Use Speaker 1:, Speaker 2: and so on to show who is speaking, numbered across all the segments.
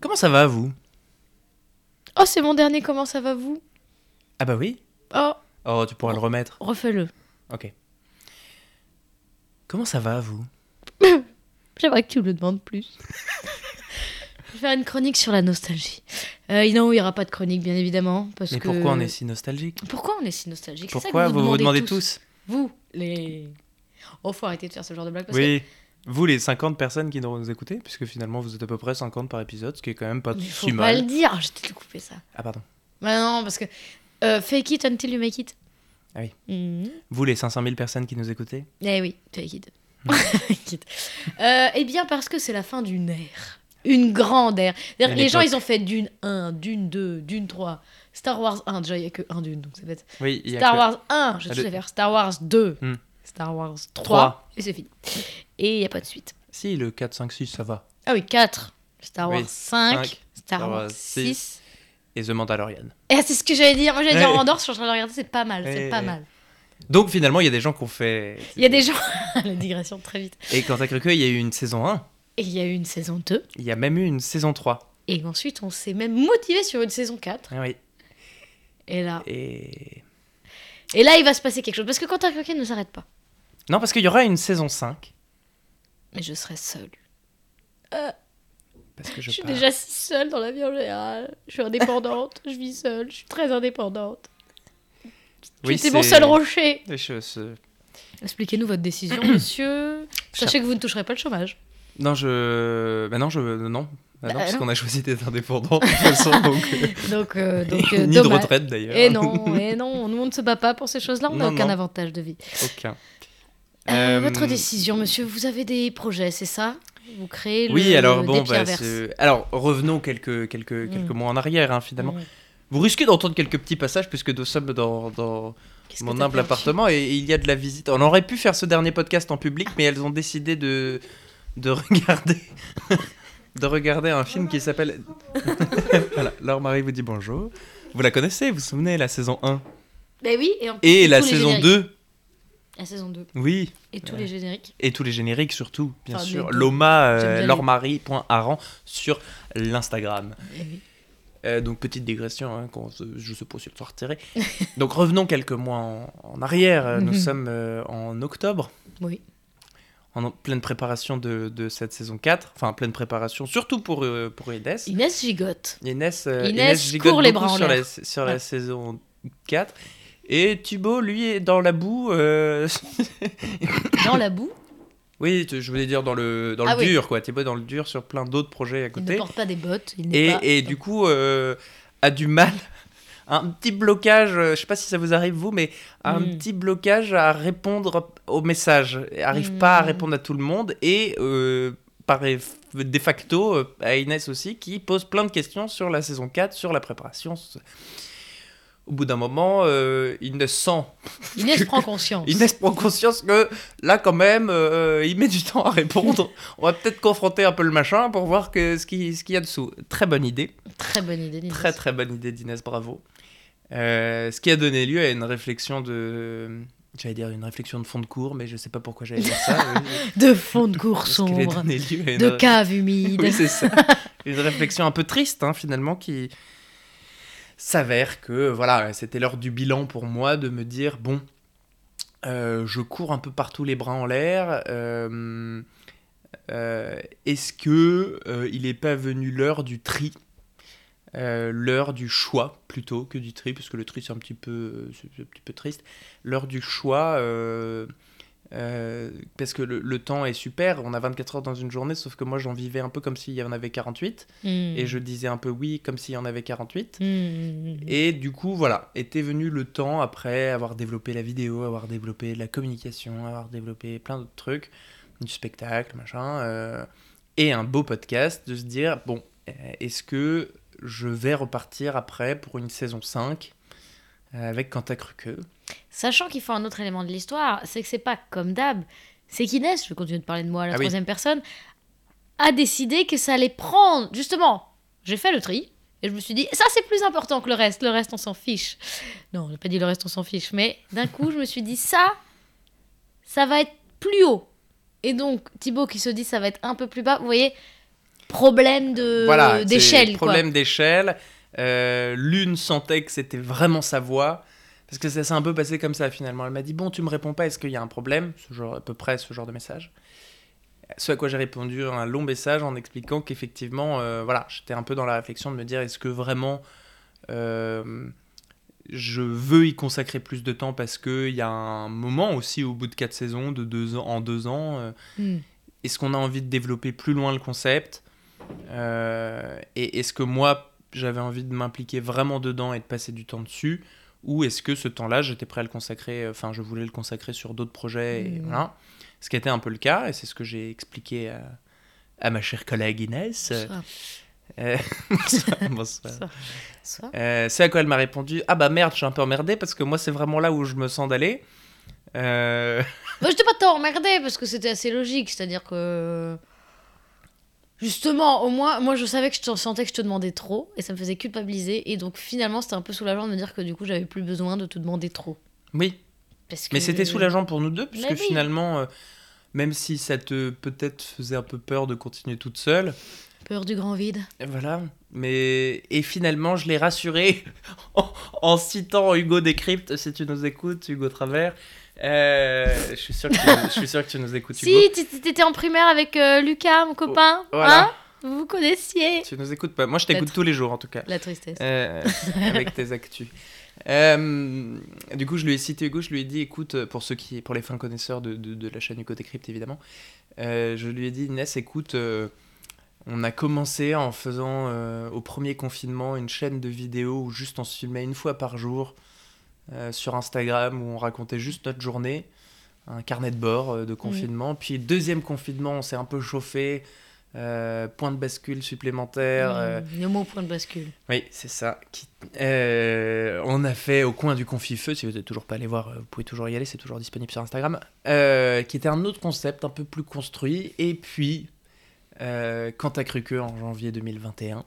Speaker 1: Comment ça va, vous
Speaker 2: Oh, c'est mon dernier, comment ça va vous
Speaker 1: Ah bah oui.
Speaker 2: Oh,
Speaker 1: Oh, tu pourras le remettre.
Speaker 2: refais-le.
Speaker 1: Ok. Comment ça va, vous
Speaker 2: J'aimerais que tu me le demandes plus. Je vais faire une chronique sur la nostalgie. Euh, non, il n'y aura pas de chronique, bien évidemment. Parce
Speaker 1: Mais
Speaker 2: que...
Speaker 1: pourquoi on est si nostalgique
Speaker 2: Pourquoi on est si nostalgique C'est ça que
Speaker 1: Pourquoi vous vous demandez
Speaker 2: tous
Speaker 1: tous,
Speaker 2: Vous, les. Oh, faut arrêter de faire ce genre de blague. Parce
Speaker 1: Oui. Vous, les 50 personnes qui nous écoutez, puisque finalement vous êtes à peu près 50 par épisode, ce qui est quand même pas
Speaker 2: que. Mais faut
Speaker 1: si
Speaker 2: pas le
Speaker 1: mal.
Speaker 2: dire, j'ai tout coupé ça.
Speaker 1: Ah, pardon.
Speaker 2: Bah non, parce que. euh, fake it until you make it.
Speaker 1: Ah oui.
Speaker 2: Mhm.
Speaker 1: Vous, les 500 000 personnes qui nous écoutez
Speaker 2: Eh oui, fake it.
Speaker 1: Mm.
Speaker 2: Fake it. Euh, eh bien, parce que c'est la fin d'une ère. Une grande ère. C'est-à-dire
Speaker 1: Une
Speaker 2: que Les gens,
Speaker 1: époque.
Speaker 2: ils ont fait d'une 1, d'une 2, d'une 3. Star Wars 1, déjà, il n'y a que 1 d'une, donc c'est bête.
Speaker 1: Oui, il y a
Speaker 2: Star
Speaker 1: que-
Speaker 2: Wars 1, je
Speaker 1: Ah,
Speaker 2: sais
Speaker 1: le-
Speaker 2: faire. Star Wars 2,
Speaker 1: Hmm.
Speaker 2: Star Wars 3,
Speaker 1: Trois.
Speaker 2: et c'est fini. Et il n'y a pas de suite.
Speaker 1: Si, le 4, 5, 6, ça va.
Speaker 2: Ah oui, 4, Star
Speaker 1: Oui.
Speaker 2: Wars 5,
Speaker 1: Cinq,
Speaker 2: Star,
Speaker 1: Star
Speaker 2: Wars
Speaker 1: Wars
Speaker 2: 6.
Speaker 1: Et The Mandalorian.
Speaker 2: Et c'est ce que j'allais dire. Moi, j'allais dire
Speaker 1: Ouais.
Speaker 2: Andorre, je suis en train de regarder, c'est pas mal,
Speaker 1: Ouais.
Speaker 2: c'est pas mal.
Speaker 1: Donc finalement, il y a des gens qui ont fait.
Speaker 2: Il y a des gens. La digression très vite.
Speaker 1: Et quand à cru il y a eu une saison 1.
Speaker 2: Et il y a eu une saison 2.
Speaker 1: Il y a même eu une saison 3.
Speaker 2: Et ensuite, on s'est même motivé sur une saison 4.
Speaker 1: Ah oui.
Speaker 2: Et là,
Speaker 1: Et.
Speaker 2: et là il va se passer quelque chose. Parce que Quentin Craquet ne s'arrête pas.
Speaker 1: Non, parce qu'il y aura une saison 5.
Speaker 2: Mais je serai seule.
Speaker 1: Parce que je,
Speaker 2: Je, suis
Speaker 1: pars.
Speaker 2: déjà si seule dans la vie en général. Je suis indépendante, je vis seule, je suis très indépendante.
Speaker 1: Oui,
Speaker 2: J'étais mon
Speaker 1: c'est-
Speaker 2: seul rocher.
Speaker 1: Les choses-
Speaker 2: Expliquez-nous votre décision, monsieur.
Speaker 1: Cher-
Speaker 2: Sachez que vous ne toucherez pas le chômage.
Speaker 1: Non, je. Bah non, je. Non. Ah non,
Speaker 2: Bah,
Speaker 1: parce
Speaker 2: non.
Speaker 1: qu'on a choisi d'être indépendant, de toute façon. Donc, euh,
Speaker 2: Donc, euh, donc euh,
Speaker 1: Ni de
Speaker 2: dommage.
Speaker 1: retraite d'ailleurs.
Speaker 2: Et non, et non, nous on ne se bat pas pour ces choses-là, on n'a
Speaker 1: Non,
Speaker 2: aucun
Speaker 1: non.
Speaker 2: avantage de vie.
Speaker 1: Aucun.
Speaker 2: Euh,
Speaker 1: Euh,
Speaker 2: Votre décision, monsieur, vous avez des projets, c'est ça Vous créez le,
Speaker 1: Oui, alors
Speaker 2: le
Speaker 1: bon,
Speaker 2: dépit
Speaker 1: bah,
Speaker 2: inverse.
Speaker 1: c'est- alors revenons quelques, quelques, quelques
Speaker 2: Mm.
Speaker 1: mois en arrière, hein, finalement.
Speaker 2: Mmh.
Speaker 1: Vous risquez d'entendre quelques petits passages, puisque nous sommes dans, dans
Speaker 2: Qu'est-ce que
Speaker 1: mon
Speaker 2: t'as
Speaker 1: humble
Speaker 2: perdu
Speaker 1: appartement et, et il y a de la visite. On aurait pu faire ce dernier podcast en public, mais elles ont décidé de, de regarder. de regarder un film qui s'appelle. voilà, Laure Marie vous dit bonjour. Vous la connaissez, vous vous souvenez, la saison 1
Speaker 2: Bah oui, et, en-
Speaker 1: Et
Speaker 2: tous
Speaker 1: la
Speaker 2: les
Speaker 1: saison
Speaker 2: génériques.
Speaker 1: 2,
Speaker 2: La saison 2.
Speaker 1: oui.
Speaker 2: Et tous
Speaker 1: Ouais.
Speaker 2: les génériques.
Speaker 1: Et tous les génériques surtout, bien
Speaker 2: Enfin, les
Speaker 1: sûr.
Speaker 2: deux.
Speaker 1: Loma,
Speaker 2: J'aime bien
Speaker 1: euh,
Speaker 2: les-
Speaker 1: lauremarie.aran sur l'Instagram.
Speaker 2: Eh oui.
Speaker 1: Euh, donc petite digression, hein, qu'on se- je sais pas si elle sera retirée. donc revenons quelques mois en, en arrière. Euh, Nous
Speaker 2: Mhm.
Speaker 1: sommes euh, en octobre,
Speaker 2: Oui.
Speaker 1: en, en pleine préparation de, de cette saison 4. Enfin, pleine préparation, surtout pour, euh, pour Inès.
Speaker 2: Inès gigote.
Speaker 1: Inès, euh,
Speaker 2: Inès
Speaker 1: gigote
Speaker 2: court les
Speaker 1: beaucoup
Speaker 2: bras en
Speaker 1: sur, la,
Speaker 2: l'air.
Speaker 1: sur la
Speaker 2: Ouais.
Speaker 1: saison 4. Et Thibaut, lui, est dans la boue. euh,
Speaker 2: Dans la boue,
Speaker 1: oui, tu- je voulais dire dans le, dans le
Speaker 2: Ah oui.
Speaker 1: dur, quoi. Thibaut est dans le dur sur plein d'autres projets à
Speaker 2: il ne
Speaker 1: côté.
Speaker 2: porte pas des bottes. Il n'est
Speaker 1: et,
Speaker 2: pas...
Speaker 1: et du coup euh, a du mal un petit blocage euh, je sais pas si ça vous arrive vous mais un
Speaker 2: Mm.
Speaker 1: petit blocage à répondre aux messages arrive
Speaker 2: Mm.
Speaker 1: pas à répondre à tout le monde et euh, par eff- de facto euh, à Inès aussi qui pose plein de questions sur la saison 4 sur la préparation au bout d'un moment euh, il ne sent
Speaker 2: Inès prend conscience.
Speaker 1: Inès prend conscience que là, quand même, euh, il met du temps à répondre. On va peut-être confronter un peu le machin pour voir que, ce qu'il ce qu'il y a dessous. Très bonne idée.
Speaker 2: Très bonne idée, d'Inès.
Speaker 1: Très, très bonne idée d'Inès, bravo. Euh, ce qui a donné lieu à une réflexion de. J'allais dire une réflexion de fond de cours, mais je sais pas pourquoi j'allais dire ça. oui.
Speaker 2: De fond de cours
Speaker 1: Ce qui a
Speaker 2: sombre,
Speaker 1: donné lieu à une-
Speaker 2: de cave humide.
Speaker 1: Oui, c'est ça. Une réflexion un peu triste, hein, finalement, qui s'avère que, voilà, c'était l'heure du bilan pour moi de me dire, bon, euh, je cours un peu partout les bras en l'air. euh, euh, Est-ce que euh, il n'est pas venu l'heure du tri Euh, l'heure du choix plutôt que du tri, parce que le tri c'est un petit peu, c'est un petit peu triste. L'heure du choix, euh, euh, parce que le, le temps est super, on a 24 heures dans une journée, sauf que moi j'en vivais un peu comme s'il y en avait 48,
Speaker 2: Mm.
Speaker 1: et je disais un peu oui comme s'il y en avait 48.
Speaker 2: Mm.
Speaker 1: Et du coup, voilà, était venu le temps, après avoir développé la vidéo, avoir développé la communication, avoir développé plein d'autres trucs, du spectacle, machin, euh, et un beau podcast, de se dire, bon, euh, est-ce que je vais repartir après pour une saison 5 euh, avec Quentin Cruqueux
Speaker 2: Sachant qu'il faut un autre élément de l'histoire, c'est que c'est pas comme d'hab. C'est qu'Inès, je vais continuer de parler de moi à la
Speaker 1: Ah oui.
Speaker 2: troisième personne, a décidé que ça allait prendre. Justement, j'ai fait le tri et je me suis dit, ça c'est plus important que le reste, le reste on s'en fiche. Non, j'ai pas dit le reste on s'en fiche, mais d'un coup je me suis dit, ça, ça va être plus haut. Et donc Thibaut qui se dit, ça va être un peu plus bas, vous voyez, problème de
Speaker 1: voilà,
Speaker 2: d'échelle
Speaker 1: c'est
Speaker 2: quoi.
Speaker 1: Problème d'échelle. Euh, L'une sentait que c'était vraiment sa voix. Parce que ça s'est un peu passé comme ça finalement. Elle m'a dit Bon, tu me réponds pas, est-ce qu'il y a un problème ce genre, À peu près ce genre de message. Ce à quoi j'ai répondu un long message en expliquant qu'effectivement, euh, voilà, j'étais un peu dans la réflexion de me dire Est-ce que vraiment euh, je veux y consacrer plus de temps Parce qu'il y a un moment aussi, au bout de quatre saisons, de deux ans, en deux ans, euh,
Speaker 2: Hmm.
Speaker 1: est-ce qu'on a envie de développer plus loin le concept Euh, Et est-ce que moi, j'avais envie de m'impliquer vraiment dedans et de passer du temps dessus Ou est-ce que ce temps-là, j'étais prêt à le consacrer, euh, enfin, je voulais le consacrer sur d'autres projets et
Speaker 2: Mm.
Speaker 1: voilà. Ce qui était un peu le cas, et c'est ce que j'ai expliqué à, à ma chère collègue Inès.
Speaker 2: Ça,
Speaker 1: Euh, bonsoir. bonsoir.
Speaker 2: ça, ça.
Speaker 1: Euh, c'est à quoi elle m'a répondu Ah bah merde, je suis un peu emmerdé parce que moi, c'est vraiment là où je me sens d'aller. Euh,
Speaker 2: Moi, j'étais pas tant emmerdée parce que c'était assez logique, c'est-à-dire que. Justement, au moins, moi je savais que je te- sentais que je te demandais trop et ça me faisait culpabiliser. Et donc finalement, c'était un peu soulageant de me dire que du coup, j'avais plus besoin de te demander trop.
Speaker 1: oui,
Speaker 2: Parce
Speaker 1: Mais
Speaker 2: que-
Speaker 1: c'était soulageant pour nous deux, puisque
Speaker 2: Mais oui.
Speaker 1: finalement, euh, même si ça te peut-être faisait un peu peur de continuer toute seule,
Speaker 2: Peur du grand vide.
Speaker 1: et voilà. Mais et finalement, je l'ai rassuré en, en citant Hugo Décrypte. Si tu nous écoutes, Hugo Travers, euh, je suis sûr que tu, je suis sûr que tu nous écoutes, Hugo.
Speaker 2: Si, tu- tu- t'étais en primaire avec euh, Lucas, mon copain.
Speaker 1: Voilà,
Speaker 2: Hein vous vous connaissiez.
Speaker 1: tu nous écoutes pas. Moi, je t'écoute
Speaker 2: Peut-être.
Speaker 1: tous les jours, en tout cas.
Speaker 2: La tristesse.
Speaker 1: Euh, avec tes actus. Euh, du coup, je lui ai cité Hugo, je lui ai dit, écoute, pour ceux qui, pour les fins connaisseurs de, de- de la chaîne Hugo Décrypte, évidemment, euh, je lui ai dit, Inès, écoute, euh, on a commencé en faisant euh, au premier confinement une chaîne de vidéos où juste on se filmait une fois par jour euh, sur Instagram où on racontait juste notre journée, un carnet de bord euh, de confinement. Puis deuxième confinement, on s'est un peu chauffé, euh, point de bascule supplémentaire. euh,
Speaker 2: Mmh, Le mot point de bascule.
Speaker 1: oui, c'est ça. Qui- Euh, on a fait au coin du confit-feu, si vous n'êtes toujours pas allé voir, euh, vous pouvez toujours y aller, c'est toujours disponible sur Instagram, euh, qui était un autre concept un peu plus construit. Et puis, euh, quand t'as cru que en janvier 2021,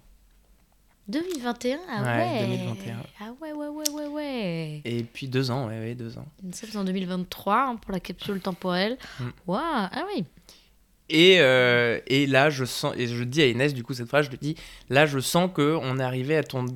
Speaker 2: 2021 Ah ouais,
Speaker 1: Ouais, 2021.
Speaker 2: Ah ouais, ouais, ouais, ouais, ouais.
Speaker 1: et puis deux ans, ouais, ouais, deux ans.
Speaker 2: Nous sommes en 2023 hein, pour la capsule temporelle.
Speaker 1: Mm.
Speaker 2: Waouh, ah oui.
Speaker 1: Et, euh, et là, je sens, et je dis à Inès, du coup, cette fois, je lui dis, là, je sens que on est arrivé à ton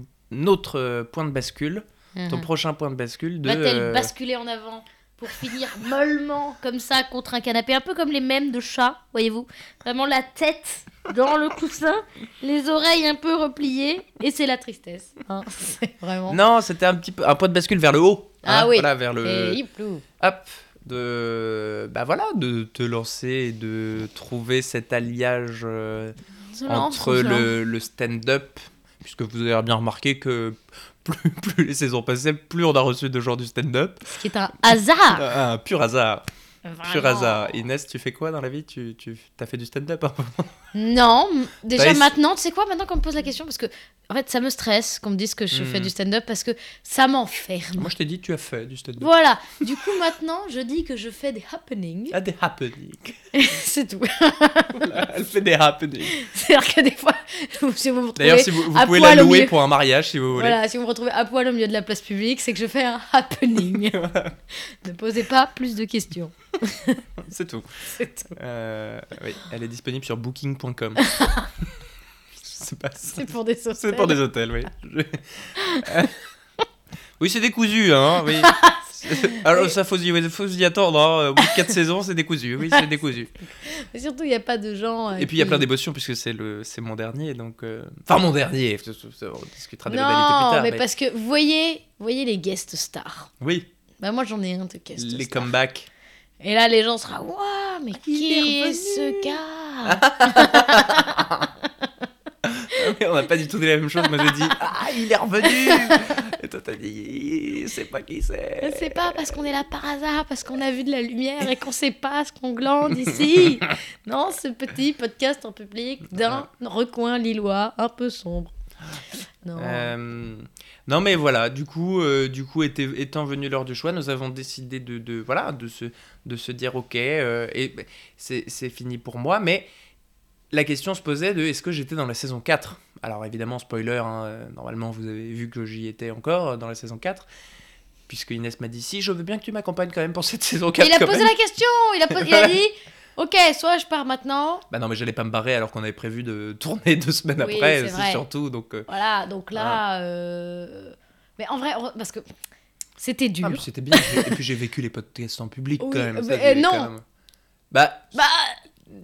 Speaker 1: autre euh, point de bascule, ton
Speaker 2: Uh-huh.
Speaker 1: prochain point de bascule de.
Speaker 2: Va-t-elle
Speaker 1: euh,
Speaker 2: basculer en avant pour finir mollement comme ça contre un canapé, un peu comme les mèmes de chat, voyez-vous Vraiment la tête dans le coussin, les oreilles un peu repliées, et c'est la tristesse. hein. C'est vraiment.
Speaker 1: Non, c'était un petit peu un point de bascule vers le haut. hein,
Speaker 2: Ah oui.
Speaker 1: Voilà, vers le.
Speaker 2: Et il pleut.
Speaker 1: hop de bah voilà de te lancer et de trouver cet alliage euh,
Speaker 2: On se lance,
Speaker 1: entre
Speaker 2: on se lance.
Speaker 1: le, le stand-up puisque vous avez bien remarqué que plus, plus les saisons passaient plus on a reçu de gens du stand-up
Speaker 2: Ce qui est un hasard.
Speaker 1: Ah, un pur hasard pur
Speaker 2: Vraiment.
Speaker 1: hasard Inès tu fais quoi dans la vie tu tu as fait du stand-up hein
Speaker 2: Non, m- déjà
Speaker 1: essayé-
Speaker 2: maintenant, tu sais quoi Maintenant qu'on me pose la question, parce que en fait, ça me stresse qu'on me dise que je
Speaker 1: Mm.
Speaker 2: fais du stand-up parce que ça m'enferme.
Speaker 1: moi je t'ai dit tu as fait du stand-up
Speaker 2: Voilà. Du coup, maintenant, je dis que je fais des happenings.
Speaker 1: Ah, des happenings.
Speaker 2: C'est tout.
Speaker 1: Voilà, Elle fait des happenings.
Speaker 2: C'est-à-dire que des fois, si vous me
Speaker 1: D'ailleurs,
Speaker 2: retrouvez,
Speaker 1: si vous, vous
Speaker 2: à
Speaker 1: pouvez la
Speaker 2: poil au
Speaker 1: louer
Speaker 2: milieu.
Speaker 1: pour un mariage si vous voulez.
Speaker 2: voilà, si vous me retrouvez à poil au milieu de la place publique, c'est que je fais un happening. ne posez pas plus de questions.
Speaker 1: C'est tout.
Speaker 2: C'est tout.
Speaker 1: Euh, oui, elle est disponible sur booking.com. c'est pas ça.
Speaker 2: C'est pour des sauces.
Speaker 1: C'est pour des hôtels, oui. Je- Euh, Oui, c'est décousu, hein. Oui. Alors, ça, faut s'y, ouais, faut s'y attendre. hein. Au bout de 4 saisons, c'est décousu. Oui, c'est décousu.
Speaker 2: Mais surtout, il n'y a pas de gens. euh,
Speaker 1: Et puis, il y a
Speaker 2: qui-
Speaker 1: plein d'émotions, puisque c'est, le... c'est mon dernier. donc... euh, Enfin, mon dernier. On discutera des modalités plus
Speaker 2: Non,
Speaker 1: tard.
Speaker 2: mais,
Speaker 1: mais-
Speaker 2: parce que vous voyez, vous voyez les guest stars.
Speaker 1: Oui,
Speaker 2: Bah moi j'en ai un de guest
Speaker 1: les
Speaker 2: star.
Speaker 1: comebacks.
Speaker 2: Et là les gens seront waouh mais qui
Speaker 1: est
Speaker 2: est,
Speaker 1: revenu.
Speaker 2: ce gars
Speaker 1: on n'a pas du tout dit la même chose. Moi, j'ai dit Ah, il est revenu Et toi, t'as dit C'est pas qui c'est.
Speaker 2: C'est pas parce qu'on est là par hasard parce qu'on a vu de la lumière et qu'on sait pas ce qu'on glande ici. non, ce petit podcast en public d'un recoin lillois un peu sombre. Non.
Speaker 1: Euh, non mais voilà, du coup, euh, du coup était, étant venu l'heure du choix, nous avons décidé de, de- voilà de se de se dire ok euh, et ben, c'est c'est fini pour moi, mais la question se posait de est-ce que j'étais dans la saison 4 Alors évidemment spoiler, hein, euh, normalement vous avez vu que j'y étais encore euh, dans la saison 4 puisque Inès m'a dit si je veux bien que tu m'accompagnes quand même pour cette saison 4
Speaker 2: il a
Speaker 1: quand
Speaker 2: posé
Speaker 1: même.
Speaker 2: la question, il a, posé- il a dit Ok, soit je pars maintenant.
Speaker 1: Bah non, mais j'allais pas me barrer alors qu'on avait prévu de tourner deux semaines
Speaker 2: Oui,
Speaker 1: après,
Speaker 2: c'est
Speaker 1: c'est
Speaker 2: vrai.
Speaker 1: surtout. Donc, euh,
Speaker 2: Voilà, donc là. euh, Mais en vrai, on- parce que c'était dur.
Speaker 1: ah, mais c'était bien. Et puis j'ai vécu les podcasts en public
Speaker 2: Oui,
Speaker 1: quand même. ça,
Speaker 2: mais,
Speaker 1: j'ai
Speaker 2: euh, non.
Speaker 1: quand même- Bah,
Speaker 2: Bah,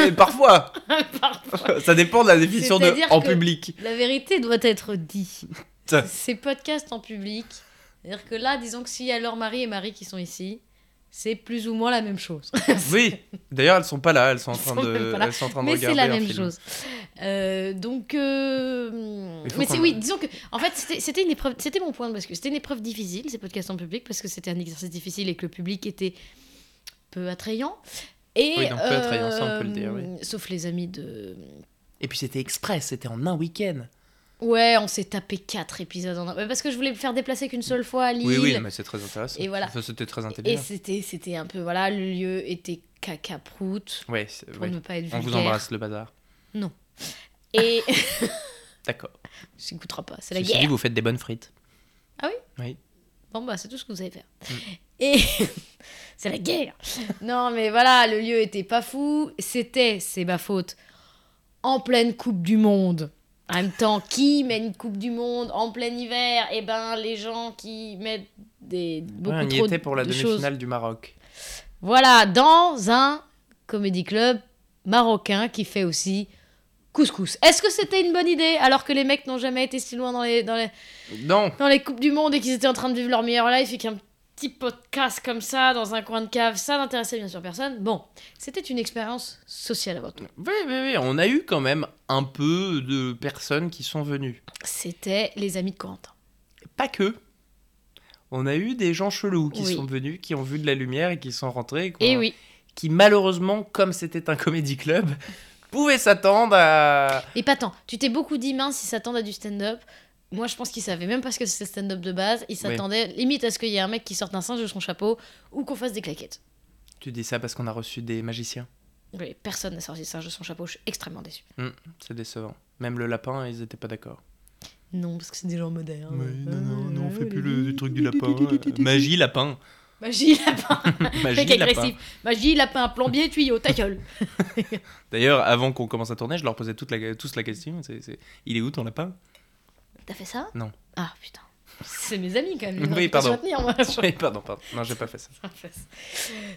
Speaker 1: eh, parfois.
Speaker 2: parfois.
Speaker 1: ça dépend de la définition de
Speaker 2: C'est-à-dire
Speaker 1: en
Speaker 2: que-
Speaker 1: public.
Speaker 2: La vérité doit être dite.
Speaker 1: Ça.
Speaker 2: Ces podcasts en public, c'est-à-dire que là, disons que s'il y a leur mari et Marie qui sont ici, c'est plus ou moins la même chose.
Speaker 1: Oui. D'ailleurs, elles sont pas là. Elles sont en
Speaker 2: Elles
Speaker 1: train
Speaker 2: sont même
Speaker 1: de,
Speaker 2: pas là.
Speaker 1: elles sont en train de
Speaker 2: mais
Speaker 1: regarder
Speaker 2: c'est la
Speaker 1: un
Speaker 2: même
Speaker 1: film.
Speaker 2: chose. Euh, donc, euh,
Speaker 1: Il faut
Speaker 2: mais
Speaker 1: qu'on-
Speaker 2: c'est oui, disons que, en fait, c'était c'était une épreuve, c'était mon point de bascule. C'était une épreuve difficile, ces podcasts en public, parce que c'était un exercice difficile et que le public était peu attrayant. Et, euh,
Speaker 1: Oui, donc peu attrayant, ça, on peut le dire, oui.
Speaker 2: Sauf les amis de.
Speaker 1: Et puis c'était express. C'était en un week-end.
Speaker 2: Ouais, on s'est tapé quatre épisodes en un. mais Parce que je voulais me faire déplacer qu'une seule fois à Lille.
Speaker 1: Oui, oui, non, mais c'est très intéressant.
Speaker 2: Et voilà.
Speaker 1: Ça, c'était très
Speaker 2: Et
Speaker 1: intelligent.
Speaker 2: c'était, c'était un peu, voilà, le lieu était cacaproute,
Speaker 1: Ouais, c'est-
Speaker 2: pour
Speaker 1: ouais.
Speaker 2: ne pas être vulgaire.
Speaker 1: On vous embrasse, le bazar.
Speaker 2: Et
Speaker 1: D'accord.
Speaker 2: j'écoutera pas, c'est la
Speaker 1: Ceci dit,
Speaker 2: guerre.
Speaker 1: vous faites des bonnes frites.
Speaker 2: Bon bah, c'est tout ce que vous savez faire.
Speaker 1: Mm.
Speaker 2: Et c'est la guerre. non mais voilà, le lieu était pas fou. C'était, c'est ma faute, en pleine Coupe du Monde. En même temps, qui met une Coupe du Monde en plein hiver Eh ben, les gens qui mettent des beaucoup
Speaker 1: Ouais, on y
Speaker 2: trop
Speaker 1: était pour la
Speaker 2: de choses.
Speaker 1: demi-finale du Maroc.
Speaker 2: Voilà, dans un comédie club marocain qui fait aussi couscous. Est-ce que c'était une bonne idée alors que les mecs n'ont jamais été si loin dans les, dans les,
Speaker 1: Non,
Speaker 2: dans les Coupes du Monde et qu'ils étaient en train de vivre leur meilleur life et qu'un petit podcast comme ça dans un coin de cave, ça n'intéressait bien sûr personne Bon, c'était une expérience sociale avant tout.
Speaker 1: Oui, oui, oui, on a eu quand même un peu de personnes qui sont venues.
Speaker 2: C'était les amis de Corentin.
Speaker 1: Pas que. On a eu des gens chelous qui
Speaker 2: Oui.
Speaker 1: sont venus, qui ont vu de la lumière et qui sont rentrés. et qu'on-
Speaker 2: Et oui.
Speaker 1: Qui malheureusement, comme c'était un comédie club, pouvaient s'attendre à...
Speaker 2: Et pas tant. Tu t'es beaucoup dit, mince, ils s'attendent à du stand-up. Moi, je pense qu'ils savaient même pas ce que c'était le stand-up de base. Ils s'attendaient limite à ce qu'il y ait un mec qui sorte un singe de son chapeau ou qu'on fasse des claquettes.
Speaker 1: Tu dis ça parce qu'on a reçu des magiciens.
Speaker 2: Oui, personne n'a sorti le singe de son chapeau, je suis extrêmement déçue.
Speaker 1: C'est décevant. Même le lapin, ils étaient pas d'accord.
Speaker 2: Non, parce que c'est des gens modernes. Euh,
Speaker 1: Magie, lapin.
Speaker 2: Magie, lapin.
Speaker 1: Magie,
Speaker 2: Mec
Speaker 1: lapin.
Speaker 2: agressif. Magie, lapin, plombier, tuyau, ta gueule.
Speaker 1: D'ailleurs, avant qu'on commence à tourner, je leur posais toute la- tous la question. c'est- c'est, Il est où ton lapin
Speaker 2: T'as fait ça
Speaker 1: Non.
Speaker 2: Ah, putain. C'est mes amis quand même.
Speaker 1: Oui,
Speaker 2: Je dois
Speaker 1: pardon.
Speaker 2: retenir, moi.
Speaker 1: Oui, Pardon, pardon. Non, j'ai pas fait ça.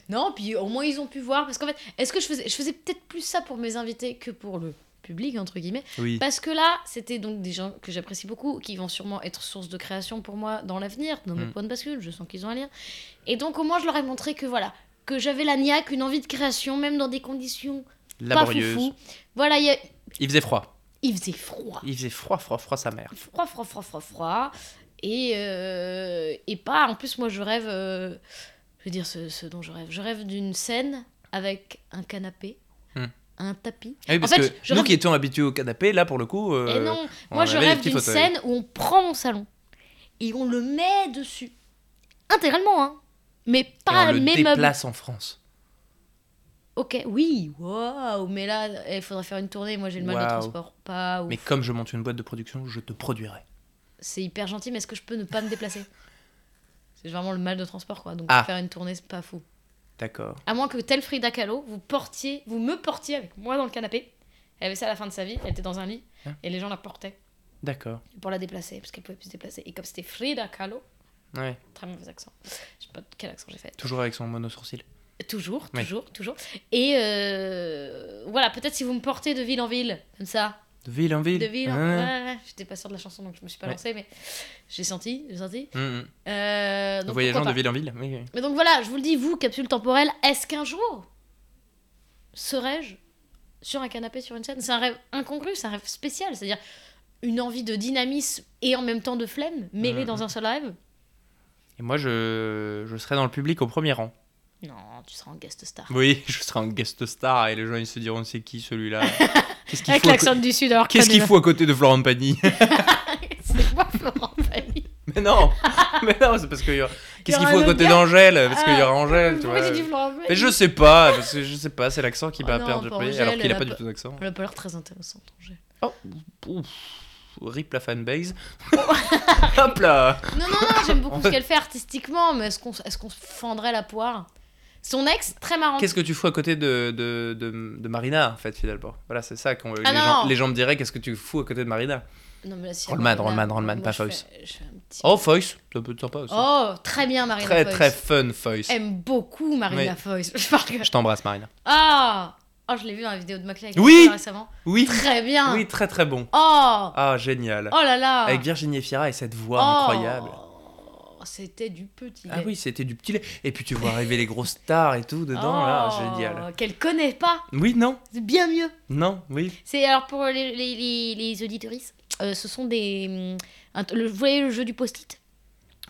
Speaker 2: non, puis au moins ils ont pu voir. Parce qu'en fait, est-ce que je faisais, je faisais peut-être plus ça pour mes invités que pour le public, entre guillemets.
Speaker 1: Oui.
Speaker 2: Parce que là, c'était donc des gens que j'apprécie beaucoup, qui vont sûrement être source de création pour moi dans l'avenir, dans mes
Speaker 1: Mm.
Speaker 2: points de bascule, je sens qu'ils ont un lien. Et donc au moins, je leur ai montré que voilà, que j'avais la niaque, une envie de création, même dans des conditions
Speaker 1: Laborieuse.
Speaker 2: pas foufou. Voilà, il y a-
Speaker 1: Il faisait froid.
Speaker 2: il faisait froid.
Speaker 1: Il faisait froid, froid, froid, sa mère.
Speaker 2: Froid, froid, froid, froid, froid. Et, euh, et pas, en plus, moi, je rêve, euh, je veux dire ce, ce dont je rêve, je rêve d'une scène avec un canapé,
Speaker 1: Mm.
Speaker 2: un tapis.
Speaker 1: Ah oui, parce
Speaker 2: En fait,
Speaker 1: que
Speaker 2: je
Speaker 1: nous
Speaker 2: rêve-
Speaker 1: qui étions habitués au canapé, là, pour le coup. euh,
Speaker 2: Et non,
Speaker 1: on
Speaker 2: moi
Speaker 1: avait
Speaker 2: je
Speaker 1: des
Speaker 2: rêve
Speaker 1: petits
Speaker 2: d'une
Speaker 1: fauteuils.
Speaker 2: scène où on prend mon salon et on le met dessus. Intégralement, hein. Mais
Speaker 1: et on
Speaker 2: pas
Speaker 1: le
Speaker 2: mes meubles.
Speaker 1: déplace en France.
Speaker 2: Ok, oui, waouh, mais là, il faudrait faire une tournée. Moi j'ai le mal de
Speaker 1: Waouh.
Speaker 2: transport. Pas ouf.
Speaker 1: Mais comme je monte une boîte de production, je te produirai.
Speaker 2: C'est hyper gentil, mais est-ce que je peux ne pas me déplacer C'est vraiment le mal de transport, quoi. Donc
Speaker 1: Ah.
Speaker 2: faire une tournée, c'est pas fou.
Speaker 1: D'accord.
Speaker 2: À moins que tel Frida Kahlo, vous portiez, vous me portiez avec moi dans le canapé. Elle avait ça à la fin de sa vie, elle était dans un lit
Speaker 1: Hein
Speaker 2: et les gens la portaient
Speaker 1: D'accord.
Speaker 2: pour la déplacer parce qu'elle pouvait plus se déplacer. Et comme c'était Frida Kahlo,
Speaker 1: Ouais.
Speaker 2: Très mauvais accent. Je sais pas quel accent j'ai fait.
Speaker 1: Toujours avec son monosourcil.
Speaker 2: Toujours,
Speaker 1: Ouais.
Speaker 2: toujours, toujours. Et euh, voilà, peut-être si vous me portez de ville en ville, comme ça.
Speaker 1: De ville en ville.
Speaker 2: De ville en
Speaker 1: Hein.
Speaker 2: ouais, ouais, ouais. J'étais pas sûre de la chanson, donc je me suis pas
Speaker 1: Ouais.
Speaker 2: lancée, mais j'ai senti, j'ai senti.
Speaker 1: Hum, hum.
Speaker 2: Euh, donc
Speaker 1: Voyageant
Speaker 2: pourquoi
Speaker 1: de
Speaker 2: pas.
Speaker 1: ville en ville. Oui, oui.
Speaker 2: Mais donc voilà, je vous le dis, vous, capsule temporelle, est-ce qu'un jour serais-je sur un canapé, sur une scène C'est un rêve incongru, c'est un rêve spécial, c'est-à-dire une envie de dynamisme et en même temps de flemme, mêlée
Speaker 1: Mhm.
Speaker 2: dans un seul rêve.
Speaker 1: Et moi, je... je serai dans le public au premier rang.
Speaker 2: Non, tu seras en guest star.
Speaker 1: Oui, je serai en guest star et les gens ils se diront c'est qui celui-là Qu'est-ce qu'il
Speaker 2: Avec
Speaker 1: faut à co-
Speaker 2: l'accent du sud, alors que
Speaker 1: Qu'est-ce
Speaker 2: pas
Speaker 1: qu'il
Speaker 2: du-
Speaker 1: faut à côté de Florent Pagny
Speaker 2: C'est moi, Florent Pagny.
Speaker 1: Mais non Mais non, c'est parce que. y aura- Qu'est-ce qu'il
Speaker 2: aura
Speaker 1: faut
Speaker 2: un
Speaker 1: à
Speaker 2: autre
Speaker 1: côté
Speaker 2: gars
Speaker 1: d'Angèle Parce qu'il y
Speaker 2: Ah,
Speaker 1: aura Angèle, tu
Speaker 2: Pourquoi
Speaker 1: vois.
Speaker 2: tu dis Florent Pagny
Speaker 1: Mais je sais pas, parce que je sais pas, c'est l'accent qui
Speaker 2: Oh
Speaker 1: m'a
Speaker 2: non,
Speaker 1: perdu
Speaker 2: pas
Speaker 1: le pays,
Speaker 2: Angèle,
Speaker 1: alors qu'il
Speaker 2: elle
Speaker 1: a
Speaker 2: a
Speaker 1: pas du
Speaker 2: pas-
Speaker 1: tout d'accent.
Speaker 2: Elle a pas l'air très intéressante, Angèle.
Speaker 1: Ouf, Rip la fanbase. Hop là
Speaker 2: Non, non, non, j'aime beaucoup
Speaker 1: En
Speaker 2: ce
Speaker 1: fait-
Speaker 2: qu'elle fait artistiquement, mais est-ce qu'on est qu'on se fendrait la poire Son ex, très marrant.
Speaker 1: Qu'est-ce que tu fous à côté de, de, de- de Marina, en fait, finalement Voilà, c'est ça. qu'on les,
Speaker 2: Ah non.
Speaker 1: gens, les gens me diraient qu'est-ce que tu fous à côté de Marina
Speaker 2: Non, mais là, si
Speaker 1: Rollman,
Speaker 2: Marina-
Speaker 1: Rollman, Rollman,
Speaker 2: moi,
Speaker 1: pas
Speaker 2: je fais-
Speaker 1: Foyce.
Speaker 2: je fais un petit-
Speaker 1: Oh, Foyce, c'est un peu sympa aussi.
Speaker 2: Oh, très bien, Marina
Speaker 1: très,
Speaker 2: Foyce. Eh
Speaker 1: très
Speaker 2: ben,
Speaker 1: fun, Foyce.
Speaker 2: Aime beaucoup Marina
Speaker 1: Oui.
Speaker 2: Foyce. Je parle que-
Speaker 1: Je t'embrasse, Marina.
Speaker 2: Ah Oh, je l'ai vu dans la vidéo de Maclay avec
Speaker 1: Oui.
Speaker 2: Nicolas récemment.
Speaker 1: Oui,
Speaker 2: Très bien.
Speaker 1: oui, très très bon.
Speaker 2: Oh
Speaker 1: Ah, génial.
Speaker 2: Oh là là
Speaker 1: Avec Virginie Efira et cette voix
Speaker 2: Oh.
Speaker 1: incroyable.
Speaker 2: C'était du petit.
Speaker 1: Ah
Speaker 2: lait.
Speaker 1: oui, c'était du petit lait. Et puis tu vois arriver les grosses stars et tout dedans, là,
Speaker 2: Oh,
Speaker 1: génial.
Speaker 2: Qu'elle connaît pas,
Speaker 1: Oui, non,
Speaker 2: c'est bien mieux.
Speaker 1: non, oui.
Speaker 2: C'est alors pour les, les, les, les auditrices, euh, ce sont des. hum, un- le, vous voyez le jeu du post-it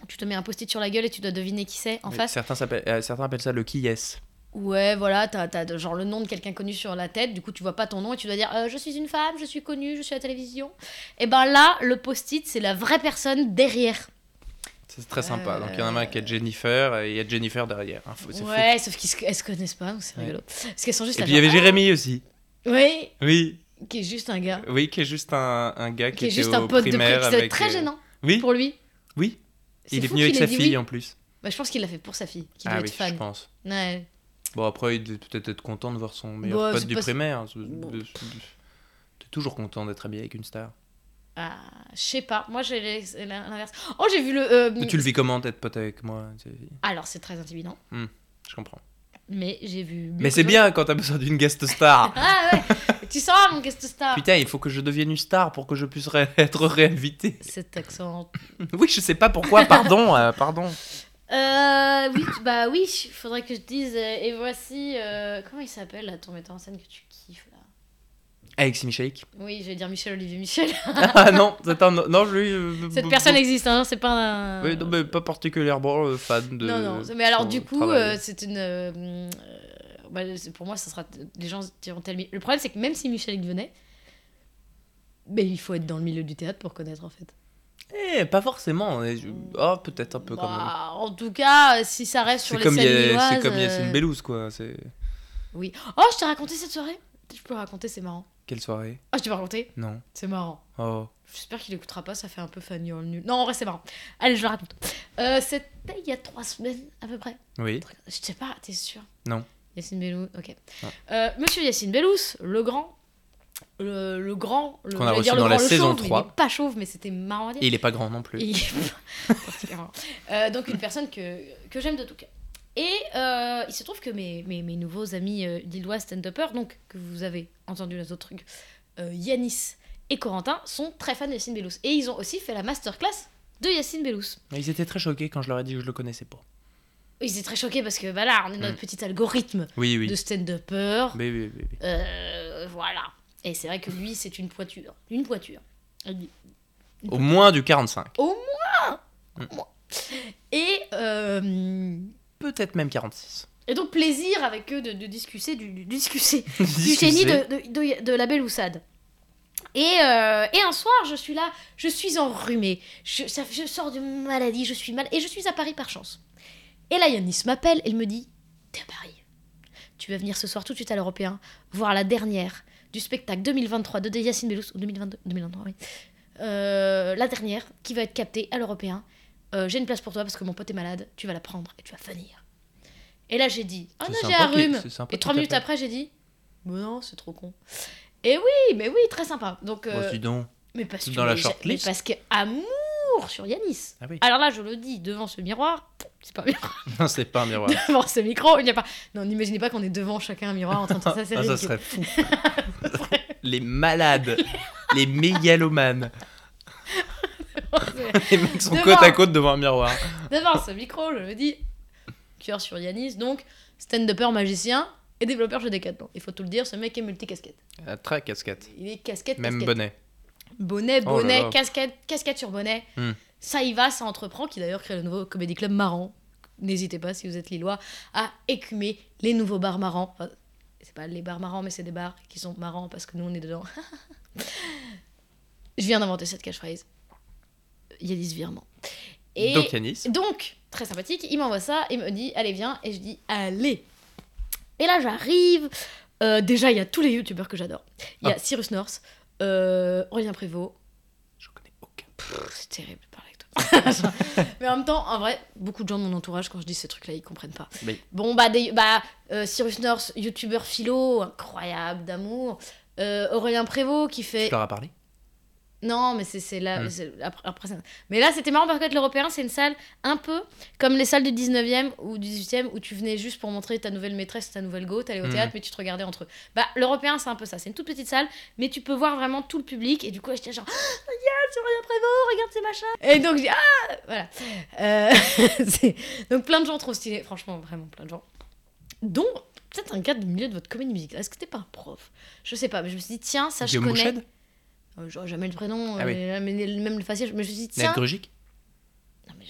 Speaker 2: Tu te mets un post-it sur la gueule et tu dois deviner qui c'est en
Speaker 1: Mais
Speaker 2: face.
Speaker 1: Certains, s'appellent- euh, certains appellent ça le qui yes.
Speaker 2: Ouais, voilà, t'as, t'as de- genre le nom de quelqu'un connu sur la tête, du coup tu vois pas ton nom et tu dois dire euh, je suis une femme, je suis connue, je suis à la télévision. Et ben là, le post-it, c'est la vraie personne derrière.
Speaker 1: C'est très sympa. Donc il y en a un qui est Jennifer et il y a Jennifer derrière. Hein, faut- c'est fou.
Speaker 2: Euh. Ouais, sauf qu'elles se- elles se connaissent pas, donc c'est
Speaker 1: Ouais.
Speaker 2: rigolo. Parce qu'elles sont juste
Speaker 1: Et
Speaker 2: là,
Speaker 1: puis il y avait
Speaker 2: genre,
Speaker 1: Jérémy aussi.
Speaker 2: Ah, Oui,
Speaker 1: Oui,
Speaker 2: qui est juste un gars.
Speaker 1: oui, qui est juste un, un gars Euh, qui,
Speaker 2: Qui est
Speaker 1: était
Speaker 2: juste
Speaker 1: au
Speaker 2: un pote de
Speaker 1: primaire
Speaker 2: primaire.
Speaker 1: avec,
Speaker 2: C'est très
Speaker 1: euh,
Speaker 2: gênant
Speaker 1: Oui,
Speaker 2: pour lui.
Speaker 1: oui.
Speaker 2: C'est
Speaker 1: Il est
Speaker 2: fou
Speaker 1: venu avec
Speaker 2: qu'il
Speaker 1: sa
Speaker 2: ait dit
Speaker 1: fille
Speaker 2: oui.
Speaker 1: en plus.
Speaker 2: Bah, je pense qu'il l'a fait pour sa fille, qui
Speaker 1: Ah
Speaker 2: doit
Speaker 1: oui,
Speaker 2: être
Speaker 1: je
Speaker 2: fan.
Speaker 1: pense.
Speaker 2: Ouais.
Speaker 1: Bon, après, il devait peut-être être content de voir son meilleur
Speaker 2: Bah,
Speaker 1: pote
Speaker 2: c'est
Speaker 1: du
Speaker 2: pas-
Speaker 1: primaire. C'est-
Speaker 2: Bon.
Speaker 1: T'es toujours content d'être habillé avec une star.
Speaker 2: Ah, je sais pas. Moi, j'ai les- l'inverse. Oh, j'ai vu le. euh,
Speaker 1: Mais tu le vis comment d'être pote avec moi C'est-
Speaker 2: Alors, c'est très intimidant,
Speaker 1: Je comprends.
Speaker 2: mais j'ai vu. mieux
Speaker 1: Mais
Speaker 2: que
Speaker 1: c'est
Speaker 2: toi.
Speaker 1: bien quand t'as besoin d'une guest star.
Speaker 2: Ah ouais. tu sens mon guest star.
Speaker 1: Putain, il faut que je devienne une star pour que je puisse ré- être réinvité.
Speaker 2: Cet accent.
Speaker 1: Oui, je sais pas pourquoi, pardon, euh, pardon.
Speaker 2: Euh, oui, tu- bah oui, il faudrait que je dise. euh, et voici. euh, comment il s'appelle là, ton metteur en scène que tu kiffes là
Speaker 1: Alexis Michaïk.
Speaker 2: Oui, je vais dire Michel Olivier Michel.
Speaker 1: Ah non, c'est un. Non, je lui. euh,
Speaker 2: Cette
Speaker 1: b-
Speaker 2: personne
Speaker 1: b-
Speaker 2: existe, hein, c'est pas un.
Speaker 1: Oui, non, mais pas particulièrement euh, fan de.
Speaker 2: Non, non, mais alors
Speaker 1: son
Speaker 2: du coup,
Speaker 1: travail.
Speaker 2: euh, c'est une. euh, euh, bah, c'est- pour moi, ça sera. Les gens diront tel milieu. Le problème, c'est que même si Michel Houellebecq venait, mais il faut être dans le milieu du théâtre pour connaître en fait.
Speaker 1: Eh, pas forcément. on est- Ah, peut-être un peu quand même.
Speaker 2: Bah, En tout cas, euh, si ça reste sur
Speaker 1: C'est
Speaker 2: les euh,
Speaker 1: comme, il y a-
Speaker 2: Saint-Lilloises,
Speaker 1: c'est comme
Speaker 2: euh,
Speaker 1: Yacine Bellouz, quoi. c'est-
Speaker 2: Oui. Oh, je t'ai raconté cette soirée Je peux raconter, c'est marrant.
Speaker 1: Quelle soirée
Speaker 2: Ah, je t'ai pas raconté
Speaker 1: Non.
Speaker 2: C'est marrant.
Speaker 1: Oh.
Speaker 2: J'espère qu'il écoutera pas, ça fait un peu fan nul. nul. Non, en vrai, c'est marrant. Allez, je le raconte. Euh, C'était il y a trois semaines à peu près.
Speaker 1: Oui.
Speaker 2: Je sais pas, t'es sûr
Speaker 1: Non.
Speaker 2: Yacine Bellous, ok.
Speaker 1: Non.
Speaker 2: Euh, Monsieur Yacine Bellous, le grand, le, le grand, le,
Speaker 1: Qu'on a
Speaker 2: j'allais
Speaker 1: reçu
Speaker 2: dire le
Speaker 1: dans la
Speaker 2: grand, le
Speaker 1: saison
Speaker 2: chauve, mais
Speaker 1: 3.
Speaker 2: il est pas chauve, mais c'était marrant à dire.
Speaker 1: Et il est pas grand non plus.
Speaker 2: Et- Particulièrement. Euh, donc une personne que, que j'aime de tout cœur. Et euh, il se trouve que mes, mes, mes nouveaux amis euh, lillois stand-uppers, donc que vous avez entendu dans d'autres trucs, euh, Yanis et Corentin, sont très fans de Yacine Bellous. Et ils ont aussi fait la masterclass de Yacine Bellous.
Speaker 1: Ils étaient très choqués quand je leur ai dit que je le connaissais pas.
Speaker 2: Ils étaient très choqués parce que bah là, on est dans notre
Speaker 1: Mm.
Speaker 2: petit algorithme
Speaker 1: Oui, oui.
Speaker 2: de stand-uppers.
Speaker 1: Mais oui, oui, oui.
Speaker 2: Euh, voilà. Et c'est vrai que lui, c'est une poiture. Une poiture. Lui.
Speaker 1: Au moins du 45.
Speaker 2: Et, euh,
Speaker 1: Peut-être même 46.
Speaker 2: et donc, plaisir avec eux de, de discuter du, du- discuter du
Speaker 1: Discuter.
Speaker 2: génie de, de, de- de la belle Oussade. Et, euh, et un soir, je suis là, je suis enrhumée, je, ça- je sors d'une maladie, je suis mal, et je suis à Paris par chance. Et là, Yanis m'appelle, elle me dit T'es à Paris. Tu vas venir ce soir tout de suite à l'Européen, voir la dernière du spectacle 2023 de Yacine Bellous, ou 2022, 2023, oui. Euh, la dernière qui va être captée à l'Européen. Euh, j'ai une place pour toi parce que mon pote est malade, tu vas la prendre et tu vas venir. Et là, j'ai dit Oh
Speaker 1: C'est
Speaker 2: non, j'ai
Speaker 1: sympa
Speaker 2: un
Speaker 1: qu'il-
Speaker 2: rhume.
Speaker 1: c'est sympa
Speaker 2: Et
Speaker 1: qu'il
Speaker 2: trois minutes
Speaker 1: t'appelle.
Speaker 2: après, j'ai dit Mais non, c'est trop con. Et oui, mais oui, très sympa. Donc, euh,
Speaker 1: Oh, dis donc.
Speaker 2: mais parce que
Speaker 1: dans la
Speaker 2: mais j'a- mais
Speaker 1: shortlist.
Speaker 2: parce que amour sur Yanis.
Speaker 1: Ah oui.
Speaker 2: Alors là, je le dis devant ce miroir, c'est pas un miroir,
Speaker 1: Non, c'est pas un miroir.
Speaker 2: devant ce micro, il n'y a pas. Non, n'imaginez pas qu'on est devant chacun un miroir en train de faire ça, c'est
Speaker 1: Ah, ça
Speaker 2: ridicule.
Speaker 1: serait fou. les malades. les mégalomanes. Les mecs sont
Speaker 2: Devant.
Speaker 1: côte à côte devant un miroir.
Speaker 2: Devant ce micro, je le dis cœur sur Yanis, donc stand-upper magicien et développeur chez Decathlon. Il faut tout le dire, ce mec est multicasquette.
Speaker 1: Ah, très casquette.
Speaker 2: Il est casquette,
Speaker 1: Même
Speaker 2: casquette.
Speaker 1: bonnet.
Speaker 2: Bonnet,
Speaker 1: Oh là
Speaker 2: bonnet,
Speaker 1: là.
Speaker 2: casquette, casquette sur bonnet.
Speaker 1: Hmm.
Speaker 2: Ça y va, ça entreprend, qui d'ailleurs crée le nouveau Comedy Club marrant. N'hésitez pas, si vous êtes Lillois, à écumer les nouveaux bars marrants. Enfin, c'est pas les bars marrants, mais c'est des bars qui sont marrants parce que nous, on est dedans. Je viens d'inventer cette catchphrase. Yalis Virement. Et
Speaker 1: Donc Yanis.
Speaker 2: donc, très sympathique, il m'envoie ça et me dit allez viens et je dis allez. Et là j'arrive. Euh, déjà il y a tous les youtubeurs que j'adore. Il y a
Speaker 1: Ah.
Speaker 2: Cyrus North, euh, Aurélien Prévost.
Speaker 1: Je connais aucun.
Speaker 2: Pff, C'est terrible de parler avec toi. Mais en même temps, en vrai, beaucoup de gens de mon entourage, quand je dis ces trucs-là, ils comprennent pas.
Speaker 1: Oui.
Speaker 2: Bon, bah, des- bah euh, Cyrus North, youtubeur philo, incroyable d'amour. Euh, Aurélien Prévost qui fait.
Speaker 1: Tu leur as parlé
Speaker 2: Non, mais c'est- c'est là.
Speaker 1: Mm.
Speaker 2: c'est Après, après ça. Mais là, c'était marrant parce que l'Européen, c'est une salle un peu comme les salles du 19e ou du 18e où tu venais juste pour montrer ta nouvelle maîtresse, ta nouvelle go, t'allais au
Speaker 1: Mm.
Speaker 2: théâtre, mais tu te regardais entre eux. Bah, l'Européen, c'est un peu ça. C'est une toute petite salle, mais tu peux voir vraiment tout le public. Et du coup, j'étais genre, Ah, regarde, c'est Aurélien Prévost, regarde ces machins. Et donc, j'ai ah Voilà. Euh, c'est- donc, plein de gens trop stylés. Franchement, vraiment plein de gens. Dont peut-être un gars du milieu de votre comédie musicale. Est-ce que t'es pas un prof Je sais pas, mais je me suis dit, tiens, ça, je
Speaker 1: Guillaume
Speaker 2: connais.
Speaker 1: Mouched
Speaker 2: Euh, J'aurais jamais le prénom,
Speaker 1: Ah
Speaker 2: euh,
Speaker 1: oui.
Speaker 2: mais- mais même le faciès. Je me suis dit, tiens.
Speaker 1: Ned Grugic
Speaker 2: Non, mais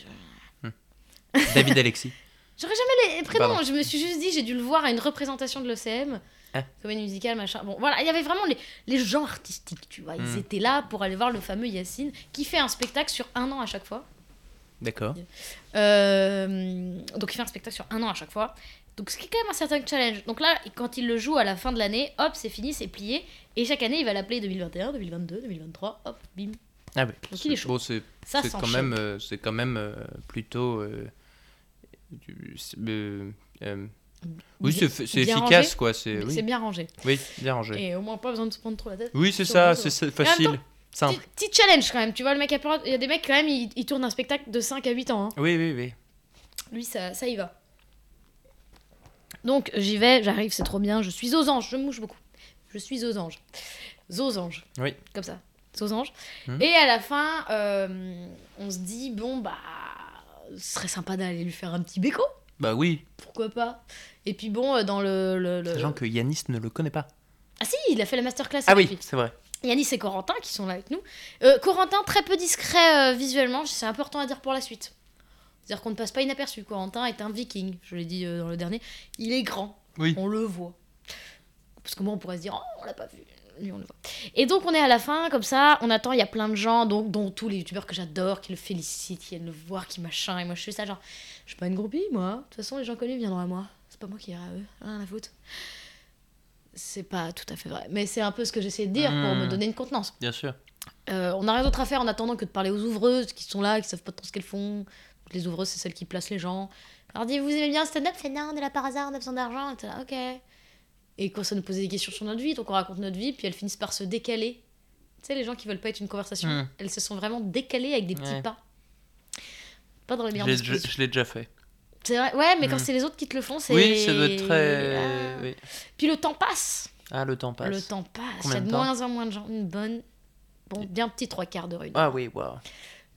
Speaker 2: je-
Speaker 1: David Alexis
Speaker 2: J'aurais jamais les prénoms.
Speaker 1: Pardon.
Speaker 2: Je me suis juste dit, j'ai dû le voir à une représentation de l'OCM.
Speaker 1: Hein
Speaker 2: Comédie musicale, machin. Bon, voilà, il y avait vraiment les, les gens artistiques, tu vois. Ils
Speaker 1: Hmm.
Speaker 2: étaient là pour aller voir le fameux Yacine, qui fait un spectacle sur un an à chaque fois.
Speaker 1: D'accord.
Speaker 2: Euh, donc il fait un spectacle sur un an à chaque fois. Donc ce qui est quand même un certain challenge. Donc là, quand il le joue à la fin de l'année, hop, c'est fini, c'est plié. Et chaque année, il va l'appeler 2021, 2022, 2023, hop, bim.
Speaker 1: Ah oui.
Speaker 2: Donc il est chaud.
Speaker 1: Bon, c'est
Speaker 2: Ça,
Speaker 1: c'est quand
Speaker 2: s'enchaîne.
Speaker 1: même, euh, c'est quand même euh, plutôt. euh, du- c'est- euh, euh, oui, c'est c'est
Speaker 2: bien
Speaker 1: efficace,
Speaker 2: rangé.
Speaker 1: quoi. C'est
Speaker 2: C'est
Speaker 1: oui,
Speaker 2: bien rangé.
Speaker 1: oui, bien rangé.
Speaker 2: Et au moins pas besoin de se prendre trop la tête.
Speaker 1: Oui, c'est
Speaker 2: sur
Speaker 1: ça,
Speaker 2: Google.
Speaker 1: c'est c'est
Speaker 2: même temps,
Speaker 1: facile,
Speaker 2: Petit,
Speaker 1: simple.
Speaker 2: petit challenge quand même, tu vois, le mec à peur, il y a des mecs quand même, ils, ils tournent un spectacle de 5 à 8 ans. hein.
Speaker 1: Oui, oui, oui.
Speaker 2: Lui, ça, ça y va. Donc j'y vais, j'arrive, c'est trop bien, je suis aux anges, je me mouche beaucoup. Je suis aux anges. Aux anges.
Speaker 1: Oui.
Speaker 2: Comme ça, aux anges.
Speaker 1: Mhm.
Speaker 2: Et à la fin, euh, on se dit, bon, bah, ce serait sympa d'aller lui faire un petit béco,
Speaker 1: Bah oui,
Speaker 2: pourquoi pas. Et puis bon, euh, dans le... le- le-
Speaker 1: sachant que Yanis ne le connaît pas.
Speaker 2: Ah si, il a fait la masterclass.
Speaker 1: Ah
Speaker 2: avec
Speaker 1: oui,
Speaker 2: lui.
Speaker 1: c'est vrai.
Speaker 2: Yanis et Corentin qui sont là avec nous. Euh, Corentin, très peu discret euh, visuellement, c'est important à dire pour la suite. C'est-à-dire qu'on ne passe pas inaperçu. Corentin est un viking, je l'ai dit euh, dans le dernier. Il est grand,
Speaker 1: Oui.
Speaker 2: on le voit. Parce que moi, on pourrait se dire, oh, on l'a pas vu. Lui, on le voit. Et donc, on est à la fin, comme ça, on attend, il y a plein de gens, donc, dont tous les youtubeurs que j'adore, qui le félicitent, qui viennent le voir, qui machin. Et moi, je suis ça, genre, je suis pas une groupie, moi. De toute façon, les gens connus viendront à moi. C'est pas moi qui irai à eux. Rien à la faute. C'est pas tout à fait vrai. Mais c'est un peu ce que j'essaie de dire pour
Speaker 1: Hmm.
Speaker 2: me donner une contenance.
Speaker 1: Bien sûr.
Speaker 2: Euh, on n'a rien d'autre à faire en attendant que de parler aux ouvreuses qui sont là, qui savent pas trop ce qu'elles font. Donc, les ouvreuses, c'est celles qui placent les gens. On leur dit Vous aimez bien le stand-up C'est non, on est là par hasard, on a besoin d'argent. Et t'es là, ok. Et quand ça nous posait des questions sur notre vie, donc on raconte notre vie, puis elles finissent par se décaler. Tu sais, les gens qui veulent pas être une conversation,
Speaker 1: Mm.
Speaker 2: elles se sont vraiment décalées avec des petits
Speaker 1: Ouais.
Speaker 2: pas. Pas dans les
Speaker 1: Je
Speaker 2: meilleures
Speaker 1: l'ai déjà-
Speaker 2: dispositions.
Speaker 1: je l'ai déjà fait.
Speaker 2: C'est vrai, ouais, mais quand
Speaker 1: Mm.
Speaker 2: c'est les autres qui te le font, c'est.
Speaker 1: Oui, ça doit être très.
Speaker 2: Ah.
Speaker 1: oui.
Speaker 2: Puis le temps passe.
Speaker 1: Ah, le temps passe.
Speaker 2: Le temps passe. Il y
Speaker 1: Combien
Speaker 2: a
Speaker 1: de
Speaker 2: de
Speaker 1: temps
Speaker 2: moins en moins de gens. Une bonne. Bon, bien petit trois quarts d'heure, une
Speaker 1: Ah oui, waouh.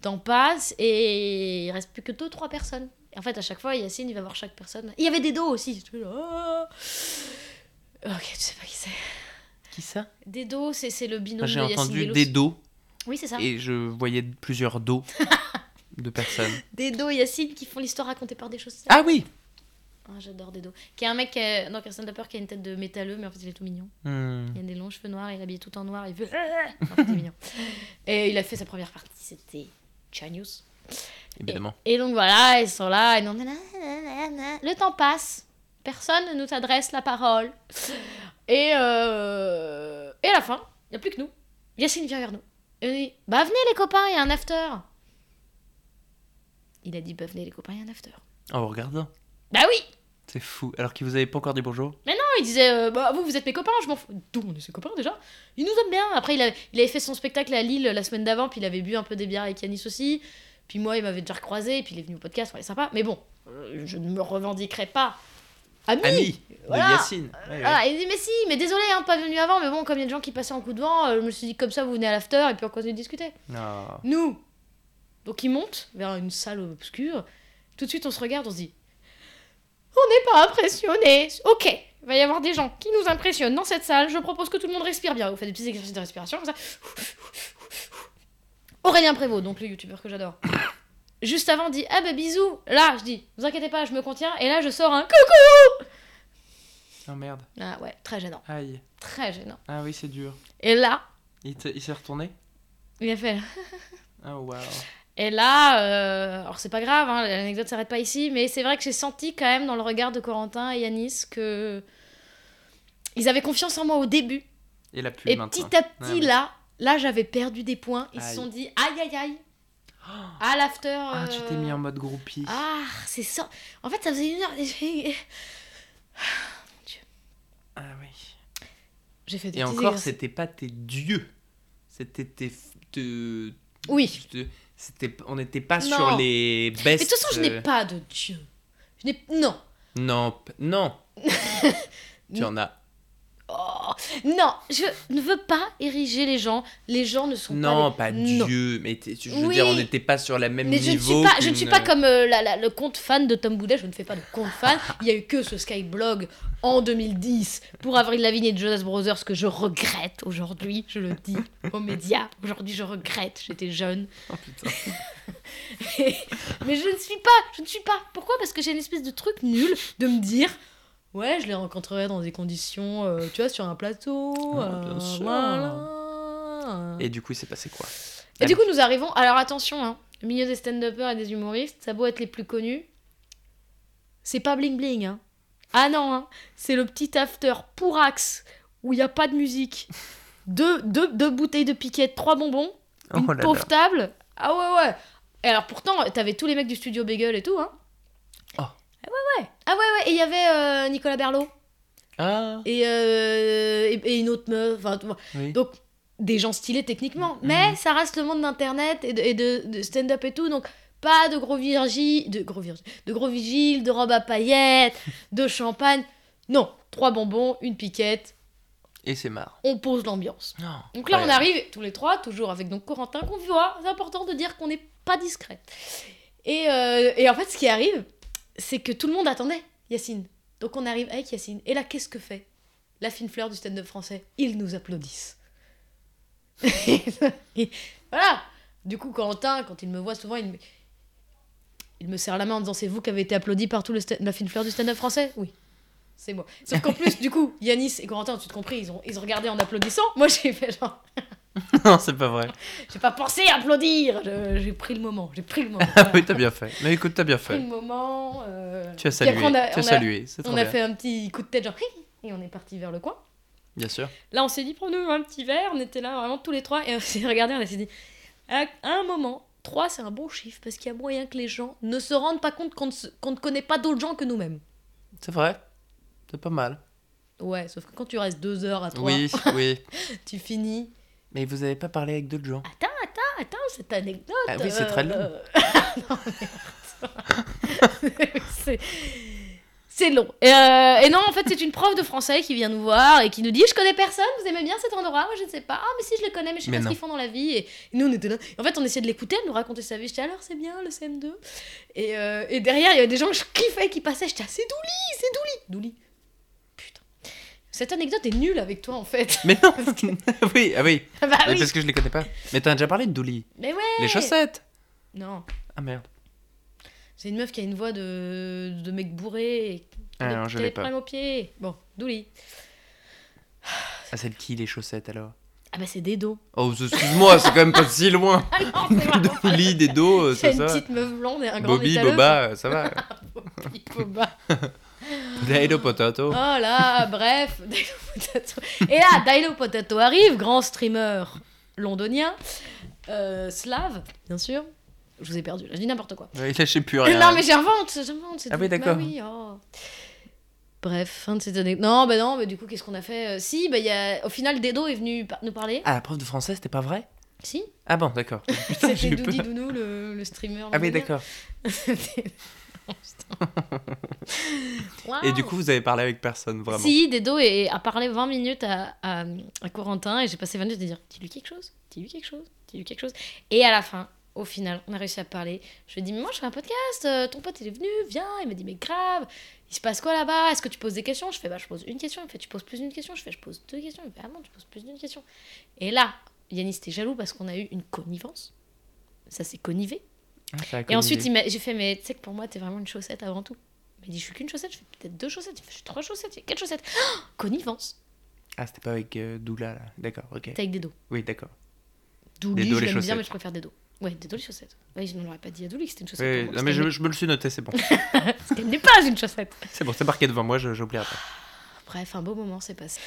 Speaker 2: temps passe et il reste plus que deux trois personnes. Et en fait, à chaque fois, Yacine, il va voir chaque personne. Il y avait des dos aussi. Je suis là, Ah. Ok, tu sais pas qui c'est.
Speaker 1: Qui ça Ah,
Speaker 2: Des dos, c'est c'est le binôme
Speaker 1: J'ai
Speaker 2: de Yacine
Speaker 1: entendu
Speaker 2: Bellos.
Speaker 1: des dos
Speaker 2: Oui, c'est ça.
Speaker 1: et je voyais plusieurs dos de personnes.
Speaker 2: Des dos Yacine qui font l'histoire racontée par des choses.
Speaker 1: Ah oui
Speaker 2: Ah, J'adore des dos. Qui est un mec, qui a- non, qui est un stand-upper qui a une tête de métalleux, mais en fait, il est tout mignon.
Speaker 1: Hmm.
Speaker 2: Il a des longs cheveux noirs, il est habillé tout en noir, il veut. En fait, il est mignon. Et il a fait sa première partie, c'était Chanius.
Speaker 1: Évidemment.
Speaker 2: Et donc voilà, ils sont là, et non, le temps passe, personne ne nous adresse la parole. Et, euh, et à la fin, il n'y a plus que nous. Yacine vient vers nous. Et il dit Bah venez les copains, il y a un after. Il a dit Bah venez les copains, il y a un after.
Speaker 1: En vous regardant.
Speaker 2: Bah oui
Speaker 1: Oh, C'est fou. Alors qu'ils vous avez pas encore dit bonjour
Speaker 2: Non, il disait euh, Bah vous, vous êtes mes copains, je m'en fous. D'où on est ses copains déjà Il nous aime bien. Après, il, a- il avait fait son spectacle à Lille la semaine d'avant, puis il avait bu un peu des bières avec Yanis aussi. Puis moi, il m'avait déjà croisé, puis il est venu au podcast, enfin, il est sympa. Mais bon, euh, je ne me revendiquerai pas. Ami,
Speaker 1: Ami
Speaker 2: Voilà.
Speaker 1: de Yacine. Ouais, ouais.
Speaker 2: Ah, il dit mais si, mais désolé, hein, de pas venu avant, mais bon, comme il y a des gens qui passaient en coup de vent, euh, je me suis dit comme ça, vous venez à l'after et puis on continue de discuter.
Speaker 1: Non.
Speaker 2: Nous Donc il monte vers une salle obscure. Tout de suite, on se regarde, on se dit On n'est pas impressionnés. Ok, il va y avoir des gens qui nous impressionnent dans cette salle. Je propose que tout le monde respire bien. Vous faites des petits exercices de respiration comme ça. Aurélien Prévost, donc le youtubeur que j'adore. Juste avant, dit Ah bah bisous Là, je dis Vous inquiétez pas, je me contiens. Et là, je sors un coucou
Speaker 1: Oh merde.
Speaker 2: Ah ouais, très gênant.
Speaker 1: Aïe.
Speaker 2: Très gênant.
Speaker 1: Ah oui, c'est dur.
Speaker 2: Et là,
Speaker 1: Il, te- il s'est retourné
Speaker 2: il a fait
Speaker 1: Ah waouh.
Speaker 2: Et là, euh, alors c'est pas grave, hein, l'anecdote s'arrête pas ici, mais c'est vrai que j'ai senti quand même dans le regard de Corentin et Yanis que ils avaient confiance en moi au début.
Speaker 1: Et la pub
Speaker 2: Et
Speaker 1: maintenant.
Speaker 2: petit à petit,
Speaker 1: Ouais, ouais.
Speaker 2: là, là j'avais perdu des points. Ils se
Speaker 1: Aïe.
Speaker 2: sont dit aïe aïe aïe. Ah, l'after.
Speaker 1: Ah, tu t'es
Speaker 2: euh,
Speaker 1: mis en mode groupie.
Speaker 2: Ah, c'est ça. En fait, ça faisait une heure. J'ai
Speaker 1: Ah oui.
Speaker 2: j'ai fait des
Speaker 1: Et
Speaker 2: petits
Speaker 1: encore,
Speaker 2: exercices.
Speaker 1: c'était pas tes dieux. C'était tes. f- te-
Speaker 2: Oui.
Speaker 1: te- C'était, on n'était pas
Speaker 2: Non.
Speaker 1: sur les best.
Speaker 2: Mais de toute façon, je n'ai
Speaker 1: euh,
Speaker 2: pas de Dieu. Je n'ai. Non.
Speaker 1: Non, p- non. tu en as.
Speaker 2: Oh, Non, je ne veux pas ériger les gens. Les gens ne sont
Speaker 1: Non,
Speaker 2: pas.
Speaker 1: pas,
Speaker 2: des- Non.
Speaker 1: Dieu. Mais t'es- je veux
Speaker 2: Oui.
Speaker 1: dire, on n'était pas sur la même
Speaker 2: Mais je ne, suis
Speaker 1: niveau.
Speaker 2: pas, je ne
Speaker 1: qu'une-
Speaker 2: suis pas comme euh, la- la- le compte fan de Tom Boudet, je ne fais pas de compte fan. Il y a eu que ce Skyblog en 2010 pour Avril Lavigne et Jonas Brothers que je regrette aujourd'hui, je le dis aux médias. Aujourd'hui, je regrette, j'étais jeune.
Speaker 1: Oh, putain.
Speaker 2: Mais je ne suis pas, je ne suis pas. Pourquoi Parce que j'ai une espèce de truc nul de me dire Ouais, je les rencontrerai dans des conditions, euh, tu vois, sur un plateau.
Speaker 1: Ah, bien
Speaker 2: euh,
Speaker 1: sûr.
Speaker 2: voilà.
Speaker 1: Et du coup, c'est passé quoi
Speaker 2: Et du coup, nous arrivons. Alors attention, hein, le milieu des stand-uppers et des humoristes, ça a beau être les plus connus, c'est pas bling bling. Hein. Ah non, hein, c'est le petit after pour axe où il n'y a pas de musique. Deux, deux, deux bouteilles de piquette, trois bonbons,
Speaker 1: Oh
Speaker 2: une
Speaker 1: là là.
Speaker 2: pauvre table. Ah ouais, ouais. Et alors pourtant, t'avais tous les mecs du studio Bagel et tout. Hein.
Speaker 1: Oh.
Speaker 2: Ah ouais, ouais. Ah ouais, ouais. Et il y avait euh, Nicolas Berlot
Speaker 1: Ah,
Speaker 2: et, euh, et, et une autre meuf. Enfin, tu vois.
Speaker 1: oui.
Speaker 2: Donc, des gens stylés techniquement,
Speaker 1: Mhm.
Speaker 2: mais ça reste le monde d'internet et de, et de- de stand-up et tout, donc pas de gros virgi, de gros virgi, de gros vigiles, de robes à paillettes, de champagne. Non, trois bonbons, une piquette,
Speaker 1: Et c'est marre.
Speaker 2: on pose l'ambiance.
Speaker 1: Non.
Speaker 2: Donc là, on
Speaker 1: Ouais.
Speaker 2: arrive tous les trois, toujours avec donc Corentin qu'on voit. C'est important de dire qu'on n'est pas discret. Et, euh, et en fait, ce qui arrive, c'est que tout le monde attendait Yacine. Donc on arrive avec Yacine. Et là, qu'est-ce que fait la fine fleur du stand-up français Ils nous applaudissent. Et voilà Du coup, Corentin, quand il me voit souvent, il me, il me serre la main en disant C'est vous qui avez été applaudi par tout le sta- la fine fleur du stand-up français Oui. C'est moi. Sauf qu'en plus, du coup, Yanis et Corentin, tu te compris, ils ont, ils ont regardé en applaudissant. Moi, j'ai fait genre.
Speaker 1: non, c'est pas vrai.
Speaker 2: J'ai pas pensé à applaudir. Je- J'ai pris le moment. J'ai pris le moment.
Speaker 1: Ah
Speaker 2: voilà.
Speaker 1: oui, t'as bien fait. Mais écoute, t'as bien
Speaker 2: J'ai pris
Speaker 1: fait.
Speaker 2: le moment. euh,
Speaker 1: Tu as
Speaker 2: puis après,
Speaker 1: salué.
Speaker 2: on a-
Speaker 1: tu as
Speaker 2: on a-
Speaker 1: salué. C'est trop
Speaker 2: On a
Speaker 1: bien.
Speaker 2: fait un petit coup de tête genre Hi et on est parti vers le coin.
Speaker 1: Bien sûr.
Speaker 2: Là, on s'est dit prends-nous un petit verre. On était là vraiment tous les trois et on s'est regardé. On s'est dit à à un moment. 3, c'est un bon chiffre parce qu'il y a moyen que les gens ne se rendent pas compte qu'on ne, se- qu'on ne connaît pas d'autres gens que nous-mêmes.
Speaker 1: C'est vrai. C'est pas mal.
Speaker 2: Ouais, sauf que quand tu restes 2 heures à 3,
Speaker 1: Oui, oui.
Speaker 2: tu finis.
Speaker 1: Mais vous avez pas parlé avec d'autres gens.
Speaker 2: Attends, attends, attends, cette anecdote.
Speaker 1: Ah oui, c'est très long.
Speaker 2: euh, c'est c'est long. Et, euh, et non, en fait, c'est une prof de français qui vient nous voir et qui nous dit Je connais personne, vous aimez bien cet endroit Moi, je ne sais pas. Ah, mais si, je les connais, mais je sais
Speaker 1: Mais
Speaker 2: pas
Speaker 1: non.
Speaker 2: ce qu'ils font dans la vie. Et, nous, on était là. En fait, on essayait de l'écouter, elle nous racontait sa vie. J'étais alors, c'est bien le CM2. Et, euh, et derrière, il y avait des gens que je kiffais qui passaient. J'étais ah, c'est Douli, c'est Douli. Douli. Putain. Cette anecdote est nulle avec toi, en fait.
Speaker 1: Mais non. oui, ah oui.
Speaker 2: bah
Speaker 1: Mais
Speaker 2: oui.
Speaker 1: Parce que je les connais pas. Mais t'en as déjà parlé de Douli.
Speaker 2: Mais ouais.
Speaker 1: Les chaussettes.
Speaker 2: Non.
Speaker 1: Ah merde.
Speaker 2: C'est une meuf qui a une voix de, de mec bourré. Et...
Speaker 1: Ah
Speaker 2: de-
Speaker 1: non, je
Speaker 2: qui a
Speaker 1: l'ai
Speaker 2: des
Speaker 1: pas.
Speaker 2: problèmes aux pieds. Bon, Douli.
Speaker 1: Ah, c'est de qui les chaussettes alors
Speaker 2: Ah bah c'est des dos.
Speaker 1: Oh, excuse-moi, c'est quand même pas si loin.
Speaker 2: Ah non, c'est marrant.
Speaker 1: Douli, des dos, euh, c'est
Speaker 2: C'est une
Speaker 1: ça.
Speaker 2: petite meuf blonde et un grand
Speaker 1: Bobby,
Speaker 2: métalleux.
Speaker 1: Boba, euh, ça va.
Speaker 2: Bobby, Boba.
Speaker 1: Potato, potato.
Speaker 2: Oh là, bref. Dailo Potato. Et là, Dailo Potato arrive, grand streamer londonien, euh, slave, bien sûr. Je vous ai perdu, là, je dis n'importe quoi.
Speaker 1: Ouais, Il lâchait plus rien.
Speaker 2: Oh. Non, mais j'invente, j'invente. c'est
Speaker 1: Ah
Speaker 2: tout.
Speaker 1: oui,
Speaker 2: Bah
Speaker 1: d'accord.
Speaker 2: oui, oh. Bref, fin de cette année. Non, bah non, mais du coup, qu'est-ce qu'on a fait Euh, Si, bah il y a... au final, Dedo est venu par- nous parler.
Speaker 1: Ah, la prof de français, c'était pas vrai
Speaker 2: Si,
Speaker 1: Ah bon, d'accord. Putain, j'ai
Speaker 2: c'était
Speaker 1: eu peur.
Speaker 2: Doudi Dounou, le, le streamer.
Speaker 1: Ah oui,
Speaker 2: londonien.
Speaker 1: d'accord.
Speaker 2: Non, putain.
Speaker 1: Et
Speaker 2: Waouh.
Speaker 1: du coup, vous avez parlé avec personne, vraiment.
Speaker 2: Ah. Si, Dedo est- a parlé 20 minutes à, à, à Corentin et j'ai passé 20 minutes à dire Dis-lui quelque chose, dis-lui quelque chose, dis-lui quelque chose. Et à la fin, au final, on a réussi à parler. Je lui ai dit Mais moi, je fais un podcast, euh, ton pote, il est venu, viens. Il m'a dit Mais grave, il se passe quoi là-bas Est-ce que tu poses des questions Je fais Bah, je pose une question. Il me fait Tu poses plus d'une question Je fais Je pose deux questions. Il me fait Ah non, tu poses plus d'une question. Et là, Yanis était jaloux parce qu'on a eu une connivence. Ça s'est connivé.
Speaker 1: Ah, ça a
Speaker 2: Et ensuite,
Speaker 1: communiqué.
Speaker 2: il m'a- j'ai fait, mais tu sais que pour moi, t'es vraiment une chaussette avant tout. Il m'a dit, je suis qu'une chaussette, je fais peut-être deux chaussettes, je fais, je suis trois chaussettes, je fais quatre chaussettes. Oh, connivence.
Speaker 1: Ah, c'était pas avec euh, Doula, là. D'accord, ok.
Speaker 2: T'es avec des dos.
Speaker 1: Oui, d'accord.
Speaker 2: Douli,
Speaker 1: Des dos,
Speaker 2: je
Speaker 1: les
Speaker 2: l'aime bien, mais
Speaker 1: chaussettes.
Speaker 2: je préfère des dos. Ouais, des dos, les chaussettes. Ouais, je ne l'aurais pas dit à Douli que c'était une chaussette.
Speaker 1: Oui,
Speaker 2: pour moi,
Speaker 1: non, mais
Speaker 2: parce
Speaker 1: je,
Speaker 2: qu'elle
Speaker 1: je me le suis noté, c'est bon.
Speaker 2: n'est- parce qu'elle n'est pas une chaussette.
Speaker 1: c'est bon, c'est marqué devant moi, je- j'oublierai pas.
Speaker 2: Bref, un beau moment s'est passé.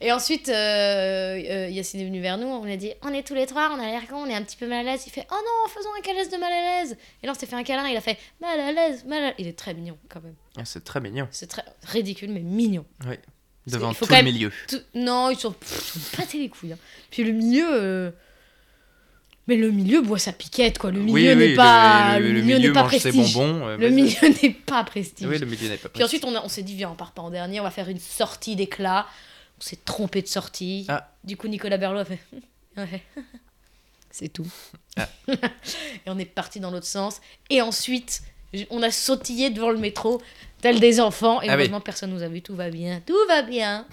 Speaker 2: Et ensuite, euh, euh, Yacine est venu vers nous, on lui a dit On est tous les trois, on a l'air con, on est un petit peu mal à l'aise. Il fait Oh non, faisons un câlin de mal à l'aise. Et là, on s'est fait un câlin, il a fait Mal à l'aise, mal à l'aise. Il est très mignon quand même.
Speaker 1: Ah, c'est très mignon.
Speaker 2: C'est très ridicule, mais mignon. Parce
Speaker 1: Devant
Speaker 2: qu'il faut
Speaker 1: tout
Speaker 2: quand
Speaker 1: le
Speaker 2: même-
Speaker 1: milieu.
Speaker 2: Tout- Non, ils sont, pff, ils sont pâtés les couilles. hein. Puis le milieu. euh, Mais le milieu boit sa piquette, quoi. Le milieu n'est pas. Le, milieu, n'est pas
Speaker 1: mange ses
Speaker 2: prestige.
Speaker 1: bonbons. euh, mais-
Speaker 2: Le milieu n'est pas prestige.
Speaker 1: Oui, le milieu n'est pas
Speaker 2: Puis
Speaker 1: prestige.
Speaker 2: ensuite, on, a- on s'est dit, viens, on part pas en dernier, on va faire une sortie d'éclat. On s'est trompé de sortie.
Speaker 1: Ah.
Speaker 2: Du coup, Nicolas Berlot a fait. Ouais. C'est tout.
Speaker 1: Ah.
Speaker 2: et on est parti dans l'autre sens. Et ensuite, j- on a sautillé devant le métro, tel des enfants. Et
Speaker 1: Ah oui.
Speaker 2: heureusement, personne nous a vu. Tout va bien, tout va bien.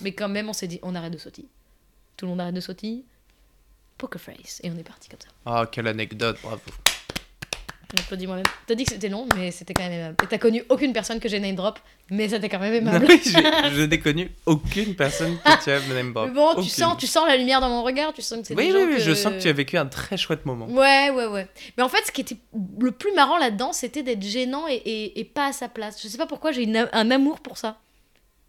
Speaker 2: Mais quand même, on s'est dit, on arrête de sautiller. Tout le monde arrête de sautiller. Poker face. Et on est parti comme ça.
Speaker 1: Ah, quelle anecdote, bravo.
Speaker 2: On applaudit moi-même. T'as dit que c'était long, mais c'était quand même aimable. Et t'as connu aucune personne que j'ai name drop, mais c'était quand même aimable.
Speaker 1: Ah Oui, j'ai- je n'ai connu aucune personne que tu as même
Speaker 2: Mais bon, tu sens, tu sens la lumière dans mon regard, tu sens que c'est
Speaker 1: Euh, Oui,
Speaker 2: des
Speaker 1: oui,
Speaker 2: gens
Speaker 1: oui, je sens que tu as vécu un très chouette moment.
Speaker 2: Ouais, ouais, ouais. Mais en fait, ce qui était le plus marrant là-dedans, c'était d'être gênant et, et- et pas à sa place. Je sais pas pourquoi, j'ai une a- un amour pour ça.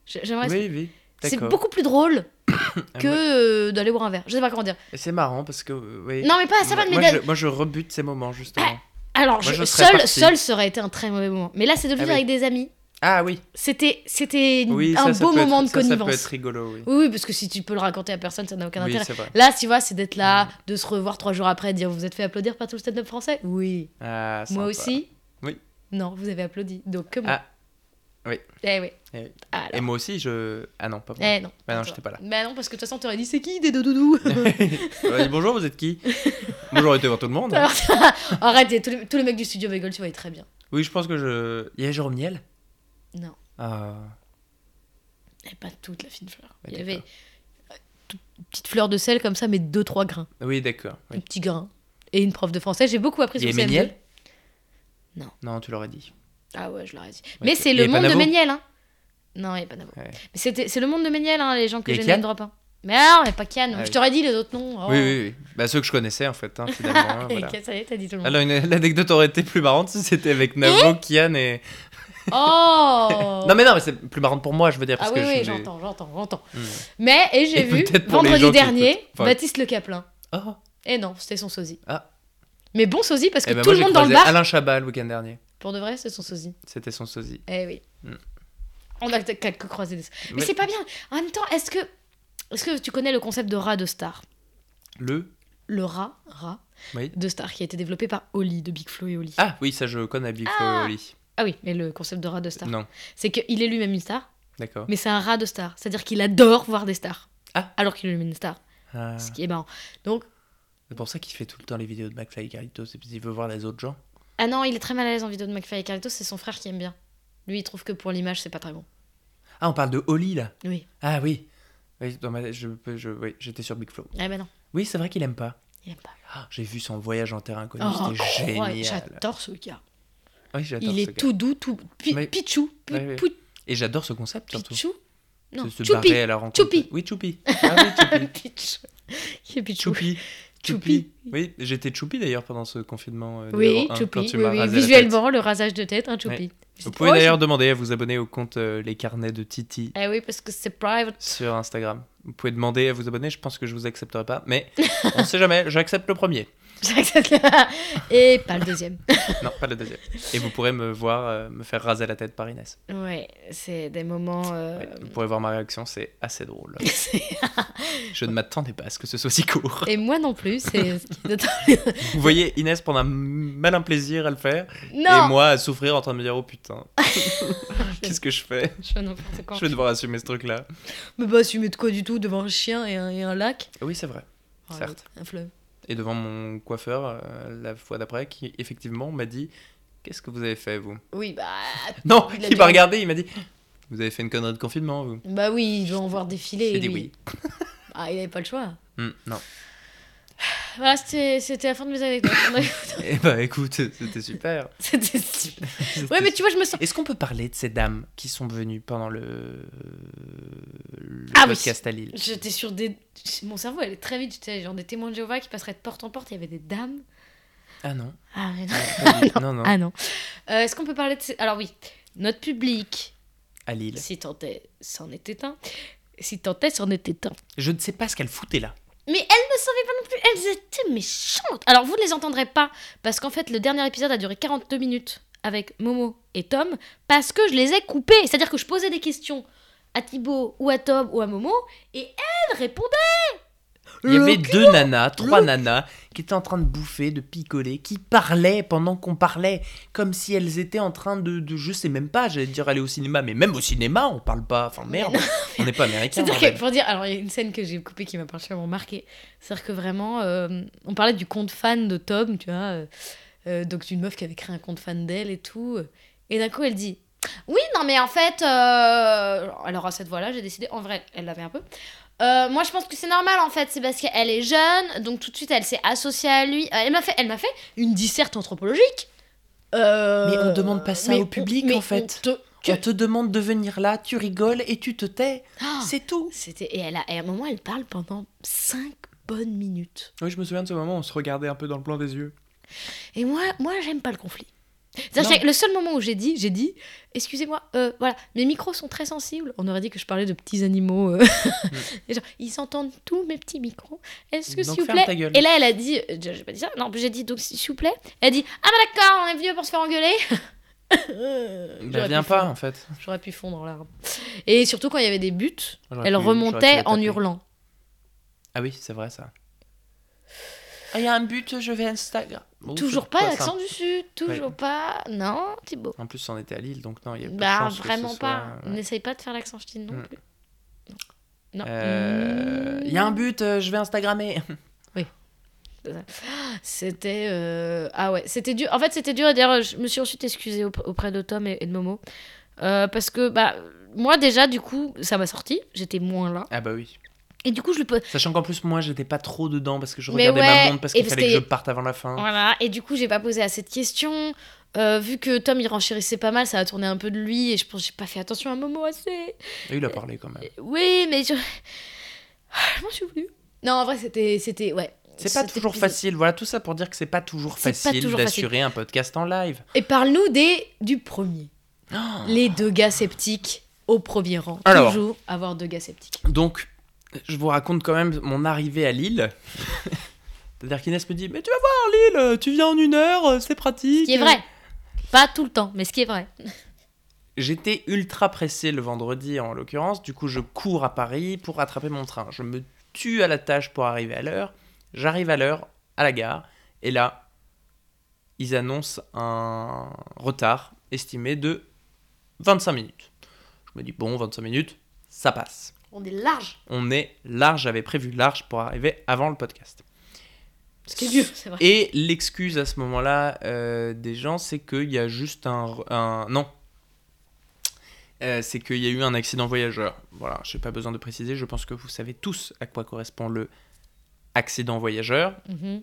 Speaker 2: J'ai- J'aimerais.
Speaker 1: Oui, oui.
Speaker 2: c'est
Speaker 1: d'accord.
Speaker 2: beaucoup plus drôle
Speaker 1: Ah,
Speaker 2: que
Speaker 1: moi-
Speaker 2: euh, d'aller boire un verre. Je sais pas comment dire.
Speaker 1: Et C'est marrant parce que. euh, Oui.
Speaker 2: Non, mais pas à sa place, mais Ah.
Speaker 1: moi,
Speaker 2: d'a-
Speaker 1: je, moi, je rebute ces moments, justement.
Speaker 2: Alors,
Speaker 1: moi,
Speaker 2: je-
Speaker 1: je serais
Speaker 2: seul,
Speaker 1: parti.
Speaker 2: seul, ça aurait été un très mauvais moment. Mais là, c'est de le
Speaker 1: Ah
Speaker 2: vivre
Speaker 1: oui.
Speaker 2: avec des amis.
Speaker 1: Ah oui,
Speaker 2: C'était, c'était une-
Speaker 1: oui
Speaker 2: un
Speaker 1: ça, ça
Speaker 2: beau
Speaker 1: peut
Speaker 2: moment
Speaker 1: être-
Speaker 2: de
Speaker 1: ça,
Speaker 2: connivence.
Speaker 1: Ça peut être rigolo, oui.
Speaker 2: Oui, oui, parce que si tu peux le raconter à personne, ça n'a aucun
Speaker 1: Oui,
Speaker 2: intérêt.
Speaker 1: c'est vrai.
Speaker 2: Là, tu vois, c'est d'être là, de se revoir trois jours après, de dire vous êtes fait applaudir par tout le stand-up français Oui.
Speaker 1: Ah, sympa.
Speaker 2: Moi aussi
Speaker 1: Oui.
Speaker 2: Non, vous avez applaudi. Donc, que moi.
Speaker 1: Ah. Oui.
Speaker 2: Eh oui.
Speaker 1: Eh oui.
Speaker 2: Alors.
Speaker 1: Et moi aussi, je. Ah non, pas moi.
Speaker 2: Eh non.
Speaker 1: Bah non,
Speaker 2: Attends.
Speaker 1: j'étais pas là.
Speaker 2: Bah non, parce que de toute façon, t'aurais dit c'est qui des deux doudous
Speaker 1: Ouais, Euh, bonjour, vous êtes qui Moi, j'aurais été voir tout le monde. hein.
Speaker 2: Alors, Arrête, et tous les, tous les mecs du studio rigolent, tu vois, il est très bien.
Speaker 1: Oui, je pense que je. Il y a Jérôme Niel
Speaker 2: Non,
Speaker 1: Ah.
Speaker 2: et pas toute la fine fleur.
Speaker 1: Bah,
Speaker 2: il y
Speaker 1: d'accord.
Speaker 2: avait euh, toute- une petite fleur de sel comme ça, mais deux, trois grains.
Speaker 1: Oui, d'accord.
Speaker 2: Un
Speaker 1: Oui.
Speaker 2: petit grain. Et une prof de français, j'ai beaucoup appris
Speaker 1: Il y
Speaker 2: sur
Speaker 1: a
Speaker 2: CM2.
Speaker 1: Méniel
Speaker 2: Non.
Speaker 1: Non, tu l'aurais dit.
Speaker 2: Ah ouais, je l'aurais dit. Mais
Speaker 1: Ok.
Speaker 2: c'est
Speaker 1: Il y
Speaker 2: le
Speaker 1: avait
Speaker 2: monde de
Speaker 1: Panabo
Speaker 2: Méniel, hein. Non, il n'y a pas Nabo.
Speaker 1: Ouais.
Speaker 2: Mais c'était- c'est le monde de Méniel, hein, les gens que
Speaker 1: Il y a
Speaker 2: j'ai
Speaker 1: Kian
Speaker 2: name drop. hein. Mais non, mais pas Kian.
Speaker 1: Ah
Speaker 2: je
Speaker 1: oui.
Speaker 2: t'aurais dit les autres noms. oh.
Speaker 1: Oui, oui, oui. Bah, ceux que je connaissais, en fait, hein, finalement. hein,
Speaker 2: Et
Speaker 1: voilà.
Speaker 2: Kian, ça y est, t'as dit tout le monde.
Speaker 1: Alors, une- l'anecdote aurait été plus marrante si c'était avec Navo, Kian et.
Speaker 2: Oh
Speaker 1: Non, mais non, mais c'est plus marrante pour moi, je veux dire. Parce
Speaker 2: Ah oui,
Speaker 1: que je
Speaker 2: oui,
Speaker 1: suis-
Speaker 2: j'entends, j'entends, j'entends.
Speaker 1: Hmm.
Speaker 2: Mais, et j'ai
Speaker 1: Et
Speaker 2: vu,
Speaker 1: peut-être pour les gens
Speaker 2: vendredi
Speaker 1: qui
Speaker 2: dernier,
Speaker 1: écoutent. Enfin-
Speaker 2: Baptiste Le Caplin.
Speaker 1: Oh
Speaker 2: Et non, c'était son sosie.
Speaker 1: Ah.
Speaker 2: Mais bon sosie, parce que
Speaker 1: Eh ben,
Speaker 2: tout
Speaker 1: moi,
Speaker 2: le
Speaker 1: j'ai
Speaker 2: monde dans le
Speaker 1: croisé
Speaker 2: bar,
Speaker 1: Alain Chabat le week-end dernier.
Speaker 2: pour de vrai, c'est son sosie.
Speaker 1: C'était son sosie.
Speaker 2: Eh oui.
Speaker 1: Hmm.
Speaker 2: On a quelques croisés des... Mais,
Speaker 1: Mais
Speaker 2: c'est pas bien. En même temps, est-ce que... Est-ce que tu connais le concept de rat de star
Speaker 1: Le.
Speaker 2: le rat, rat
Speaker 1: Oui.
Speaker 2: de Star qui a été développé par Oli de Big Flo et Oli. Ah,
Speaker 1: Ah, oui, ça, je connais Big
Speaker 2: Ah.
Speaker 1: Flo et Oli.
Speaker 2: oui, mais le concept de rat de Star,
Speaker 1: Non,
Speaker 2: c'est qu'il est lui-même une star,
Speaker 1: d'accord.
Speaker 2: mais c'est un rat de Star, c'est-à-dire qu'il adore voir des stars.
Speaker 1: Ah.
Speaker 2: Alors qu'il est lui-même une star,
Speaker 1: Ah.
Speaker 2: ce qui est marrant. Donc,
Speaker 1: C'est pour ça qu'il fait tout le temps les vidéos de McFly et Carlito, c'est parce qu'il veut voir les autres gens.
Speaker 2: ah non, il est très mal à l'aise en vidéo de McFly et Carlito, c'est son frère qui aime bien. Lui, il trouve que pour l'image, c'est pas très bon.
Speaker 1: Ah, on parle de Oli là.
Speaker 2: Oui.
Speaker 1: Ah oui. Oui, dans ma- je, je- oui, j'étais sur Big Flo.
Speaker 2: Ah ben non,
Speaker 1: Oui, c'est vrai qu'il aime pas.
Speaker 2: il aime pas.
Speaker 1: Ah, J'ai vu son voyage en terrain inconnu,
Speaker 2: Oh,
Speaker 1: c'était
Speaker 2: incroyable,
Speaker 1: génial.
Speaker 2: J'adore ce gars.
Speaker 1: Oui, j'adore
Speaker 2: Il
Speaker 1: ce
Speaker 2: est
Speaker 1: gars.
Speaker 2: tout doux, tout. Pi-
Speaker 1: Mais-
Speaker 2: Pichou. pi-
Speaker 1: Ouais, ouais.
Speaker 2: pou-
Speaker 1: Et j'adore ce concept surtout.
Speaker 2: Pichou Non,
Speaker 1: De se
Speaker 2: Choupi.
Speaker 1: barrer à la rencontre.
Speaker 2: Choupi.
Speaker 1: Oui, Choupi. Ah oui,
Speaker 2: Pichou. Qui est Pichou
Speaker 1: Choupi.
Speaker 2: Choupi.
Speaker 1: Choupi. Oui, j'étais Choupi d'ailleurs pendant ce confinement. euh,
Speaker 2: Oui,
Speaker 1: numéro un,
Speaker 2: choupi.
Speaker 1: quand tu
Speaker 2: oui,
Speaker 1: m'as
Speaker 2: oui.
Speaker 1: rasé la tête.
Speaker 2: Visuellement, le rasage de tête, un choupi. oh,
Speaker 1: Vous pouvez d'ailleurs demander à vous abonner au compte euh, Les Carnets de Titi
Speaker 2: Eh oui, parce que c'est private.
Speaker 1: sur Instagram. Vous pouvez demander à vous abonner, je pense que je vous accepterai pas, mais on sait jamais, j'accepte le premier.
Speaker 2: J'accepte. Et pas le deuxième.
Speaker 1: Non, pas le deuxième. Et vous pourrez me voir euh, me faire raser la tête par Inès.
Speaker 2: Ouais, c'est des moments. euh,
Speaker 1: Ouais, vous pourrez voir ma réaction, c'est assez drôle. Je ne m'attendais pas à ce que ce soit si court.
Speaker 2: Et moi non plus, c'est. ce qui est d'autant-
Speaker 1: Vous voyez Inès prendre un malin plaisir à le faire, et
Speaker 2: non
Speaker 1: moi à souffrir en train de me dire Oh putain, qu'est-ce que je fais
Speaker 2: Je fais n'importe quoi.
Speaker 1: Je vais devoir assumer ce truc-là.
Speaker 2: Mais bah, assumer de quoi du tout devant un chien et un, et un lac
Speaker 1: Oui, c'est vrai.
Speaker 2: Ah,
Speaker 1: Certes.
Speaker 2: Un fleuve.
Speaker 1: Et devant mon coiffeur, euh, la fois d'après, qui effectivement m'a dit Qu'est-ce que vous avez fait, vous
Speaker 2: Oui, bah.
Speaker 1: Non,
Speaker 2: Il a
Speaker 1: il
Speaker 2: bien-
Speaker 1: m'a regardé, il m'a dit Vous avez fait une connerie de confinement, vous
Speaker 2: Bah oui, il doit en voir défiler.
Speaker 1: J'ai dit
Speaker 2: lui.
Speaker 1: oui.
Speaker 2: Ah, il avait pas le choix.
Speaker 1: Hmm, non.
Speaker 2: Voilà, c'était c'était la fin de mes anecdotes. On a-
Speaker 1: Eh bah écoute, c'était super.
Speaker 2: c'était super.
Speaker 1: C'était
Speaker 2: Ouais, mais tu vois, je me sens.
Speaker 1: Est-ce qu'on peut parler de ces dames qui sont venues pendant le, le
Speaker 2: Ah oui.
Speaker 1: podcast à Lille
Speaker 2: J'étais sur des. Mon cerveau allait très vite. J'étais genre des témoins de Jéhovah qui passeraient de porte en porte. Il y avait des dames.
Speaker 1: Ah non.
Speaker 2: Ah, mais non.
Speaker 1: pas du- non, non.
Speaker 2: Ah non. Euh, Est-ce qu'on peut parler de. ces- Alors oui, notre public
Speaker 1: à Lille.
Speaker 2: Si tant est, c'en était un. Si tant est, c'en était un.
Speaker 1: Je ne sais pas ce qu'elle foutait là.
Speaker 2: Mais elles ne savaient pas non plus, elles étaient méchantes. Alors vous ne les entendrez pas, parce qu'en fait le dernier épisode a duré 42 minutes avec Momo et Tom, parce que je les ai coupées. C'est-à-dire que je posais des questions à Thibaut ou à Tom ou à Momo, et elles répondaient.
Speaker 1: Il y avait
Speaker 2: Le-
Speaker 1: deux nanas, trois
Speaker 2: Le-
Speaker 1: nanas, qui étaient en train de bouffer, de picoler, qui parlaient pendant qu'on parlait, comme si elles étaient en train de, de je sais même pas, j'allais dire aller au cinéma, mais même au cinéma, on parle pas, enfin merde, on n'est pas américain.
Speaker 2: C'est-à-dire
Speaker 1: bordel.
Speaker 2: que, pour dire, alors il y a une scène que j'ai coupée qui m'a particulièrement marquée. C'est-à-dire que vraiment, euh, on parlait du compte fan de Tom, tu vois, euh, euh, donc d'une meuf qui avait créé un compte fan d'elle et tout. Et d'un coup, elle dit Oui, non, mais en fait, euh, alors à cette voix-là, j'ai décidé, en vrai, elle l'avait un peu. Euh, moi, je pense que c'est normal en fait, c'est parce qu'elle est jeune, donc tout de suite elle s'est associée à lui. Euh, Elle m'a fait, elle m'a fait une disserte anthropologique. Euh,
Speaker 1: Mais on demande pas ça
Speaker 2: mais
Speaker 1: au
Speaker 2: on-
Speaker 1: public,
Speaker 2: mais
Speaker 1: en fait.
Speaker 2: on te- que-
Speaker 1: On te demande de venir là, tu rigoles et tu te tais,
Speaker 2: Ah
Speaker 1: c'est tout.
Speaker 2: C'était et, elle a- et à un moment, elle parle pendant 5 bonnes minutes.
Speaker 1: Oui, je me souviens de ce moment, on se regardait un peu dans le blanc des yeux.
Speaker 2: Et moi, moi j'aime pas le conflit. C'est-à-dire
Speaker 1: Non.
Speaker 2: que Le seul moment où j'ai dit, j'ai dit, excusez-moi, euh, voilà, mes micros sont très sensibles. On aurait dit que je parlais de petits animaux. euh, et genre, ils entendent tous mes petits micros. Est-ce que
Speaker 1: Donc
Speaker 2: s'il vous
Speaker 1: ferme
Speaker 2: plaît
Speaker 1: ta gueule.
Speaker 2: Et là, elle a dit, euh, j'ai pas dit ça. Non, j'ai dit donc s'il vous plaît. Elle a dit, ah bah d'accord, on est venu pour se faire engueuler.
Speaker 1: Bah,
Speaker 2: J'aurais
Speaker 1: viens
Speaker 2: pu
Speaker 1: pas,
Speaker 2: fondre.
Speaker 1: en fait.
Speaker 2: J'aurais pu fondre en larmes. Et surtout quand il y avait des buts,
Speaker 1: J'aurais
Speaker 2: elle
Speaker 1: pu- j'aurais pu la
Speaker 2: remontait en
Speaker 1: taper.
Speaker 2: hurlant.
Speaker 1: Ah oui, c'est vrai ça. Ah, il y a un but, je vais Instagram. Bon,
Speaker 2: Toujours
Speaker 1: c'est
Speaker 2: pas
Speaker 1: ça.
Speaker 2: l'accent du sud, toujours pas. Non, Thibaut.
Speaker 1: En plus, on était à Lille, donc non, il y a peu de
Speaker 2: Bah,
Speaker 1: chance que ce
Speaker 2: vraiment
Speaker 1: soit, euh,
Speaker 2: pas.
Speaker 1: ouais.
Speaker 2: N'essaye pas de faire l'accent ch'tine non
Speaker 1: Mm.
Speaker 2: plus. Non. Mm.
Speaker 1: Euh, Il y a un but, euh, je vais Instagrammer.
Speaker 2: C'était. euh, Ah ouais, c'était dur. En fait, c'était dur. D'ailleurs, je me suis ensuite excusée aup- auprès de Tom et et de Momo. Euh, parce que, bah, moi déjà, du coup, ça m'a sorti. J'étais moins là.
Speaker 1: Ah bah oui.
Speaker 2: Et du coup, je le peux.
Speaker 1: Sachant qu'en plus, moi, j'étais pas trop dedans parce que je
Speaker 2: Mais
Speaker 1: regardais
Speaker 2: ouais,
Speaker 1: ma montre parce
Speaker 2: et
Speaker 1: qu'il
Speaker 2: parce
Speaker 1: fallait que je
Speaker 2: que-
Speaker 1: parte avant la fin.
Speaker 2: Voilà. Et du coup, j'ai pas posé assez de questions. Euh, vu que Tom il renchérissait pas mal, ça a tourné un peu de lui. Et je pense que j'ai pas fait attention à Momo assez.
Speaker 1: Et il a parlé quand même.
Speaker 2: Oui, mais je. Je m'en suis voulu. Non, en vrai, c'était. c'était ouais.
Speaker 1: C'est pas
Speaker 2: C'était
Speaker 1: toujours
Speaker 2: plus-
Speaker 1: facile. Voilà, tout ça pour dire que c'est pas toujours
Speaker 2: C'est pas
Speaker 1: facile
Speaker 2: toujours
Speaker 1: d'assurer un podcast en live.
Speaker 2: Et parle-nous des... du premier.
Speaker 1: Oh.
Speaker 2: Les deux gars sceptiques au premier rang.
Speaker 1: Alors.
Speaker 2: Toujours avoir deux gars sceptiques.
Speaker 1: Donc, je vous raconte quand même mon arrivée à Lille. C'est-à-dire qu'Inès me dit Mais tu vas voir Lille, tu viens en une heure, euh, c'est pratique.
Speaker 2: Ce qui est vrai. Pas tout le temps, mais ce qui est vrai.
Speaker 1: J'étais ultra pressé le vendredi en l'occurrence, du coup je cours à Paris pour attraper mon train. Je me tue à la tâche pour arriver à l'heure. J'arrive à l'heure à la gare et là ils annoncent un retard estimé de 25 minutes. Je me dis bon 25 minutes, ça passe
Speaker 2: On est large.
Speaker 1: on est large, j'avais prévu large pour arriver avant le podcast.
Speaker 2: Ce qui est vieux, c'est vrai.
Speaker 1: Et l'excuse à ce moment-là euh, des gens, c'est qu'il y a juste un... un- non. Euh, c'est qu'il y a eu un accident voyageur. Voilà, je n'ai pas besoin de préciser, je pense que vous savez tous à quoi correspond le accident voyageur.
Speaker 2: Mhm.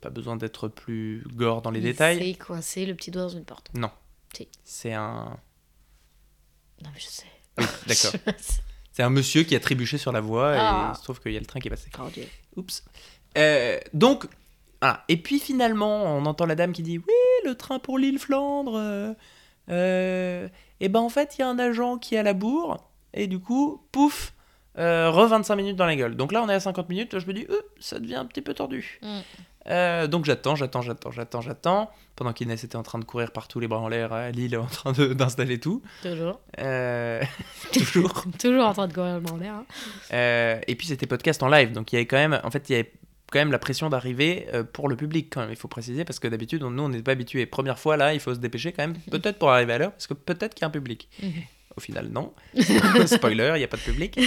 Speaker 1: Pas besoin d'être plus gore dans les
Speaker 2: Il
Speaker 1: détails.
Speaker 2: s'est coincé le petit doigt dans une porte.
Speaker 1: C'est un...
Speaker 2: Non, mais je sais.
Speaker 1: D'accord. C'est un monsieur qui a trébuché sur la voie et
Speaker 2: Ah.
Speaker 1: il se trouve qu'il y a le train qui est passé.
Speaker 2: Oh, Dieu.
Speaker 1: Oups. Euh, donc, voilà. Et puis finalement, on entend la dame qui dit Oui, le train pour l'île Flandre. euh, euh, et ben en fait, il y a un agent qui est à la bourre. Et du coup, pouf, euh, re 25 minutes dans la gueule. Donc là, on est à 50 minutes. Je me dis Euh, Ça devient un petit peu tordu.
Speaker 2: Mm.
Speaker 1: Euh, donc j'attends, j'attends, j'attends, j'attends, j'attends. Pendant qu'Inès était en train de courir partout, les bras en l'air, à Lille, en train de- d'installer tout.
Speaker 2: Toujours.
Speaker 1: Euh, toujours.
Speaker 2: Toujours en train de courir le bras en l'air. hein.
Speaker 1: Euh, et puis c'était podcast en live, donc il y avait quand même, en fait, il y avait quand même la pression d'arriver euh, pour le public quand même. Il faut préciser parce que d'habitude, on- nous, on n'est pas habitués. Première fois là, il faut se dépêcher quand même, peut-être pour arriver à l'heure, parce que peut-être qu'il y a un public.
Speaker 2: Mhm.
Speaker 1: Au final, non. Spoiler, il n'y a pas de public.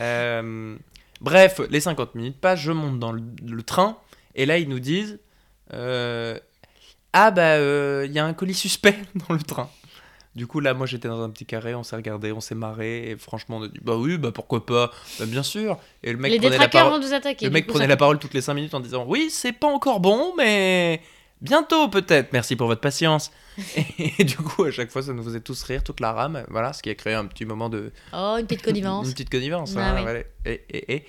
Speaker 1: Euh, bref, les 50 minutes passent, je monte dans le, le train et là ils nous disent euh, ah bah euh, il y a un colis suspect dans le train. Du coup là moi j'étais dans un petit carré, on s'est regardé, on s'est marré et franchement on a dit bah oui bah pourquoi pas bah, bien sûr et le mec
Speaker 2: Les
Speaker 1: prenait la
Speaker 2: détraqueurs
Speaker 1: parole
Speaker 2: vont nous attaquer.
Speaker 1: le
Speaker 2: du
Speaker 1: mec
Speaker 2: coup,
Speaker 1: prenait
Speaker 2: ça-
Speaker 1: la parole toutes les 5 minutes en disant oui c'est pas encore bon mais bientôt peut-être merci pour votre patience et, du coup à chaque fois ça nous faisait tous rire toute la rame voilà ce qui a créé un petit moment de
Speaker 2: Oh, une petite connivence.
Speaker 1: une petite connivence.
Speaker 2: Ah
Speaker 1: hein,
Speaker 2: oui.
Speaker 1: voilà. et, et- et-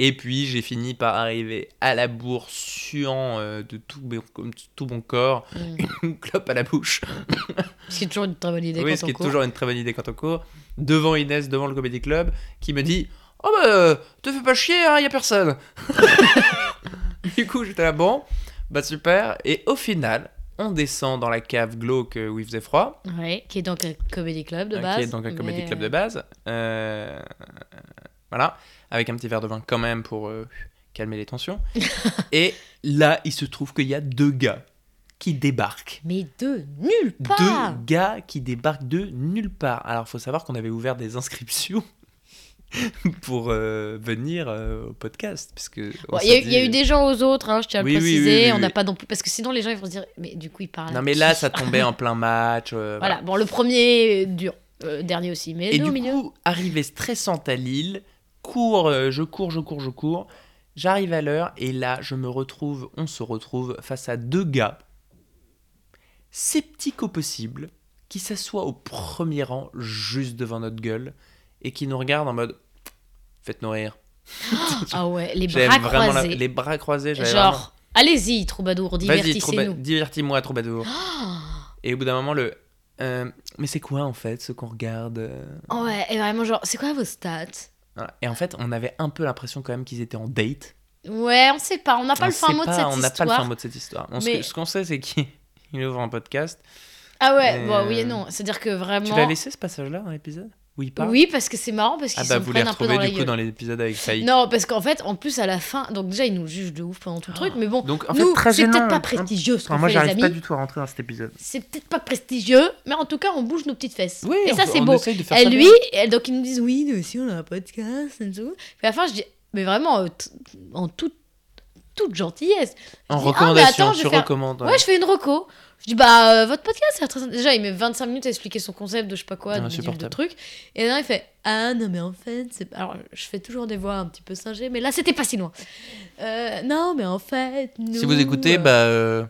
Speaker 1: Et puis j'ai fini par arriver à la bourre, suant euh, de tout, mes- comme tout mon corps,
Speaker 2: Mm.
Speaker 1: une clope à la bouche.
Speaker 2: Ce qui est toujours une très bonne idée
Speaker 1: oui,
Speaker 2: quand
Speaker 1: ce
Speaker 2: on
Speaker 1: qui est
Speaker 2: court.
Speaker 1: toujours une très bonne idée quand on court. Devant Inès, devant le Comedy Club, qui me dit Oh bah, te fais pas chier, hein, y a personne. du coup, j'étais là, bon, bah super. Et au final, on descend dans la cave glauque euh, où il faisait froid.
Speaker 2: Ouais, qui est donc un comedy club de
Speaker 1: Euh,
Speaker 2: base.
Speaker 1: qui est donc un comedy
Speaker 2: mais,
Speaker 1: club
Speaker 2: euh,
Speaker 1: de base. Euh, voilà, avec un petit verre de vin quand même pour euh, calmer les tensions. Et là, il se trouve qu'il y a deux gars qui débarquent.
Speaker 2: Mais de nulle part
Speaker 1: Deux gars qui débarquent de nulle part. Alors, faut savoir qu'on avait ouvert des inscriptions pour euh, venir euh, au podcast, parce que on
Speaker 2: Bon, Il y, a
Speaker 1: s'est
Speaker 2: eu- il y a
Speaker 1: dit-
Speaker 2: eu des gens aux autres, hein, je tiens à
Speaker 1: Oui,
Speaker 2: le
Speaker 1: oui,
Speaker 2: préciser.
Speaker 1: oui, oui,
Speaker 2: On
Speaker 1: oui.
Speaker 2: n'a pas non plus. Parce que sinon, les gens ils vont se dire Mais de quoi ils parlent
Speaker 1: Non mais là, ça tombait en plein match. euh,
Speaker 2: Voilà, bon, le premier euh, dur. Euh, dernier aussi, mais
Speaker 1: Et
Speaker 2: nous,
Speaker 1: du
Speaker 2: au milieu.
Speaker 1: coup, arrivée stressante à Lille, cours, euh, je cours, je cours, je cours. J'arrive à l'heure et là, je me retrouve, on se retrouve face à deux gars, sceptiques au possible, qui s'assoient au premier rang, juste devant notre gueule, et qui nous regardent en mode Faites-nous rire.
Speaker 2: Ah ouais, les
Speaker 1: J'avais
Speaker 2: bras
Speaker 1: vraiment la-
Speaker 2: croisés.
Speaker 1: les bras croisés. j'avais
Speaker 2: Genre,
Speaker 1: vraiment-
Speaker 2: allez-y, troubadour,
Speaker 1: Vas-y, trouba-
Speaker 2: divertissez-nous.
Speaker 1: divertis-moi, troubadour.
Speaker 2: Ah
Speaker 1: Et au bout d'un moment, le. Euh, mais c'est quoi en fait ce qu'on regarde euh
Speaker 2: Oh ouais, et vraiment, genre, c'est quoi vos stats
Speaker 1: Voilà. Et en fait, on avait un peu l'impression quand même qu'ils étaient en date.
Speaker 2: Ouais, on sait pas, on n'a pas
Speaker 1: On
Speaker 2: le fin
Speaker 1: sait
Speaker 2: mot de
Speaker 1: pas,
Speaker 2: cette
Speaker 1: on n'a
Speaker 2: histoire.
Speaker 1: pas le fin mot de cette histoire. On- ce
Speaker 2: Mais-
Speaker 1: que- Ce qu'on sait, c'est qu'il il ouvre un podcast.
Speaker 2: Ah ouais,
Speaker 1: Euh,
Speaker 2: bon, oui et non. C'est-à-dire que
Speaker 1: Tu
Speaker 2: vraiment.
Speaker 1: l'as laissé ce passage-là dans l'épisode Où il parle
Speaker 2: Oui, parce que c'est marrant, parce qu'ils
Speaker 1: Ah bah,
Speaker 2: se
Speaker 1: vous les
Speaker 2: prennent un peu dans
Speaker 1: retrouvez
Speaker 2: la
Speaker 1: du coup
Speaker 2: gueule.
Speaker 1: dans l'épisode avec Saïd.
Speaker 2: Non, parce qu'en fait, en plus, à la fin, donc déjà, ils nous jugent de ouf pendant tout le truc, mais bon,
Speaker 1: Donc, Oh. en
Speaker 2: nous,
Speaker 1: fait, très
Speaker 2: c'est
Speaker 1: gênant. hein.
Speaker 2: peut-être pas prestigieux ce
Speaker 1: Enfin,
Speaker 2: qu'on
Speaker 1: moi,
Speaker 2: fait, les
Speaker 1: j'arrive
Speaker 2: amis.
Speaker 1: pas du tout à rentrer dans cet épisode.
Speaker 2: C'est peut-être pas prestigieux, mais en tout cas, on bouge nos petites fesses.
Speaker 1: Oui,
Speaker 2: et
Speaker 1: on-
Speaker 2: ça, c'est
Speaker 1: on
Speaker 2: beau.
Speaker 1: essaye de faire
Speaker 2: Et
Speaker 1: ça
Speaker 2: lui,
Speaker 1: bien.
Speaker 2: et donc ils nous disent, oui, nous aussi, on a un podcast, et tout. Puis à la fin, je dis, mais vraiment, euh, t- en toute, toute gentillesse.
Speaker 1: En
Speaker 2: dis, ah, mais
Speaker 1: recommandation,
Speaker 2: attends, je
Speaker 1: tu
Speaker 2: vais faire-
Speaker 1: recommandes.
Speaker 2: Ouais, je fais une reco. Je dis, bah, euh, votre podcast, c'est très Déjà, il met 25 minutes à expliquer son concept de je sais pas quoi, de, de,
Speaker 1: Insupportable.
Speaker 2: trucs. Et là, il fait, ah non, mais en fait, c'est. Alors, je fais toujours des voix un petit peu singées, mais là, c'était pas si loin. Euh, non, mais en fait.
Speaker 1: Si
Speaker 2: nous,
Speaker 1: vous écoutez,
Speaker 2: euh,
Speaker 1: bah, euh,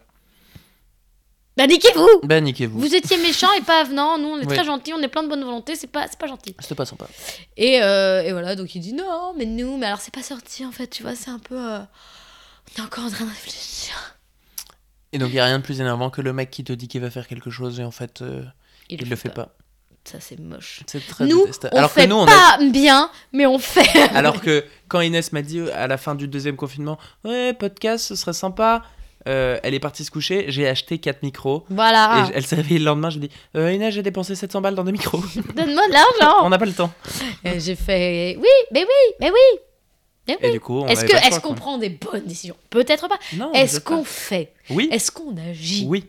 Speaker 2: Bah, niquez-vous
Speaker 1: bah niquez-vous.
Speaker 2: Vous étiez méchant et pas avenant. Nous, on est
Speaker 1: Oui.
Speaker 2: très gentils, on est plein de bonne volonté, c'est pas, c'est pas gentil.
Speaker 1: C'était pas sympa.
Speaker 2: Et, euh, et voilà, donc il dit, non, mais nous, mais alors, c'est pas sorti, en fait, tu vois, c'est un peu. euh, On est encore en train de réfléchir.
Speaker 1: Et donc, il n'y a rien de plus énervant que le mec qui te dit qu'il va faire quelque chose et en fait, euh, il, le fait pas.
Speaker 2: Ça, c'est moche.
Speaker 1: C'est très
Speaker 2: nous,
Speaker 1: détestable.
Speaker 2: on
Speaker 1: Alors
Speaker 2: fait
Speaker 1: que nous, on a-
Speaker 2: pas bien, mais on fait.
Speaker 1: Alors que quand Inès m'a dit euh, à la fin du deuxième confinement, ouais, podcast, ce serait sympa. Euh, elle est partie se coucher, j'ai acheté 4 micros.
Speaker 2: Voilà.
Speaker 1: Et je- elle s'est réveillée le lendemain, j'ai dit euh, Inès, j'ai dépensé 700 balles dans des micros.
Speaker 2: Donne-moi de l'argent.
Speaker 1: on n'a pas le temps.
Speaker 2: Et j'ai fait oui, mais oui, mais oui.
Speaker 1: Et du coup, on
Speaker 2: Est-ce
Speaker 1: avait
Speaker 2: que
Speaker 1: pas le
Speaker 2: est-ce
Speaker 1: choix,
Speaker 2: qu'on
Speaker 1: quoi.
Speaker 2: prend des bonnes décisions Peut-être pas.
Speaker 1: Non, on
Speaker 2: Est-ce
Speaker 1: faisait
Speaker 2: qu'on
Speaker 1: pas.
Speaker 2: fait
Speaker 1: Oui,
Speaker 2: Est-ce qu'on agit
Speaker 1: oui.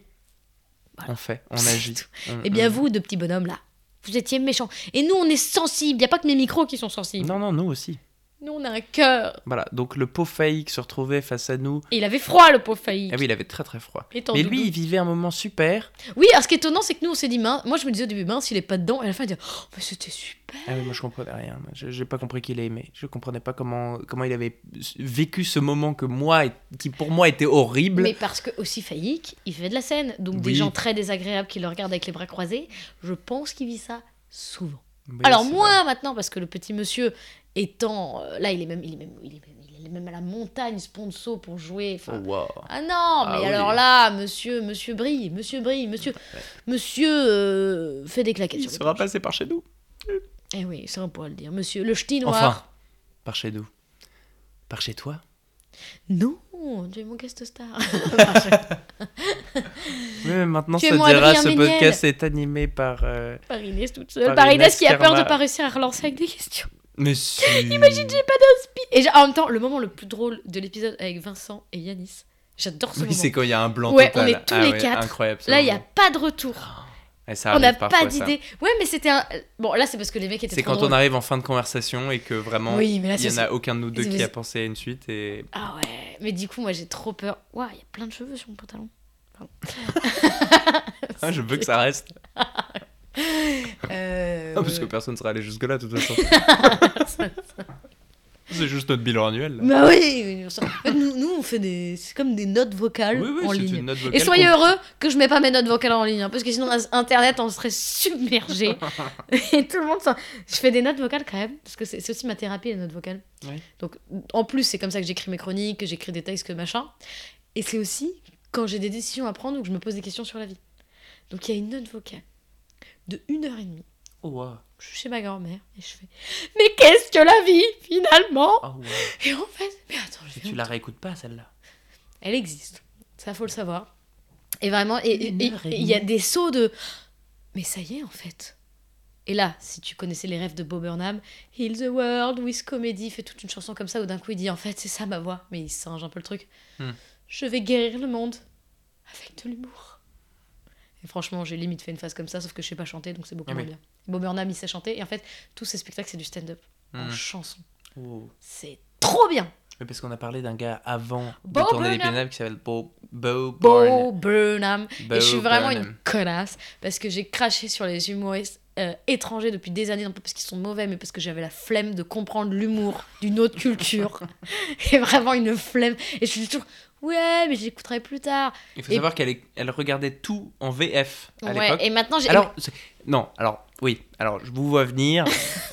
Speaker 2: Voilà.
Speaker 1: On fait, on
Speaker 2: C'est
Speaker 1: agit.
Speaker 2: tout.
Speaker 1: On-
Speaker 2: Eh bien
Speaker 1: on-
Speaker 2: vous, deux petits bonhommes là, vous étiez méchants. Et nous, on est sensibles. Il y a pas que mes micros qui sont sensibles.
Speaker 1: Non, non, nous aussi.
Speaker 2: Nous, on a un cœur.
Speaker 1: Voilà, donc le pauvre Faï qui se retrouvait face à nous.
Speaker 2: Et il avait froid, le pauvre Faïk.
Speaker 1: Ah oui, il avait très très froid.
Speaker 2: Et tant
Speaker 1: Mais
Speaker 2: doudou.
Speaker 1: lui, il vivait un moment super.
Speaker 2: Oui, alors ce qui est étonnant, c'est que nous, on s'est dit, mince, moi je me disais au début, mince, il est pas dedans. Et à la fin, il dit, oh, mais c'était super.
Speaker 1: Ah oui, moi je comprenais rien. Moi, je- J'ai pas compris qu'il aimait. Je comprenais pas comment, comment il avait vécu ce moment que moi, et- qui pour moi était horrible.
Speaker 2: Mais parce que aussi Faïk, il fait de la scène. Donc des
Speaker 1: Oui.
Speaker 2: gens très désagréables qui le regardent avec les bras croisés, je pense qu'il vit ça souvent.
Speaker 1: Oui,
Speaker 2: Alors
Speaker 1: c'est
Speaker 2: moins maintenant parce que le petit monsieur étant euh, là il est même il est même il est même, il est même à la montagne sponsor pour jouer
Speaker 1: vrai.
Speaker 2: enfin,
Speaker 1: Oh, wow.
Speaker 2: Ah non,
Speaker 1: Ah
Speaker 2: mais
Speaker 1: oui.
Speaker 2: alors là monsieur monsieur brille, monsieur brille, monsieur monsieur euh, fait des claquettes.
Speaker 1: Il
Speaker 2: sur les
Speaker 1: sera
Speaker 2: planches.
Speaker 1: passé par chez nous.
Speaker 2: Eh oui, ça on pourra le dire. Monsieur le ch'ti noir.
Speaker 1: Enfin, par chez nous. Par chez toi
Speaker 2: Non, tu es mon guest star.
Speaker 1: Oui, mais maintenant,
Speaker 2: Tu es
Speaker 1: ça
Speaker 2: mon
Speaker 1: dira,
Speaker 2: Adrien
Speaker 1: ce
Speaker 2: Méniel.
Speaker 1: podcast est animé par... euh,
Speaker 2: Par Inès toute seule,
Speaker 1: Par
Speaker 2: par
Speaker 1: Inès
Speaker 2: Inès qui a peur
Speaker 1: Karma.
Speaker 2: de pas réussir à relancer avec des questions.
Speaker 1: Monsieur... Imagine,
Speaker 2: Et j'ai- en même temps, le moment le plus drôle de l'épisode avec Vincent et Yanis. J'adore ce
Speaker 1: Oui,
Speaker 2: moment.
Speaker 1: c'est quand il y a un blanc
Speaker 2: Ouais,
Speaker 1: total.
Speaker 2: on est tous
Speaker 1: Ah
Speaker 2: les
Speaker 1: ouais,
Speaker 2: quatre.
Speaker 1: Incroyable.
Speaker 2: Là,
Speaker 1: ce
Speaker 2: il n'y a
Speaker 1: moment.
Speaker 2: pas de retour.
Speaker 1: Et ça
Speaker 2: on n'a
Speaker 1: arrive
Speaker 2: pas
Speaker 1: Ah parfois, ça.
Speaker 2: d'idée. Ouais, mais c'était un. Bon, là, c'est parce que les mecs étaient.
Speaker 1: C'est
Speaker 2: trop
Speaker 1: quand on
Speaker 2: drôles.
Speaker 1: arrive en fin de conversation et que vraiment, il
Speaker 2: Oui, mais là,
Speaker 1: y
Speaker 2: c'est.
Speaker 1: en a aucun de nous deux
Speaker 2: c'est-
Speaker 1: qui a
Speaker 2: c'est-
Speaker 1: pensé à une suite. Et
Speaker 2: Ah ouais. Mais du coup, moi, j'ai trop peur. Waouh, il y a plein de cheveux sur mon pantalon. Pardon.
Speaker 1: Ah, je veux que ça reste.
Speaker 2: Euh,
Speaker 1: Ah, parce que personne ne sera allé jusque-là, de toute façon. c'est juste notre bilan annuel. là.
Speaker 2: Bah oui, oui, on s'en- nous, nous, on fait des. C'est comme des notes vocales
Speaker 1: Oui,
Speaker 2: en
Speaker 1: oui, c'est
Speaker 2: ligne.
Speaker 1: une note vocale.
Speaker 2: Et soyez
Speaker 1: qu'on-
Speaker 2: heureux que je mets pas mes notes vocales en ligne, hein, parce que sinon, à- Internet, on serait submergé. et tout le monde s'en- Je fais des notes vocales quand même, parce que c'est c'est aussi ma thérapie, les notes vocales.
Speaker 1: Ouais.
Speaker 2: Donc, en plus, c'est comme ça que j'écris mes chroniques, que j'écris des textes, que machin. Et c'est aussi quand j'ai des décisions à prendre ou que je me pose des questions sur la vie. Donc, il y a une note vocale de une heure et demie.
Speaker 1: Oh, waouh.
Speaker 2: Je suis chez ma grand-mère et je fais Mais qu'est-ce que la vie, finalement
Speaker 1: Ah, waouh.
Speaker 2: Et en fait, mais attends, je
Speaker 1: Et
Speaker 2: viens
Speaker 1: tu la réécoutes pas, celle-là.
Speaker 2: elle existe. Ça, faut le savoir. Et vraiment, et- et-
Speaker 1: Une
Speaker 2: et-
Speaker 1: heure et
Speaker 2: et il y a des sauts de. Mais ça y est, en fait. Et là, si tu connaissais les rêves de Bob Burnham, Heal the World, with Comedy, il fait toute une chanson comme ça, où d'un coup il dit En fait, c'est ça ma voix. Mais il singe un peu le truc.
Speaker 1: Hmm.
Speaker 2: Je vais guérir le monde avec de l'humour. Et franchement, j'ai limite fait une phase comme ça, sauf que je sais pas chanter, donc c'est beaucoup
Speaker 1: Ah
Speaker 2: moins
Speaker 1: oui.
Speaker 2: bien. Bob Burnham, il sait chanter, et en fait, tous ses spectacles, c'est du stand-up en
Speaker 1: Hmm.
Speaker 2: chanson.
Speaker 1: Oh.
Speaker 2: C'est trop bien
Speaker 1: Mais parce qu'on a parlé d'un gars avant de
Speaker 2: Bo
Speaker 1: tourner les
Speaker 2: Burnham.
Speaker 1: pénales qui s'appelle Bo, Bo Burnham.
Speaker 2: Bob Burnham
Speaker 1: Bo
Speaker 2: et je suis vraiment
Speaker 1: Burnham.
Speaker 2: une connasse parce que j'ai craché sur les humoristes euh, étrangers depuis des années, non pas parce qu'ils sont mauvais, mais parce que j'avais la flemme de comprendre l'humour d'une autre culture. et vraiment une flemme. Et je suis toujours, ouais, mais j'écouterai plus tard.
Speaker 1: Il faut
Speaker 2: Et-
Speaker 1: savoir qu'elle est- elle regardait tout en VF à
Speaker 2: Ouais,
Speaker 1: l'époque.
Speaker 2: et maintenant, j'ai.
Speaker 1: Alors, c'est- non, alors, oui, alors je vous vois venir,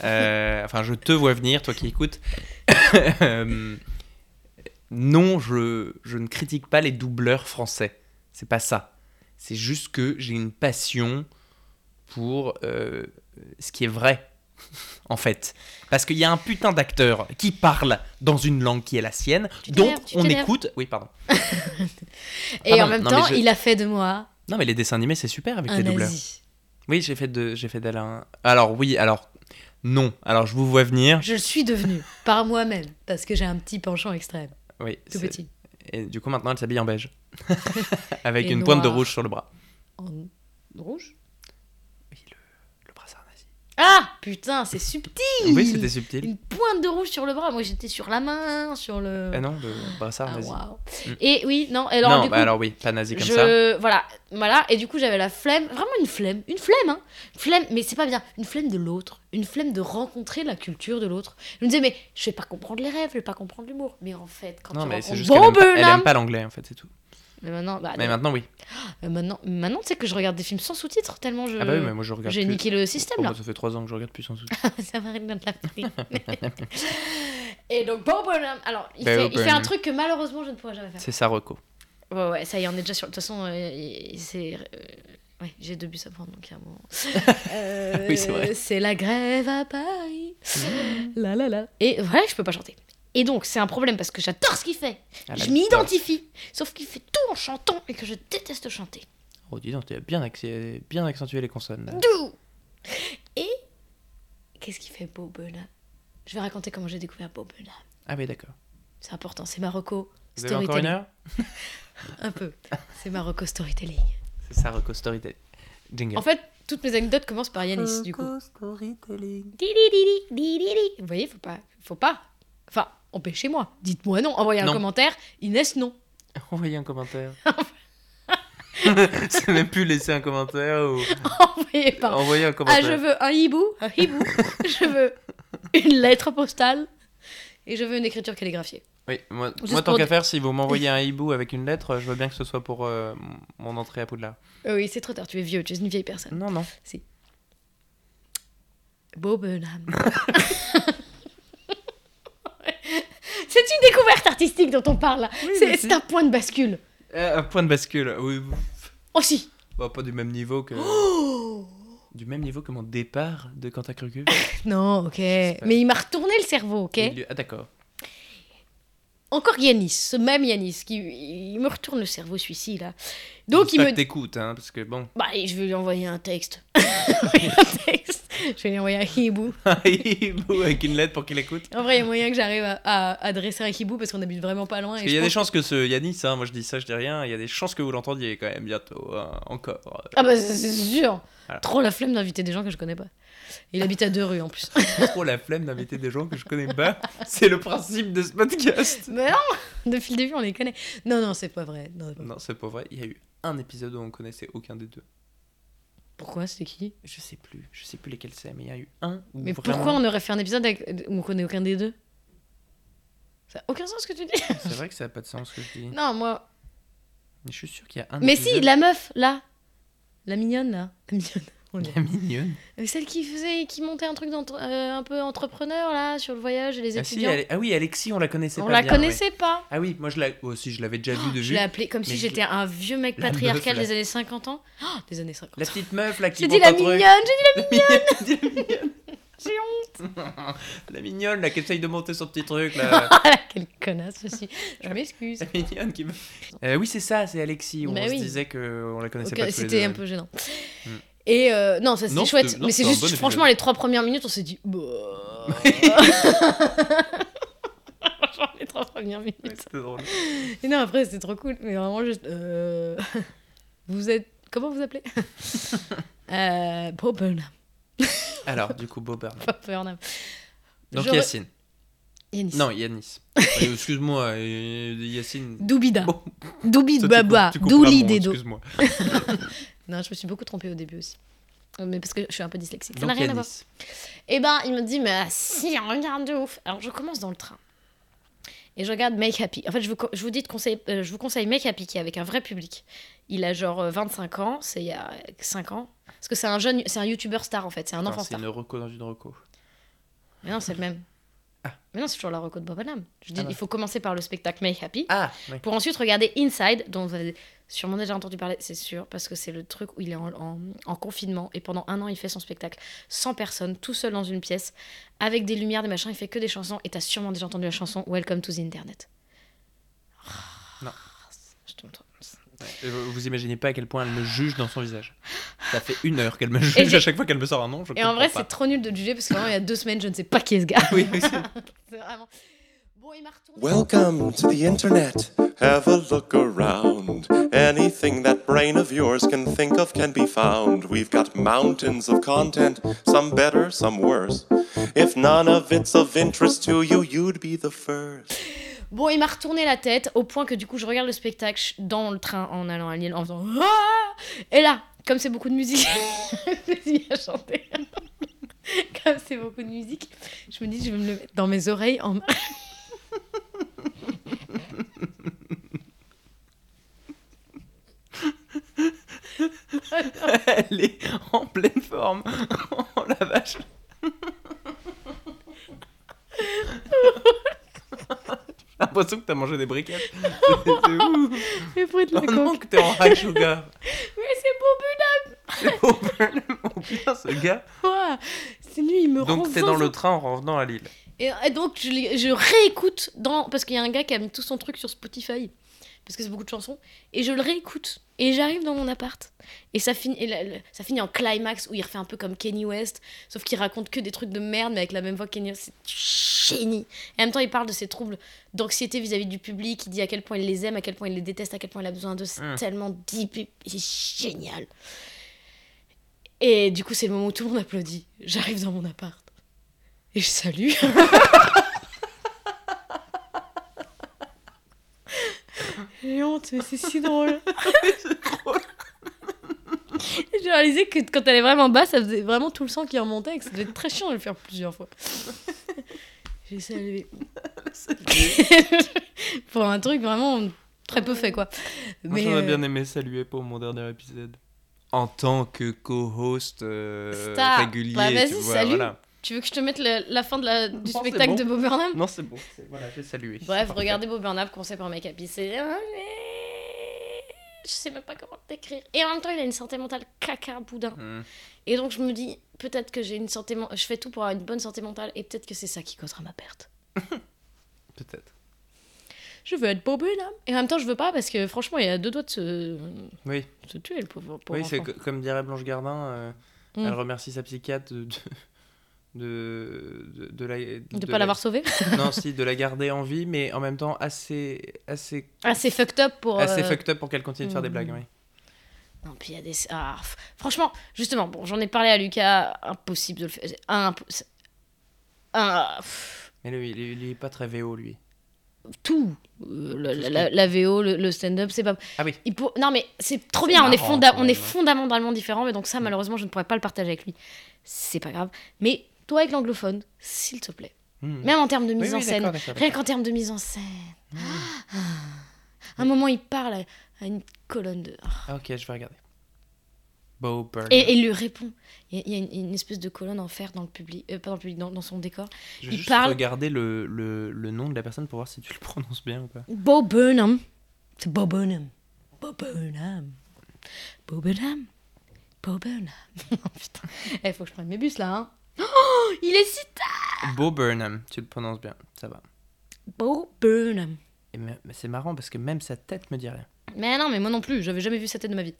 Speaker 1: euh, enfin je te vois venir, toi qui écoutes. Euh, non, je, je ne critique pas les doubleurs français, c'est pas ça. C'est juste que j'ai une passion pour euh, ce qui est vrai, en fait. Parce qu'il y a un putain d'acteur qui parle dans une langue qui est la sienne,
Speaker 2: Tu
Speaker 1: donc
Speaker 2: t'énerves, tu
Speaker 1: on
Speaker 2: t'énerves.
Speaker 1: écoute. Oui, pardon.
Speaker 2: et
Speaker 1: pardon,
Speaker 2: en même
Speaker 1: non, mais
Speaker 2: temps,
Speaker 1: je-
Speaker 2: il a fait de moi
Speaker 1: Non, mais les dessins animés, c'est super avec les
Speaker 2: un
Speaker 1: doubleurs.
Speaker 2: nazi.
Speaker 1: Oui, j'ai fait de, j'ai fait d'Alain. Alors oui, alors non. Alors je vous vois venir.
Speaker 2: Je le suis devenu par moi-même parce que j'ai un petit penchant extrême,
Speaker 1: Oui.
Speaker 2: tout
Speaker 1: c'est-
Speaker 2: petit.
Speaker 1: Et du coup maintenant elle s'habille en beige, avec
Speaker 2: Et
Speaker 1: une pointe de
Speaker 2: noir.
Speaker 1: rouge sur le bras.
Speaker 2: En rouge
Speaker 1: Oui, le, le brassard nazi.
Speaker 2: Ah putain, c'est subtil
Speaker 1: Oui, c'était subtil.
Speaker 2: Une pointe de rouge sur le bras. Moi, j'étais sur la main, sur le.
Speaker 1: Ah non, le brassard
Speaker 2: Ah,
Speaker 1: nazi.
Speaker 2: waouh.
Speaker 1: Mm.
Speaker 2: Et oui, non, alors
Speaker 1: non,
Speaker 2: du coup,
Speaker 1: bah alors oui, pas nazi comme ça.
Speaker 2: je... Voilà, voilà, et du coup j'avais la flemme, vraiment une flemme, une flemme, hein. Une flemme, mais c'est pas bien, une flemme de l'autre, une flemme de rencontrer la culture de l'autre. Je me disais, mais je vais pas comprendre les rêves, je vais pas comprendre l'humour. Mais en fait, quand
Speaker 1: Non,
Speaker 2: tu
Speaker 1: mais c'est
Speaker 2: rencontres
Speaker 1: juste qu'elle
Speaker 2: Bob
Speaker 1: aime, pas- elle
Speaker 2: Burnham-
Speaker 1: aime pas l'anglais en fait, c'est tout.
Speaker 2: Mais maintenant, bah,
Speaker 1: Mais
Speaker 2: non.
Speaker 1: maintenant oui.
Speaker 2: Euh, maintenant, maintenant tu sais que je regarde des films sans sous-titres tellement je...
Speaker 1: Ah bah oui, mais moi je regarde.
Speaker 2: euh, J'ai
Speaker 1: plus.
Speaker 2: niqué le
Speaker 1: Oh,
Speaker 2: système là.
Speaker 1: bah, ça fait trois ans que je regarde plus sans souci.
Speaker 2: Ça m'arrête bien de la prier. Et donc Bob Burnham, alors il,
Speaker 1: Bob
Speaker 2: fait, il fait un
Speaker 1: Burnham.
Speaker 2: truc que malheureusement je ne pourrais jamais faire.
Speaker 1: c'est ça Rocco.
Speaker 2: Ouais, ouais, ça y est, on est déjà sur. De toute façon, euh, y- y- c'est. euh, Ouais, j'ai deux bus à prendre, donc il y a un moment. Euh,
Speaker 1: Oui, c'est vrai.
Speaker 2: C'est la grève à Paris. la la la. Et voilà, je peux pas chanter. Et donc, c'est un problème parce que j'adore ce qu'il fait.
Speaker 1: Ah, la
Speaker 2: je
Speaker 1: guitare.
Speaker 2: m'y identifie. Sauf qu'il fait tout en chantant et que je déteste chanter.
Speaker 1: Oh dis donc, t'as bien, acc- bien accentué les consonnes. là.
Speaker 2: D'où Et. Qu'est-ce qu'il fait, Bob Burnham Je vais raconter comment j'ai découvert Bob Burnham.
Speaker 1: Ah oui d'accord.
Speaker 2: C'est important, c'est Marocco.
Speaker 1: Vous avez encore une
Speaker 2: Storytelling.
Speaker 1: heure
Speaker 2: Un peu. C'est Marocco Storytelling.
Speaker 1: C'est ça Rocco Storytelling. Jingle.
Speaker 2: En fait, toutes mes anecdotes commencent par Yanis, du coup.
Speaker 1: Storytelling.
Speaker 2: Di, di, di, di, di, di, di. Vous voyez, faut pas. Faut pas. Enfin, empêchez-moi. Dites-moi non. Envoyez un
Speaker 1: Non.
Speaker 2: commentaire. Inès, non.
Speaker 1: Envoyez un commentaire. C'est même plus laisser un commentaire ou
Speaker 2: Envoyez pas.
Speaker 1: envoyer un
Speaker 2: Ah,
Speaker 1: commentaire.
Speaker 2: je veux un hibou. Un hibou. je veux une lettre postale. Et je veux une écriture calligraphiée.
Speaker 1: Oui, moi,
Speaker 2: Juste
Speaker 1: moi, tant
Speaker 2: pour
Speaker 1: qu'à
Speaker 2: dire-
Speaker 1: faire, si vous m'envoyez un hibou avec une lettre, je veux bien que ce soit pour euh, m- mon entrée à Poudlard.
Speaker 2: Euh, oui, c'est trop tard. Tu es vieux. Tu es une vieille personne.
Speaker 1: Non, non.
Speaker 2: Bob Burnham. c'est une découverte artistique dont on parle. là. c'est
Speaker 1: mais
Speaker 2: c'est
Speaker 1: si.
Speaker 2: un point de bascule.
Speaker 1: Euh, un point de bascule. Oui, oui.
Speaker 2: Oh si.
Speaker 1: Bon, pas du même niveau que
Speaker 2: Oh
Speaker 1: Oh du même niveau que mon départ de Cantacucu.
Speaker 2: Non, ok.
Speaker 1: sais pas.
Speaker 2: Mais il m'a retourné le cerveau, ok.
Speaker 1: Il lui- Ah d'accord.
Speaker 2: Encore Yanis, ce même Yanis, qui il me retourne le cerveau celui-ci là. Donc il
Speaker 1: J'espère
Speaker 2: me
Speaker 1: que
Speaker 2: dit,
Speaker 1: t'écoutes, hein, parce que bon.
Speaker 2: bah allez, je vais lui envoyer un texte. un texte. Je vais lui envoyer un hibou.
Speaker 1: un hibou avec une lettre pour qu'il écoute.
Speaker 2: En vrai, il y a moyen que j'arrive à, à adresser un hibou parce qu'on habite vraiment pas loin.
Speaker 1: Parce
Speaker 2: Et
Speaker 1: qu'il
Speaker 2: je
Speaker 1: y a des
Speaker 2: pense-
Speaker 1: chances que ce Yanis, hein, moi je dis ça, je dis rien, il y a des chances que vous l'entendiez quand même bientôt, hein, encore.
Speaker 2: Ah bah c'est c'est sûr.
Speaker 1: Voilà.
Speaker 2: Trop la flemme d'inviter des gens que je connais pas. Il habite à deux rues en plus.
Speaker 1: trop la flemme d'inviter des gens que je connais pas. C'est le principe de ce podcast.
Speaker 2: Mais non, depuis le début on les connaît. Non non, c'est pas vrai. Non, c'est pas vrai.
Speaker 1: Non, c'est pas vrai. Il y a eu un épisode où on connaissait aucun des deux.
Speaker 2: Pourquoi c'est qui
Speaker 1: Je sais plus. Je sais plus lesquels c'est, mais il y a eu un. Où
Speaker 2: Mais
Speaker 1: vraiment-
Speaker 2: pourquoi on aurait fait un épisode avec- où on connaît aucun des deux Ça n'a aucun sens ce que tu dis.
Speaker 1: C'est vrai que ça n'a pas de sens ce que je dis.
Speaker 2: non, moi.
Speaker 1: Mais je suis sûr qu'il y a un.
Speaker 2: Mais si,
Speaker 1: épisode-
Speaker 2: la meuf, là. Ah, La mignonne, là. La mignonne. On dit.
Speaker 1: La mignonne.
Speaker 2: Euh, Celle qui faisait, qui montait un truc d'entre- euh, un peu entrepreneur, là, sur le voyage et les
Speaker 1: Ah, si,
Speaker 2: étudiants.
Speaker 1: elle- ah oui, Alexis, on la connaissait
Speaker 2: On
Speaker 1: pas.
Speaker 2: la
Speaker 1: bien, ouais.
Speaker 2: connaissait pas.
Speaker 1: Ah oui, moi je la... oh, si, je l'avais déjà vue de
Speaker 2: Je
Speaker 1: vue.
Speaker 2: l'ai appelée comme si
Speaker 1: Mais je-
Speaker 2: j'étais un vieux mec
Speaker 1: La
Speaker 2: patriarcal
Speaker 1: meuf, là.
Speaker 2: des années 50 ans. Ah, des années 50
Speaker 1: La petite meuf là qui
Speaker 2: J'ai dit la
Speaker 1: monte un truc. Dis la
Speaker 2: mignonne,
Speaker 1: mignonne.
Speaker 2: j'ai dit
Speaker 1: la mignonne là qui essaye de monter son petit truc là.
Speaker 2: honte. oh, Quelle connasse aussi. Je m'excuse.
Speaker 1: la mignonne qui. me- Euh, oui, c'est ça, c'est Alexis. où
Speaker 2: Bah
Speaker 1: on
Speaker 2: oui.
Speaker 1: se disait que on la connaissait
Speaker 2: Ok,
Speaker 1: pas. tous les
Speaker 2: C'était
Speaker 1: deux.
Speaker 2: un peu gênant.
Speaker 1: Hmm.
Speaker 2: Et euh, non, ça c'était
Speaker 1: Non,
Speaker 2: chouette.
Speaker 1: c'était- non,
Speaker 2: mais c'est
Speaker 1: c'était un
Speaker 2: juste,
Speaker 1: bon épisode.
Speaker 2: franchement, les trois premières minutes, on s'est dit. Bah... Franchement, les trois premières
Speaker 1: Ouais,
Speaker 2: minutes.
Speaker 1: C'était drôle.
Speaker 2: Et non, après, c'était trop cool. Mais vraiment, juste. euh, Vous êtes. Comment vous appelez euh... Bob Burnham.
Speaker 1: Alors, du coup, Bob Burnham.
Speaker 2: Bob Burnham.
Speaker 1: Donc
Speaker 2: J'aurais-
Speaker 1: Yacine.
Speaker 2: Yanis.
Speaker 1: Non, Yanis. Euh, excuse-moi, euh, Yacine.
Speaker 2: Doubida.
Speaker 1: Bon.
Speaker 2: Doubid
Speaker 1: Toi, tu
Speaker 2: Baba.
Speaker 1: coupes- tu couperas
Speaker 2: Douli
Speaker 1: mon-
Speaker 2: Dedo.
Speaker 1: Excuse-moi.
Speaker 2: Non, je me suis beaucoup trompée au début aussi. Euh, Mais parce que je suis un peu dyslexique. Ça n'a
Speaker 1: Donc
Speaker 2: rien à voir.
Speaker 1: Yanis.
Speaker 2: Et ben, il me dit, mais ah, si, regarde de ouf. Alors, je commence dans le train. Et je regarde Make Happy. En fait, je vous, co- je vous, dis de conseiller- euh, je vous conseille Make Happy, qui est avec un vrai public. Il a genre euh, 25 ans, c'est il y a 5 ans. Parce que c'est un jeune, c'est un YouTuber star en fait, c'est un
Speaker 1: Non,
Speaker 2: enfant
Speaker 1: c'est
Speaker 2: star.
Speaker 1: une reco dans une reco.
Speaker 2: Mais non, c'est le même.
Speaker 1: Ah.
Speaker 2: Mais non, c'est toujours la reco de Bob Adam. Je dis,
Speaker 1: Ah bah.
Speaker 2: il faut commencer par le spectacle Make Happy.
Speaker 1: Ah, ouais.
Speaker 2: Pour ensuite regarder Inside, dont vous avez sûrement déjà entendu parler, c'est sûr, parce que c'est le truc où il est en, en- en confinement et pendant un an il fait son spectacle sans personne, tout seul dans une pièce, avec des lumières, des machins, il fait que des chansons et t'as sûrement déjà entendu la chanson Welcome to the Internet.
Speaker 1: Ah, Non.
Speaker 2: Je te montre.
Speaker 1: Euh, Vous imaginez pas à quel point elle me juge dans son visage. Ça fait une heure qu'elle me
Speaker 2: Et
Speaker 1: juge
Speaker 2: j'ai-
Speaker 1: à chaque fois qu'elle me sort un nom. Je
Speaker 2: Et en
Speaker 1: comprends
Speaker 2: vrai,
Speaker 1: pas.
Speaker 2: c'est trop nul de le juger parce que vraiment, il y a deux semaines, je ne sais pas qui est ce gars.
Speaker 1: Oui, oui, c'est-
Speaker 2: C'est vraiment. Bon, il m'a retourné.
Speaker 3: Welcome to the internet. Have a look around. Anything that brain of yours can think of can be found. We've got mountains of content, some better, some worse. If none of it's of interest to you, you'd be the first.
Speaker 2: Bon, il m'a retourné la tête au point que du coup, je regarde le spectacle dans le train en allant à Lille en faisant Ah Et là, comme c'est beaucoup de musique, je me suis mis à chanter. comme c'est beaucoup de musique, je me dis, je vais me le mettre dans mes oreilles en.
Speaker 1: Elle est en pleine forme. Oh la vache. J'ai l'impression que t'as mangé des briquettes. C'est ouf.
Speaker 2: Mais pour être la
Speaker 1: Oh non,
Speaker 2: coque.
Speaker 1: que t'es en high sugar.
Speaker 2: Mais c'est beau,
Speaker 1: Oh putain, oh putain, ce gars.
Speaker 2: quoi C'est lui, il me rend.
Speaker 1: Donc t'es dans le train en revenant à Lille.
Speaker 2: Et, et donc, je, l'ai- je réécoute dans. Parce qu'il y a un gars qui a mis tout son truc sur Spotify. Parce que c'est beaucoup de chansons. Et je le réécoute. Et j'arrive dans mon appart. Et ça finit, et la- le- ça finit en climax où il refait un peu comme Kenny West. Sauf qu'il raconte que des trucs de merde, mais avec la même voix que Kenny West. C'est génie. Et en même temps, il parle de ses troubles d'anxiété vis-à-vis du public. Il dit à quel point il les aime, à quel point il les déteste, à quel point il a besoin d'eux. C'est
Speaker 1: Mm.
Speaker 2: tellement deep. et- et C'est génial. Et du coup, c'est le moment où tout le monde applaudit. J'arrive dans mon appart. Et je salue. J'ai honte, mais c'est si drôle. J'ai réalisé que quand elle est vraiment basse, ça faisait vraiment tout le sang qui remontait et que ça devait être très chiant de le faire plusieurs fois. J'ai salué. pour un truc vraiment très peu fait, quoi.
Speaker 1: Moi
Speaker 2: Mais,
Speaker 1: j'aurais
Speaker 2: euh,
Speaker 1: bien aimé saluer pour mon dernier épisode. En tant que co-host euh,
Speaker 2: Star.
Speaker 1: régulier,
Speaker 2: Bah, vas-y,
Speaker 1: tu vois,
Speaker 2: salut.
Speaker 1: voilà.
Speaker 2: tu veux que je te mette la, la fin de la- du
Speaker 1: c'est
Speaker 2: spectacle
Speaker 1: bon.
Speaker 2: de Bob Burnham
Speaker 1: Non, c'est bon. c'est- Voilà, j'ai salué.
Speaker 2: Bref,
Speaker 1: C'est parfait.
Speaker 2: regardez Bob Burnham, conseil par Make Happy. C'est. oh, Je sais même pas comment le décrire. Et en même temps, il a une santé mentale caca boudin.
Speaker 1: Hmm.
Speaker 2: Et donc je me dis, peut-être que j'ai une santé, men- je fais tout pour avoir une bonne santé mentale et peut-être que c'est ça qui causera ma perte.
Speaker 1: Peut-être.
Speaker 2: Je veux être hein. beau bonhomme. Et en même temps, je veux pas parce que franchement, il a deux doigts de se,
Speaker 1: Oui.
Speaker 2: se tuer le pauvre. pauvre
Speaker 1: Oui, c'est
Speaker 2: enfant.
Speaker 1: co- comme dirait Blanche Gardin, euh,
Speaker 2: Mm.
Speaker 1: elle remercie sa psychiatre de, de, de, de la, de,
Speaker 2: De
Speaker 1: la-
Speaker 2: pas l'avoir sauvé.
Speaker 1: non, si, de la garder en vie, mais en même temps assez, assez,
Speaker 2: Assez Ah, fucked up pour.
Speaker 1: assez
Speaker 2: euh,
Speaker 1: Ah, fucked up pour qu'elle continue de faire des
Speaker 2: Mm.
Speaker 1: blagues. Oui.
Speaker 2: Non, puis il y a des. ah, f- Franchement, justement, bon, j'en ai parlé à Lucas, impossible de le faire. Un, un,
Speaker 1: Mais lui, il, est- il est pas très VO, lui.
Speaker 2: tout. Euh, la,
Speaker 1: Tout ce
Speaker 2: la- la- la VO, le, le stand-up, c'est pas.
Speaker 1: Ah oui.
Speaker 2: Il pour- Non, mais c'est trop
Speaker 1: C'est
Speaker 2: bien, on, est
Speaker 1: marrant,
Speaker 2: fonda-
Speaker 1: quand
Speaker 2: on est
Speaker 1: même.
Speaker 2: fondamentalement différents, mais donc ça,
Speaker 1: Mm.
Speaker 2: malheureusement, je ne pourrais pas le partager avec lui. C'est pas grave. Mais toi, avec l'anglophone, s'il te plaît,
Speaker 1: Mm. Mhm.
Speaker 2: Même en termes de
Speaker 1: Oui,
Speaker 2: mise
Speaker 1: oui,
Speaker 2: en scène.
Speaker 1: d'accord, d'accord,
Speaker 2: Rien qu'en termes de mise en scène.
Speaker 1: Mhm.
Speaker 2: Ah. un moment, il parle à- à une colonne de.
Speaker 1: Ah, ok, je vais regarder. Bo Burnham.
Speaker 2: Et et il lui répond. Il y a- il y a une, une espèce de colonne en fer dans le public, euh, pas dans le public, dans, dans son décor.
Speaker 1: je vais
Speaker 2: il
Speaker 1: juste
Speaker 2: parle-
Speaker 1: regarder le, le, le nom de la personne pour voir si tu le prononces bien ou pas.
Speaker 2: Bo Burnham. C'est Bo Burnham. Bo Burnham. Bo Burnham. Bo Burnham. Oh, Putain. Eh, faut que je prenne mes bus là. Hein. Oh, il est si tard.
Speaker 1: Bo Burnham, tu le prononces bien, ça va.
Speaker 2: Bo Burnham.
Speaker 1: Et me- mais c'est marrant parce que même sa tête me dit rien.
Speaker 2: Mais non, mais moi non plus, j'avais jamais vu sa tête de ma vie.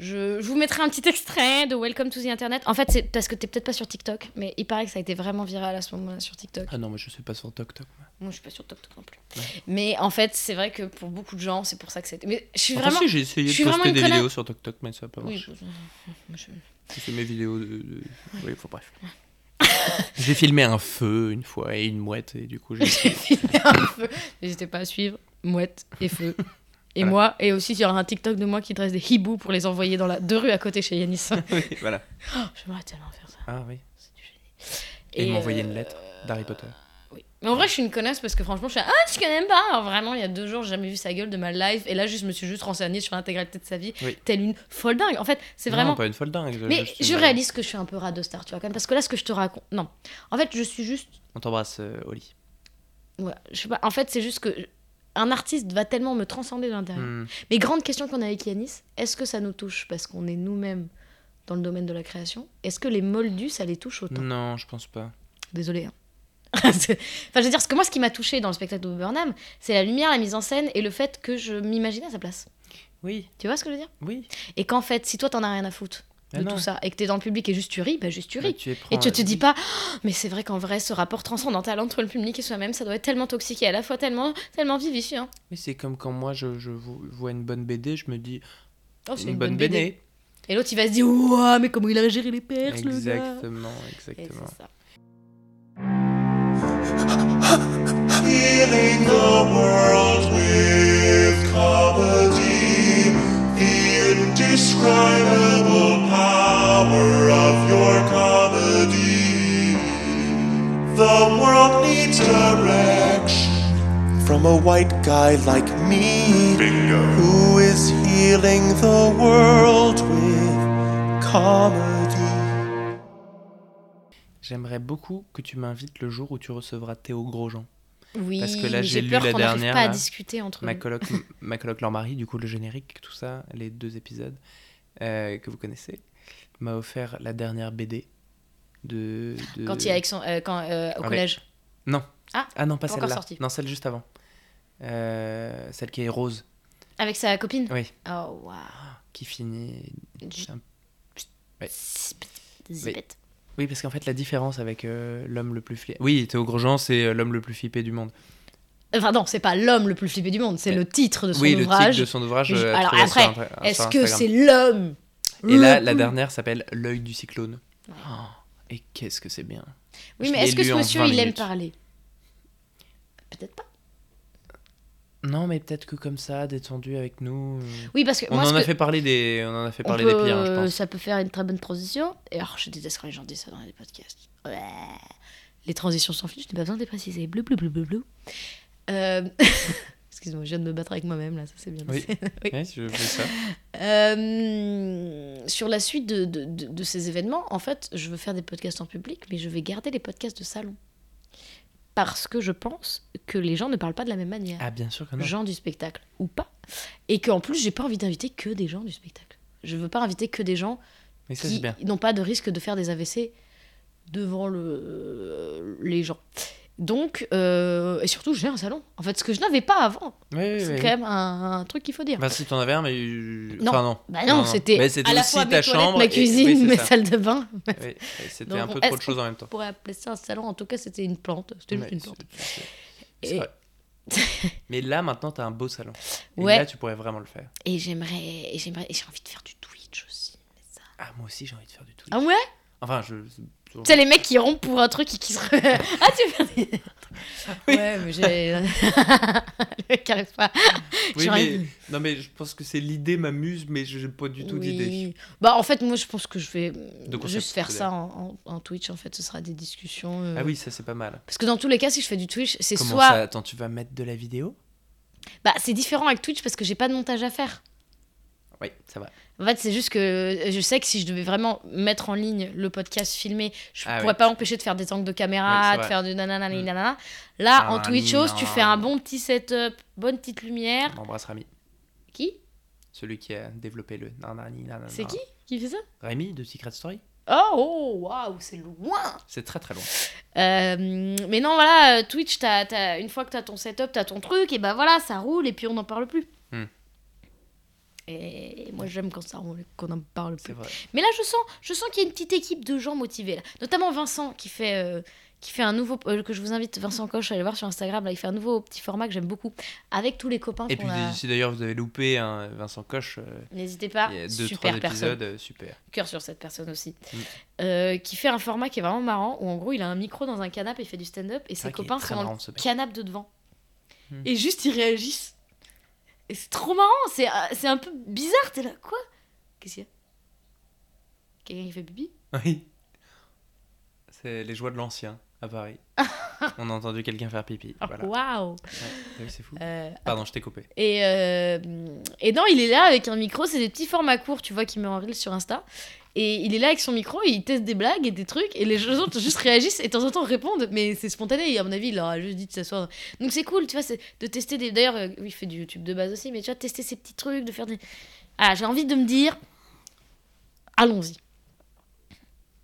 Speaker 2: Je, je vous mettrai un petit extrait de Welcome to the Internet. En fait, c'est parce que t'es peut-être pas sur TikTok, mais il paraît que ça a été vraiment viral à ce moment-là sur TikTok.
Speaker 1: Ah non, moi je suis pas sur TokTok.
Speaker 2: Moi, je suis pas sur TikTok non plus.
Speaker 1: Ouais.
Speaker 2: Mais en fait, c'est vrai que pour beaucoup de gens, c'est pour ça que c'était. Mais je suis
Speaker 1: Enfin,
Speaker 2: vraiment.
Speaker 1: si, j'ai essayé
Speaker 2: je suis
Speaker 1: de
Speaker 2: vraiment
Speaker 1: poster
Speaker 2: une
Speaker 1: des
Speaker 2: connasse.
Speaker 1: vidéos sur TokTok, mais ça n'a pas
Speaker 2: Oui,
Speaker 1: marché.
Speaker 2: je- je- je-
Speaker 1: C'est mes vidéos de. de- Oui, faut bref. j'ai filmé un feu une fois et une mouette, et du coup j'ai.
Speaker 2: j'ai filé un feu. N'hésitez pas à suivre Mouette et Feu. Et
Speaker 1: Voilà.
Speaker 2: moi, et aussi, il y aura un TikTok de moi qui dresse des hiboux pour les envoyer dans la deux rues à côté chez Yanis.
Speaker 1: Oui, voilà.
Speaker 2: J'aimerais tellement faire ça.
Speaker 1: Ah oui.
Speaker 2: C'est du génie.
Speaker 1: Et, m'envoyer une
Speaker 2: euh,
Speaker 1: lettre d'Harry Potter.
Speaker 2: oui. Mais en vrai, je suis une connasse parce que franchement, je suis là, ah, je connais même pas. Alors, vraiment, il y a deux jours, j'ai jamais vu sa gueule de ma life. Et là, juste, je me suis juste renseignée sur l'intégralité de sa vie,
Speaker 1: Oui.
Speaker 2: telle une folle dingue. En fait, c'est
Speaker 1: Non,
Speaker 2: vraiment.
Speaker 1: pas une folle dingue.
Speaker 2: Mais
Speaker 1: juste
Speaker 2: je
Speaker 1: une-
Speaker 2: réalise que je suis un peu rat de star, tu vois, quand même. Parce que là, ce que je te raconte. Non. En fait, je suis juste.
Speaker 1: On t'embrasse, euh, Oli.
Speaker 2: ouais, je sais pas. En fait, c'est juste que. Un artiste va tellement me transcender de l'intérieur.
Speaker 1: Hmm.
Speaker 2: Mais grande question qu'on a avec Yanis, est-ce que ça nous touche parce qu'on est nous-mêmes dans le domaine de la création Est-ce que les moldus, ça les touche autant
Speaker 1: Non, je pense pas.
Speaker 2: Désolée. hein. C'est- enfin, je veux dire, ce que moi, ce qui m'a touché dans le spectacle de Burnham, c'est la lumière, la mise en scène et le fait que je m'imaginais à sa place.
Speaker 1: Oui,
Speaker 2: Tu vois ce que je veux dire
Speaker 1: oui.
Speaker 2: Et qu'en fait, si toi, t'en as rien à foutre de
Speaker 1: Mais Ah non.
Speaker 2: tout ça et que t'es dans le public et juste tu ris, bah juste tu
Speaker 1: Bah,
Speaker 2: ris.
Speaker 1: tu les prends,
Speaker 2: Et tu
Speaker 1: euh,
Speaker 2: te dis pas, Oh, mais c'est vrai qu'en vrai, ce rapport transcendantal entre le public et soi-même, ça doit être tellement toxique et à la fois tellement, tellement vivifiant.
Speaker 1: Mais c'est comme quand moi je, je vo- vois une bonne BD, je me dis
Speaker 2: Oh,
Speaker 1: une, bonne, BD.
Speaker 2: Et l'autre, il va se dire, ouah, mais comment il a géré les perses, le gars
Speaker 1: Exactement,
Speaker 2: Et
Speaker 1: exactement.
Speaker 2: c'est ça.
Speaker 3: Healing the world with comedy, the indescribable power of your comedy. The world needs direction from a white guy like me, who is healing the world with comedy.
Speaker 1: J'aimerais beaucoup que tu m'invites le jour où tu recevras Théo Grosjean.
Speaker 2: Oui,
Speaker 1: Parce que là,
Speaker 2: mais
Speaker 1: j'ai
Speaker 2: j'ai
Speaker 1: lu
Speaker 2: peur
Speaker 1: la
Speaker 2: qu'on n'arrive
Speaker 1: dernière,
Speaker 2: pas à
Speaker 1: là.
Speaker 2: discuter entre
Speaker 1: Ma
Speaker 2: nous.
Speaker 1: coloc, ma coloc leur mari, du coup le générique, tout ça, les deux épisodes euh, que vous connaissez, m'a offert la dernière BD de. de-
Speaker 2: Quand il est avec son, euh, quand, euh, au
Speaker 1: Avec-
Speaker 2: collège.
Speaker 1: Non.
Speaker 2: Ah,
Speaker 1: ah non, pas
Speaker 2: pas encore
Speaker 1: celle-là.
Speaker 2: sortie.
Speaker 1: Non, celle juste avant. Euh, celle qui est rose,
Speaker 2: Avec sa copine
Speaker 1: Oui.
Speaker 2: Oh, waouh.
Speaker 1: qui finit.
Speaker 2: Ju-
Speaker 1: un- Ouais.
Speaker 2: Zip, zip
Speaker 1: Mais-
Speaker 2: it.
Speaker 1: Oui, parce qu'en fait, la différence avec euh, l'homme le plus flippé. Oui, Théo Grosjean, c'est euh, l'homme le plus flippé du monde.
Speaker 2: Enfin, non, Euh, c'est pas l'homme le plus flippé du monde, c'est
Speaker 1: Mais-
Speaker 2: le titre de son
Speaker 1: oui, le
Speaker 2: ouvrage.
Speaker 1: titre de son ouvrage.
Speaker 2: Mais je-
Speaker 1: euh,
Speaker 2: alors
Speaker 1: trouvé sur
Speaker 2: après,
Speaker 1: Intra-
Speaker 2: Est-ce
Speaker 1: sur
Speaker 2: que
Speaker 1: Instagram.
Speaker 2: c'est l'homme
Speaker 1: Et là,
Speaker 2: le
Speaker 1: la
Speaker 2: plus-
Speaker 1: dernière s'appelle L'œil du cyclone.
Speaker 2: Ouais.
Speaker 1: Oh, et qu'est-ce que c'est bien.
Speaker 2: Oui,
Speaker 1: Je
Speaker 2: mais
Speaker 1: l'ai
Speaker 2: est-ce que
Speaker 1: lu
Speaker 2: ce
Speaker 1: en
Speaker 2: monsieur,
Speaker 1: 20
Speaker 2: il aime
Speaker 1: minutes.
Speaker 2: parler Peut-être pas.
Speaker 1: Non, mais peut-être que comme ça, détendu avec nous. euh,
Speaker 2: Oui, parce que
Speaker 1: On
Speaker 2: moi, ce
Speaker 1: en a
Speaker 2: que-
Speaker 1: fait parler des, on en a fait
Speaker 2: on
Speaker 1: parler
Speaker 2: peut-
Speaker 1: des pires, hein, je pense.
Speaker 2: ça peut faire une très bonne transition. Et alors, je déteste quand les gens disent ça dans les podcasts. Ouais. Les transitions sans fil, je n'ai pas besoin de les préciser. Blou, blou, blou, blou, blou. Euh, Excuse-moi, je viens de me battre avec moi-même, là, ça c'est bien.
Speaker 1: Oui.
Speaker 2: Oui.
Speaker 1: Ouais, je fais ça.
Speaker 2: Euh, sur la suite de, de- de- de ces événements, en fait, je veux faire des podcasts en public, mais je vais garder les podcasts de salon. Parce que je pense que les gens ne parlent pas de la même manière.
Speaker 1: Ah, bien sûr que non.
Speaker 2: gens du spectacle ou pas. Et qu'en plus, j'ai pas envie d'inviter que des gens du spectacle. Je veux pas inviter que des gens
Speaker 1: Mais ça, c'est
Speaker 2: qui
Speaker 1: bien.
Speaker 2: n'ont pas de risque de faire des AVC devant le, euh, les gens. Donc, euh, et surtout, j'ai un salon. En fait, ce que je n'avais pas avant.
Speaker 1: Oui, oui,
Speaker 2: C'est
Speaker 1: oui.
Speaker 2: quand même un, un truc qu'il faut dire.
Speaker 1: Enfin, Bah, si t'en avais un, mais. euh,
Speaker 2: Non.
Speaker 1: Enfin, non.
Speaker 2: Bah non, c'était
Speaker 1: Mais
Speaker 2: à la
Speaker 1: aussi
Speaker 2: fois
Speaker 1: ta
Speaker 2: mes toilettes,
Speaker 1: chambre.
Speaker 2: ma
Speaker 1: et-
Speaker 2: cuisine,
Speaker 1: oui, c'est
Speaker 2: mes
Speaker 1: ça.
Speaker 2: salles de bain. On
Speaker 1: Oui, et C'était
Speaker 2: Donc,
Speaker 1: un peu
Speaker 2: est-ce
Speaker 1: trop de choses en même temps.
Speaker 2: pourrait appeler ça un salon. En tout cas, c'était une plante. C'était juste
Speaker 1: Ouais,
Speaker 2: une plante.
Speaker 1: c'est- c'est- c'est
Speaker 2: Et-
Speaker 1: vrai. Mais là, maintenant, t'as un beau salon. Et
Speaker 2: Ouais.
Speaker 1: là, tu pourrais vraiment le faire.
Speaker 2: Et j'aimerais, et j'aimerais, et j'ai envie de faire du Twitch aussi. mais ça-
Speaker 1: Ah, moi aussi, j'ai envie de faire du tout.
Speaker 2: Ah ouais
Speaker 1: Enfin, je.
Speaker 2: C'est les mecs qui rompent pour un truc et qui se. re- ah, tu veux dire
Speaker 1: Oui.
Speaker 2: Ouais, mais j'ai. le mec qui arrive pas.
Speaker 1: Oui,
Speaker 2: j'aurais
Speaker 1: mais...
Speaker 2: dit.
Speaker 1: Non, mais je pense que c'est l'idée m'amuse, mais je n'ai pas du tout d'idée.
Speaker 2: Oui. Bah, en fait, moi, je pense que je vais
Speaker 1: concept,
Speaker 2: juste faire
Speaker 1: peut-être.
Speaker 2: ça en, en- en Twitch. En fait, ce sera des discussions. euh,
Speaker 1: Ah oui, ça c'est pas mal.
Speaker 2: Parce que dans tous les cas, si je fais du Twitch, c'est
Speaker 1: Comment
Speaker 2: soit.
Speaker 1: ça Attends, tu vas mettre de la vidéo
Speaker 2: Bah, c'est différent avec Twitch parce que j'ai pas de montage à faire.
Speaker 1: Oui, ça va.
Speaker 2: En fait, c'est juste que euh, je sais que si je devais vraiment mettre en ligne le podcast filmé, je
Speaker 1: Ah
Speaker 2: pourrais
Speaker 1: ouais.
Speaker 2: pas empêcher de faire des angles de
Speaker 1: Ouais,
Speaker 2: caméra,
Speaker 1: c'est
Speaker 2: de
Speaker 1: vrai.
Speaker 2: faire du nanana,
Speaker 1: Mm.
Speaker 2: nanana. Là, en
Speaker 1: Ah,
Speaker 2: Twitch house, tu
Speaker 1: non.
Speaker 2: fais un bon petit setup, bonne petite lumière.
Speaker 1: On embrasse Rami,
Speaker 2: Qui
Speaker 1: celui qui a développé le. nanani nanana.
Speaker 2: C'est qui qui fait ça
Speaker 1: Rami de Secret Story.
Speaker 2: Oh, oh, waouh, c'est loin
Speaker 1: C'est très très long.
Speaker 2: Euh, Mais non, voilà, euh, Twitch, t'as- t'as- une fois que t'as ton setup, t'as ton truc, et bah voilà, ça roule, et puis on n'en parle plus.
Speaker 1: Mm.
Speaker 2: Et moi, j'aime quand ça roule, qu'on n'en parle plus.
Speaker 1: C'est vrai.
Speaker 2: Mais là, je sens, je sens qu'il y a une petite équipe de gens motivés, là. notamment Vincent qui fait, euh, qui fait un nouveau euh, que je vous invite, Vincent Coche, à aller voir sur Instagram. Là, il fait un nouveau petit format que j'aime beaucoup avec tous les copains.
Speaker 1: Et
Speaker 2: qu'on
Speaker 1: puis
Speaker 2: a...
Speaker 1: si d'ailleurs vous avez loupé un Vincent Coche, euh,
Speaker 2: N'hésitez pas,
Speaker 1: il y a deux
Speaker 2: super
Speaker 1: trois
Speaker 2: personne.
Speaker 1: épisodes, euh, super.
Speaker 2: Cœur sur cette personne aussi.
Speaker 1: Mm.
Speaker 2: Euh, qui fait un format qui est vraiment marrant où en gros il a un micro dans un canapé, il fait du stand-up et
Speaker 1: C'est
Speaker 2: ses
Speaker 1: vrai qu'il est
Speaker 2: copains
Speaker 1: très
Speaker 2: sont dans
Speaker 1: marrant,
Speaker 2: le
Speaker 1: ce mec.
Speaker 2: canapé de devant.
Speaker 1: Mm.
Speaker 2: Et juste ils réagissent. Et c'est trop marrant, c'est euh, c'est un peu bizarre, t'es là, quoi Qu'est-ce qu'il y a Quelqu'un qui fait bibi
Speaker 1: Oui. C'est les joies de l'ancien à Paris. On a entendu quelqu'un faire pipi.
Speaker 2: Oh,
Speaker 1: Voilà.
Speaker 2: Waouh
Speaker 1: Ouais. Ah oui, c'est fou.
Speaker 2: Euh,
Speaker 1: Pardon, je t'ai coupé.
Speaker 2: Et, euh, et non, il est là avec un micro, c'est des petits formats courts, tu vois, qu'il met en reel sur Insta. Et il est là avec son micro, il teste des blagues et des trucs, et les autres juste réagissent et de temps en temps répondent, mais c'est spontané, et à mon avis, il leur a juste dit de s'asseoir. Donc c'est cool, tu vois, c'est de tester des. D'ailleurs, euh, oui, il fait du YouTube de base aussi, mais tu vois, tester ces petits trucs, de faire des. Ah, j'ai envie de me dire. Allons-y.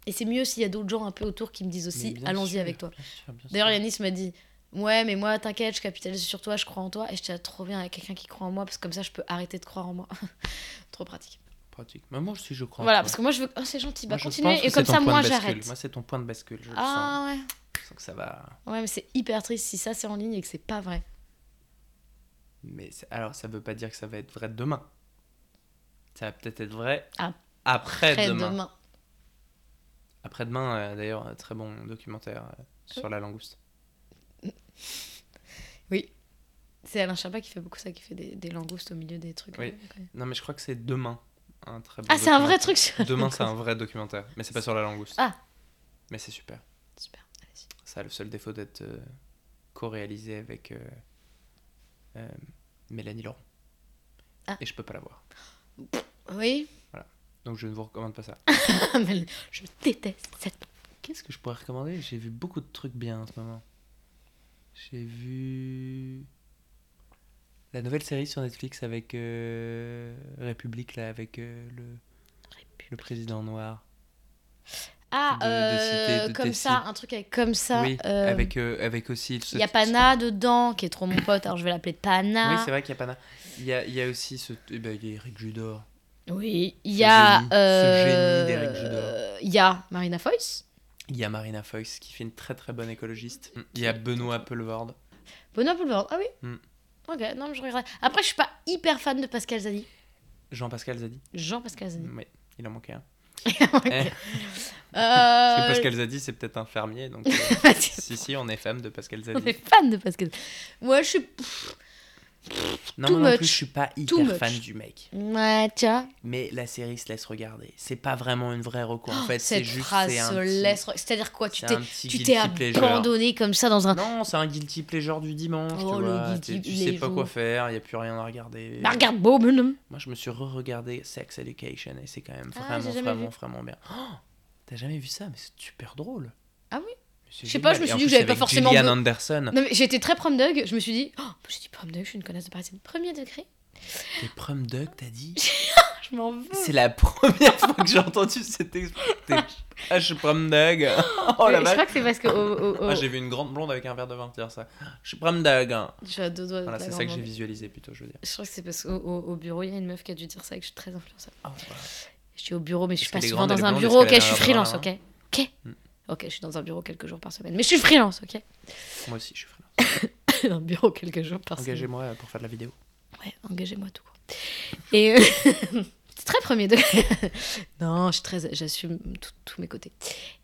Speaker 2: Et c'est mieux s'il y a d'autres gens un peu autour qui me disent
Speaker 1: Mais
Speaker 2: aussi,
Speaker 1: bien
Speaker 2: allons-y
Speaker 1: sûr,
Speaker 2: avec toi.
Speaker 1: bien sûr, bien
Speaker 2: D'ailleurs,
Speaker 1: sûr.
Speaker 2: Yanis m'a dit Ouais, mais moi, t'inquiète, je capitalise sur toi, je crois en toi. Et j'étais là, trop bien avec quelqu'un qui croit en moi, parce que comme ça, je peux arrêter de croire en moi. trop pratique.
Speaker 1: Pratique. Mais moi, si je crois. en
Speaker 2: voilà,
Speaker 1: toi.
Speaker 2: parce que moi, je veux. Oh, c'est gentil, bah
Speaker 1: Moi, je pense
Speaker 2: continuez.
Speaker 1: que
Speaker 2: Et comme
Speaker 1: c'est ton
Speaker 2: ça,
Speaker 1: point
Speaker 2: moi,
Speaker 1: de bascule.
Speaker 2: j'arrête.
Speaker 1: Moi, c'est ton point de bascule. Je, le sens.
Speaker 2: Ah ouais.
Speaker 1: Je sens que ça va.
Speaker 2: Ouais, mais c'est hyper triste si ça, c'est en ligne et que c'est pas vrai.
Speaker 1: Mais c'est- alors, ça veut pas dire que ça va être vrai demain. Ça va peut-être être vrai
Speaker 2: Ah.
Speaker 1: après,
Speaker 2: Après,
Speaker 1: demain.
Speaker 2: demain.
Speaker 1: Après demain, euh, d'ailleurs, un très bon documentaire euh, sur la langouste.
Speaker 2: C'est Alain Chabat qui fait beaucoup ça, qui fait des, des langoustes au milieu des trucs.
Speaker 1: Oui.
Speaker 2: Ouais.
Speaker 1: Non, mais je crois que c'est demain. Un très bon
Speaker 2: Ah, c'est un vrai
Speaker 1: documentaire.
Speaker 2: truc sur-
Speaker 1: Demain, c'est un vrai documentaire. Mais c'est pas sur la langouste.
Speaker 2: Ah.
Speaker 1: Mais c'est super.
Speaker 2: Super. allez-y.
Speaker 1: Ça a le seul défaut d'être euh, co-réalisé avec euh, euh, Mélanie Laurent.
Speaker 2: Ah.
Speaker 1: Et je peux pas la voir.
Speaker 2: Oui.
Speaker 1: Donc je ne vous recommande pas ça.
Speaker 2: Mais je déteste cette.
Speaker 1: Qu'est-ce que je pourrais recommander J'ai vu beaucoup de trucs bien en ce moment. J'ai vu la nouvelle série sur Netflix avec euh, République là avec euh, le, le président noir.
Speaker 2: Ah,
Speaker 1: de- de
Speaker 2: euh,
Speaker 1: citer, de
Speaker 2: comme
Speaker 1: Tessie.
Speaker 2: ça, un truc avec comme ça.
Speaker 1: oui,
Speaker 2: euh,
Speaker 1: avec euh, avec aussi. ce-
Speaker 2: Il y a Pana dedans, qui est trop mon pote, alors je vais l'appeler Pana.
Speaker 1: Oui, c'est vrai qu'il y a Pana. Il y a, il y a aussi ce eh ben, il y a Eric Judor.
Speaker 2: Oui, il
Speaker 1: Ce
Speaker 2: y a.
Speaker 1: génie, ce
Speaker 2: euh,
Speaker 1: génie d'Éric Judor.
Speaker 2: euh, Il y a Marina Foïs.
Speaker 1: Il y a Marina Foïs qui fait une très très bonne écologiste.
Speaker 2: Mm.
Speaker 1: Il y a Benoît Appelvord.
Speaker 2: Benoît Boulevard. Ah oui
Speaker 1: Hmm.
Speaker 2: Ok, non, mais je regarderai. Après, je suis pas hyper fan de Pascal Zadi.
Speaker 1: Jean-Pascal Zadi.
Speaker 2: Jean-Pascal Zadi.
Speaker 1: Oui, il en manquait
Speaker 2: Euh,
Speaker 1: un.
Speaker 2: Ok.
Speaker 1: Eh, parce que
Speaker 2: Euh,
Speaker 1: Pascal Zadi, c'est peut-être un fermier. Donc, euh,
Speaker 2: Pascal-
Speaker 1: si, si, on est femme de Pascal
Speaker 2: On est
Speaker 1: Zadi.
Speaker 2: fan de Pascal Ouais, je suis.
Speaker 1: Non,
Speaker 2: too
Speaker 1: moi non
Speaker 2: much.
Speaker 1: plus, je suis pas
Speaker 2: Too
Speaker 1: hyper
Speaker 2: much.
Speaker 1: fan du mec.
Speaker 2: Ouais, tiens.
Speaker 1: Mais la série se laisse regarder. C'est pas vraiment une vraie reco. En fait, c'est
Speaker 2: Oh, Cette
Speaker 1: juste.
Speaker 2: phrase
Speaker 1: c'est un
Speaker 2: se
Speaker 1: petit-
Speaker 2: laisse. re- C'est-à-dire quoi Tu
Speaker 1: c'est
Speaker 2: t'es
Speaker 1: un petit
Speaker 2: tu t'es
Speaker 1: guilty pleasure.
Speaker 2: abandonné comme ça dans un.
Speaker 1: Non, c'est un guilty pleasure du dimanche.
Speaker 2: Oh,
Speaker 1: tu
Speaker 2: le
Speaker 1: vois.
Speaker 2: guilty
Speaker 1: T'es- tu sais pas
Speaker 2: pleasure.
Speaker 1: quoi faire, il n'y a plus rien à regarder.
Speaker 2: Bah, regarde, beau, bonhomme.
Speaker 1: Moi, je me suis re-regardé Sex Education et c'est quand même
Speaker 2: Ah,
Speaker 1: vraiment,
Speaker 2: j'ai jamais
Speaker 1: vraiment,
Speaker 2: vu.
Speaker 1: vraiment bien. Oh, T'as jamais vu ça Mais c'est super drôle.
Speaker 2: Ah oui
Speaker 1: Mais c'est
Speaker 2: Je sais pas,
Speaker 1: génial.
Speaker 2: je
Speaker 1: Et
Speaker 2: me suis
Speaker 1: en
Speaker 2: dit que
Speaker 1: plus,
Speaker 2: j'avais pas
Speaker 1: avec
Speaker 2: forcément
Speaker 1: Gillian
Speaker 2: be-
Speaker 1: Anderson,
Speaker 2: Non, mais j'étais très prom dog. Je me suis dit, oh, j'ai dit prom dog, je suis une connasse de parisienne. Premier degré.
Speaker 1: les prom Duck, t'as dit
Speaker 2: Je m'en veux.
Speaker 1: C'est la première fois que j'ai entendu cette expression. Ah, je suis prom Duck. Oh la
Speaker 2: je crois
Speaker 1: vache.
Speaker 2: que c'est parce que. oh, oh, oh,
Speaker 1: Ah, j'ai vu une grande blonde avec un verre de vin dire ça. Je suis prom Duck.
Speaker 2: Je suis à deux doigts de
Speaker 1: Voilà,
Speaker 2: la
Speaker 1: c'est ça
Speaker 2: grande
Speaker 1: que j'ai
Speaker 2: envie.
Speaker 1: visualisé plutôt, je veux dire.
Speaker 2: Je crois que c'est parce qu'au au- au bureau, il y a une meuf qui a dû dire ça et que je suis très influençable.
Speaker 1: Ah, voilà.
Speaker 2: Je suis au bureau, mais je suis
Speaker 1: Est-ce
Speaker 2: pas
Speaker 1: qu'elle est
Speaker 2: souvent
Speaker 1: grande, elle
Speaker 2: dans
Speaker 1: est
Speaker 2: un
Speaker 1: blonde,
Speaker 2: bureau, ok
Speaker 1: est-ce qu'elle a
Speaker 2: Je suis
Speaker 1: un bras
Speaker 2: freelance, ok Ok
Speaker 1: Hmm.
Speaker 2: Ok, je suis dans un bureau quelques jours par semaine. Mais je suis freelance, ok
Speaker 1: Moi aussi, je suis freelance.
Speaker 2: Dans un bureau quelques jours par semaine.
Speaker 1: Engagez-moi pour faire de la vidéo.
Speaker 2: Ouais, engagez-moi tout court. Et euh, C'était très premier degré. non, je suis très- j'assume tout- tous mes côtés.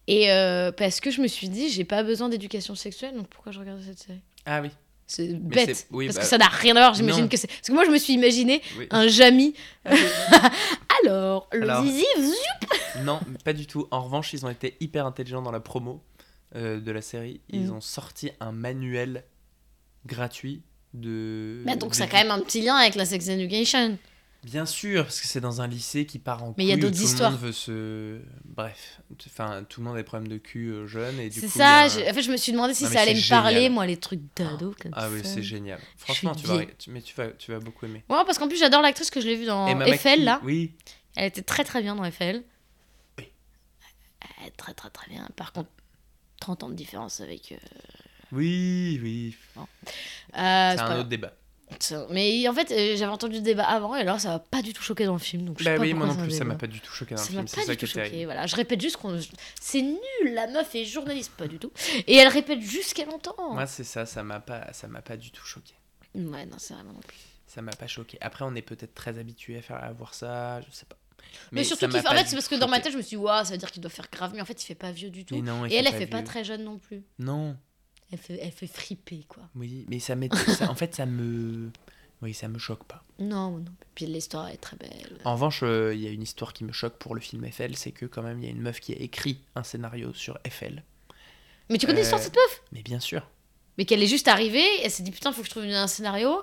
Speaker 2: Et euh, parce que je me suis dit, j'ai pas besoin d'éducation sexuelle, donc pourquoi je regarde cette série
Speaker 1: Ah oui.
Speaker 2: C'est bête.
Speaker 1: c'est- oui,
Speaker 2: parce
Speaker 1: bah,
Speaker 2: que ça n'a rien à voir, j'imagine
Speaker 1: non.
Speaker 2: que c'est. Parce que moi, je me suis imaginé
Speaker 1: oui.
Speaker 2: un Jamy. Alors, le
Speaker 1: Alors.
Speaker 2: zizi, zou.
Speaker 1: Non, pas du tout. En revanche, ils ont été hyper intelligents dans la promo euh, de la série. Ils
Speaker 2: Mm.
Speaker 1: ont sorti un manuel gratuit de.
Speaker 2: Bah, donc,
Speaker 1: de-
Speaker 2: ça a quand même un petit lien avec la sex education.
Speaker 1: Bien sûr, parce que c'est dans un lycée qui part en.
Speaker 2: Mais il y a
Speaker 1: couille,
Speaker 2: d'autres
Speaker 1: tout le
Speaker 2: histoires.
Speaker 1: monde veut se. Bref, T- enfin, tout le monde a des problèmes de cul euh, jeune et du
Speaker 2: C'est
Speaker 1: coup, il y
Speaker 2: ça.
Speaker 1: a un-
Speaker 2: je- euh, En fait, je me suis demandé si
Speaker 1: Non, mais
Speaker 2: ça allait
Speaker 1: c'est
Speaker 2: me parler,
Speaker 1: génial.
Speaker 2: moi, les trucs d'ado. comme
Speaker 1: Ah oui,
Speaker 2: ça.
Speaker 1: c'est génial. Franchement, tu vas,
Speaker 2: biais.
Speaker 1: tu- mais tu vas, tu vas beaucoup aimer.
Speaker 2: Ouais, parce qu'en plus, j'adore l'actrice que je l'ai vue dans
Speaker 1: Emma
Speaker 2: Eiffel,
Speaker 1: McKee,
Speaker 2: là.
Speaker 1: Oui.
Speaker 2: Elle était très très bien dans FL.
Speaker 1: Oui.
Speaker 2: Euh, très très très bien. Par contre, 30 ans de différence avec. euh,
Speaker 1: Oui, oui.
Speaker 2: euh, Ah, c'est
Speaker 1: c'est
Speaker 2: pas
Speaker 1: un autre débat.
Speaker 2: grave. Mais en fait, euh, j'avais entendu le débat avant et alors ça m'a pas du tout choqué dans le film. Donc je sais
Speaker 1: Bah
Speaker 2: pas
Speaker 1: oui, moi
Speaker 2: pourquoi
Speaker 1: non
Speaker 2: c'est un
Speaker 1: plus, ça
Speaker 2: débat.
Speaker 1: m'a pas du tout choqué dans
Speaker 2: Ça
Speaker 1: le
Speaker 2: m'a
Speaker 1: film.
Speaker 2: pas
Speaker 1: C'est ça
Speaker 2: du
Speaker 1: qui
Speaker 2: tout
Speaker 1: est
Speaker 2: choqué.
Speaker 1: terrible.
Speaker 2: Voilà, je répète juste qu'on. C'est nul, la meuf est journaliste, pas du tout. Et elle répète juste ce qu'elle entend.
Speaker 1: Moi, c'est ça, ça m'a pas, ça m'a pas du tout choqué.
Speaker 2: Ouais, non, c'est vraiment non plus.
Speaker 1: Ça m'a pas choqué. Après, on est peut-être très habitué à faire à voir ça, je sais pas.
Speaker 2: Mais, surtout,
Speaker 1: ça
Speaker 2: qu'il
Speaker 1: m'a
Speaker 2: fait- en
Speaker 1: pas
Speaker 2: fait,
Speaker 1: du
Speaker 2: c'est parce
Speaker 1: tout
Speaker 2: que dans ma
Speaker 1: choqué.
Speaker 2: tête, je me suis dit, waouh, ça veut dire qu'il doit faire grave. Mais en fait, il fait pas vieux du tout.
Speaker 1: Mais non, il
Speaker 2: et elle, elle
Speaker 1: pas
Speaker 2: fait pas
Speaker 1: vieux.
Speaker 2: très jeune non plus.
Speaker 1: Non,
Speaker 2: Elle fait, elle fait friper, quoi.
Speaker 1: oui, mais ça m'étonne. ça- en fait, ça me, oui, ça me choque pas.
Speaker 2: Non, moi non. Puis l'histoire est très belle.
Speaker 1: En revanche, euh, il y a une histoire qui me choque pour le film Eiffel, c'est que quand même, il y a une meuf qui a écrit un scénario sur Eiffel.
Speaker 2: Mais tu
Speaker 1: Euh,
Speaker 2: connais l'histoire de cette meuf
Speaker 1: Mais bien sûr.
Speaker 2: Mais qu'elle est juste arrivée, elle s'est dit putain, faut que je trouve un scénario,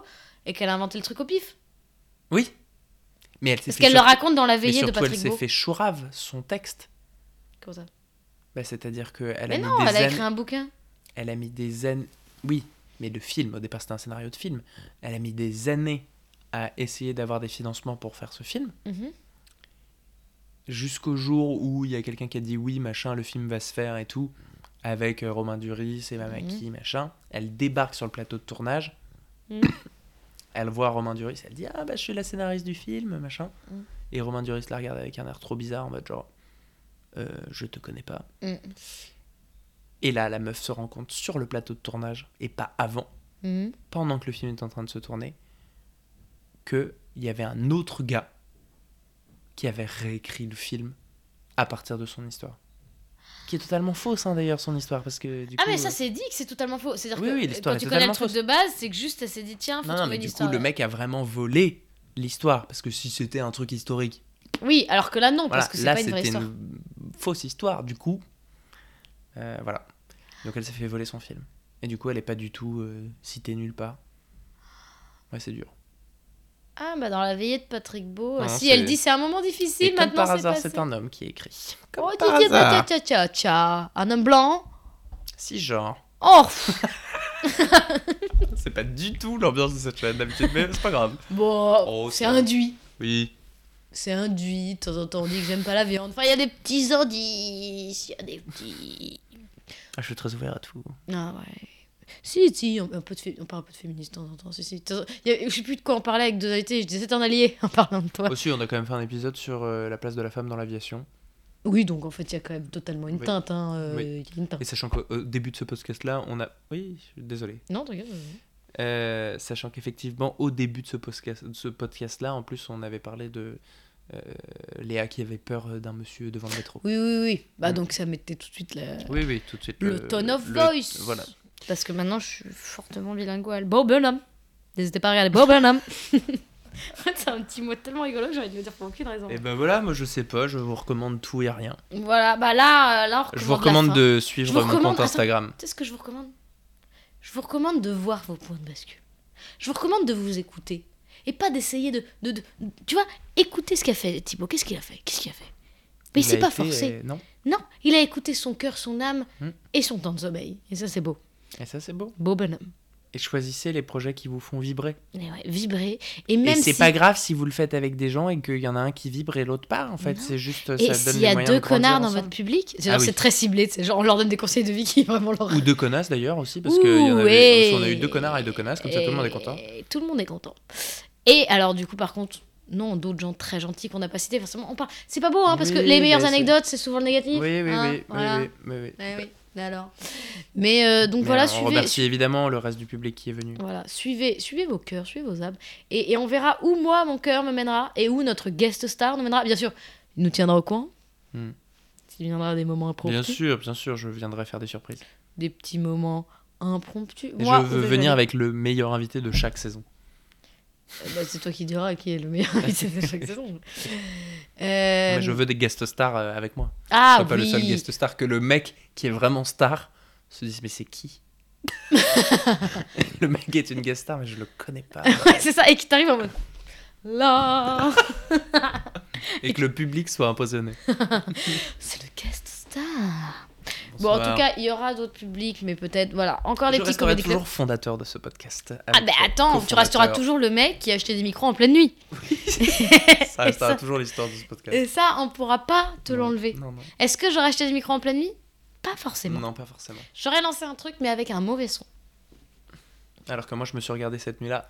Speaker 2: et qu'elle a inventé le truc au pif.
Speaker 1: Oui. Mais elle s'est
Speaker 2: Parce
Speaker 1: fait
Speaker 2: qu'elle le
Speaker 1: choper-
Speaker 2: raconte dans la
Speaker 1: mais
Speaker 2: veillée de
Speaker 1: surtout, elle
Speaker 2: Patrick
Speaker 1: s'est
Speaker 2: Beau.
Speaker 1: fait chourave son texte.
Speaker 2: Comment ça
Speaker 1: Bah, C'est-à-dire qu'elle a,
Speaker 2: Mais
Speaker 1: mis
Speaker 2: non,
Speaker 1: des
Speaker 2: elle a
Speaker 1: années-
Speaker 2: écrit un bouquin.
Speaker 1: elle a mis des années... Oui, mais le film, au départ c'était un scénario de film. Elle a mis des années à essayer d'avoir des financements pour faire ce film.
Speaker 2: Mhm.
Speaker 1: Jusqu'au jour où il y a quelqu'un qui a dit oui, machin, le film va se faire et tout, avec euh, Romain Duris et Mamaki, machin. Elle débarque sur le plateau de tournage.
Speaker 2: Mhm.
Speaker 1: Elle voit Romain Duris, elle dit ah bah je suis la scénariste du film, machin.
Speaker 2: Mhm.
Speaker 1: Et Romain Duris la regarde avec un air trop bizarre en mode genre Euh, je te connais pas.
Speaker 2: Mhm.
Speaker 1: Et là, la meuf se rend compte sur le plateau de tournage et pas avant
Speaker 2: Mhm.
Speaker 1: pendant que le film est en train de se tourner, qu'il y avait un autre gars qui avait réécrit le film à partir de son histoire. Qui est totalement fausse, hein, d'ailleurs, son histoire, parce que du
Speaker 2: Ah,
Speaker 1: coup...
Speaker 2: mais ça,
Speaker 1: euh,
Speaker 2: c'est dit que c'est totalement faux. C'est-à-dire
Speaker 1: Oui,
Speaker 2: que
Speaker 1: oui,
Speaker 2: euh,
Speaker 1: l'histoire
Speaker 2: quand
Speaker 1: est
Speaker 2: tu connais le
Speaker 1: totalement
Speaker 2: truc
Speaker 1: fausse.
Speaker 2: de base, c'est que juste, elle s'est dit tiens, faut
Speaker 1: Non, non,
Speaker 2: trouver
Speaker 1: mais
Speaker 2: une
Speaker 1: du coup,
Speaker 2: histoire.
Speaker 1: le mec a vraiment volé l'histoire, parce que si c'était un truc historique...
Speaker 2: Oui, alors que là, non,
Speaker 1: Voilà,
Speaker 2: parce que c'est
Speaker 1: là,
Speaker 2: pas une vraie
Speaker 1: c'était
Speaker 2: histoire.
Speaker 1: une fausse histoire, du coup... euh, voilà. Donc elle s'est fait voler son film. Et du coup, elle est pas du tout euh, citée nulle part. Ouais, c'est dur.
Speaker 2: Ah, bah dans la veillée de Patrick Beau.
Speaker 1: Non,
Speaker 2: si
Speaker 1: c'est-
Speaker 2: elle dit c'est un moment difficile,
Speaker 1: Et comme
Speaker 2: maintenant
Speaker 1: par hasard,
Speaker 2: passé.
Speaker 1: c'est un homme qui écrit. Comme
Speaker 2: Oh,
Speaker 1: par
Speaker 2: Didier,
Speaker 1: hasard.
Speaker 2: tcha, tcha, tcha, tcha. Un homme blanc.
Speaker 1: Si genre.
Speaker 2: Oh, pff,
Speaker 1: C'est pas du tout l'ambiance de cette chaîne d'habitude, mais c'est pas grave.
Speaker 2: bon,
Speaker 1: Oh,
Speaker 2: c'est
Speaker 1: ça.
Speaker 2: induit.
Speaker 1: Oui.
Speaker 2: C'est induit, de temps en temps on dit que j'aime pas la viande. Enfin, il y a des petits indices, il y a des petits.
Speaker 1: je suis très ouvert à tout.
Speaker 2: Ah ouais. Si, si, on, un peu de fé- on parle un peu de féministe de temps en temps. Si, si. De temps en- il y a- je sais plus de quoi on parlait avec deux alités, je disais c'est un allié en parlant de toi.
Speaker 1: Aussi, on a quand même fait un épisode sur euh, la place de la femme dans l'aviation.
Speaker 2: Oui, donc en fait, il y a quand même totalement une
Speaker 1: Oui.
Speaker 2: teinte. Hein, euh,
Speaker 1: Oui.
Speaker 2: il y a une teinte.
Speaker 1: Et sachant qu'au au début de ce podcast-là, on a. Oui, je- désolé.
Speaker 2: Non, t'inquiète. euh,
Speaker 1: Euh, sachant qu'effectivement, au début de ce, podcast, de ce podcast-là, en plus, on avait parlé de euh, Léa qui avait peur d'un monsieur devant le métro.
Speaker 2: Oui, oui, oui. Bah,
Speaker 1: Mm.
Speaker 2: donc ça mettait tout de suite la-
Speaker 1: Oui, oui, tout de suite. euh,
Speaker 2: le tone of
Speaker 1: le-
Speaker 2: voice.
Speaker 1: Voilà.
Speaker 2: Parce que maintenant, je suis fortement bilinguale. Bob Burnham. N'hésitez pas à regarder Bob Burnham. En fait, c'est un petit mot tellement rigolo que j'ai envie de le dire pour aucune raison.
Speaker 1: Et ben voilà, moi je sais pas, je vous recommande tout et rien.
Speaker 2: Voilà, bah là, euh, là on
Speaker 1: Je vous
Speaker 2: recommande la
Speaker 1: recommande
Speaker 2: fin.
Speaker 1: de
Speaker 2: Je vous
Speaker 1: suivre mon
Speaker 2: recommande-
Speaker 1: compte Instagram.
Speaker 2: Tu sais ce que je vous recommande Je vous recommande de voir vos points de bascule. Je vous recommande de vous écouter. Et pas d'essayer de, de, de- Tu vois, écoutez ce qu'a fait Thibaut. Qu'est-ce qu'il a fait Qu'est-ce qu'il a fait Mais il
Speaker 1: Il
Speaker 2: s'est
Speaker 1: a
Speaker 2: pas
Speaker 1: été,
Speaker 2: forcé.
Speaker 1: euh, non.
Speaker 2: Non, il a écouté son cœur, son âme
Speaker 1: Hmm.
Speaker 2: et son temps de sommeil. Et ça, c'est beau.
Speaker 1: Et ça, c'est beau.
Speaker 2: Beau bonhomme.
Speaker 1: et choisissez les projets qui vous font vibrer.
Speaker 2: Mais ouais, vibrer. Et même
Speaker 1: et c'est
Speaker 2: si...
Speaker 1: pas grave si vous le faites avec des gens et qu'il y en a un qui vibre et l'autre pas. En fait,
Speaker 2: Non.
Speaker 1: c'est juste
Speaker 2: Et
Speaker 1: ça donne
Speaker 2: s'il
Speaker 1: les
Speaker 2: y a
Speaker 1: moyens
Speaker 2: deux
Speaker 1: de grandir
Speaker 2: connards dans
Speaker 1: ensemble.
Speaker 2: votre public, c'est
Speaker 1: Ah
Speaker 2: genre,
Speaker 1: oui.
Speaker 2: c'est très ciblé, tu sais, genre on leur donne des conseils de vie qui vraiment leur
Speaker 1: ou deux connasses d'ailleurs aussi parce
Speaker 2: Ouh,
Speaker 1: que y en avait-
Speaker 2: ouais.
Speaker 1: on a eu deux connards et deux connasses comme ça tout le monde est content.
Speaker 2: Et Tout le monde est content. Et alors du coup par contre, non, d'autres gens très gentils qu'on n'a pas cités, forcément, on parle. C'est pas beau, hein, parce que
Speaker 1: Oui,
Speaker 2: les meilleures
Speaker 1: mais c'est-
Speaker 2: anecdotes, c'est souvent le négatif.
Speaker 1: Oui, oui, oui,
Speaker 2: hein,
Speaker 1: oui,
Speaker 2: voilà.
Speaker 1: oui, oui, oui.
Speaker 2: Eh oui, mais alors. Mais euh, donc
Speaker 1: Mais
Speaker 2: voilà,
Speaker 1: alors, on
Speaker 2: suivez,
Speaker 1: remercie évidemment le reste du public qui est venu.
Speaker 2: voilà, suivez, suivez vos cœurs, suivez vos âmes, et, et on verra où moi mon cœur me mènera et où notre guest star nous mènera. Bien sûr, il nous tiendra au coin.
Speaker 1: Hmm.
Speaker 2: Il viendra à des moments
Speaker 1: Bien
Speaker 2: impromptus,
Speaker 1: sûr, bien sûr, je viendrai faire des surprises.
Speaker 2: des petits moments impromptus.
Speaker 1: Et
Speaker 2: Moi,
Speaker 1: je veux
Speaker 2: on peut
Speaker 1: venir
Speaker 2: jamais-
Speaker 1: avec le meilleur invité de chaque saison.
Speaker 2: Euh, bah, c'est toi qui diras qui est le meilleur invité de chaque saison. Euh,
Speaker 1: Ah, Mais je veux des guest stars euh, avec moi.
Speaker 2: Ah
Speaker 1: Soit pas le
Speaker 2: oui.
Speaker 1: seul guest star, que le mec qui est vraiment star se dise mais c'est qui Le mec est une guest star, mais je le connais pas.
Speaker 2: Ouais, c'est ça, et qui t'arrive en mode. Là,
Speaker 1: Et que le public soit empoisonné.
Speaker 2: c'est le guest star. Bon, en tout cas, il y aura d'autres publics, mais peut-être, voilà, encore les
Speaker 1: je
Speaker 2: petits
Speaker 1: resterai
Speaker 2: comédies
Speaker 1: toujours fondateur de ce podcast.
Speaker 2: Ah, ben attends, tu resteras
Speaker 1: toujours
Speaker 2: toujours le mec qui a acheté des micros en pleine nuit.
Speaker 1: Ça
Speaker 2: Et
Speaker 1: restera
Speaker 2: ça-
Speaker 1: toujours l'histoire de ce podcast.
Speaker 2: Et ça, on pourra pas te
Speaker 1: Non,
Speaker 2: l'enlever.
Speaker 1: Non, non.
Speaker 2: Est-ce que j'aurais acheté des micros en pleine nuit Pas forcément.
Speaker 1: Non, pas forcément.
Speaker 2: J'aurais lancé un truc, mais avec un mauvais son.
Speaker 1: Alors que moi, je me suis regardé cette nuit-là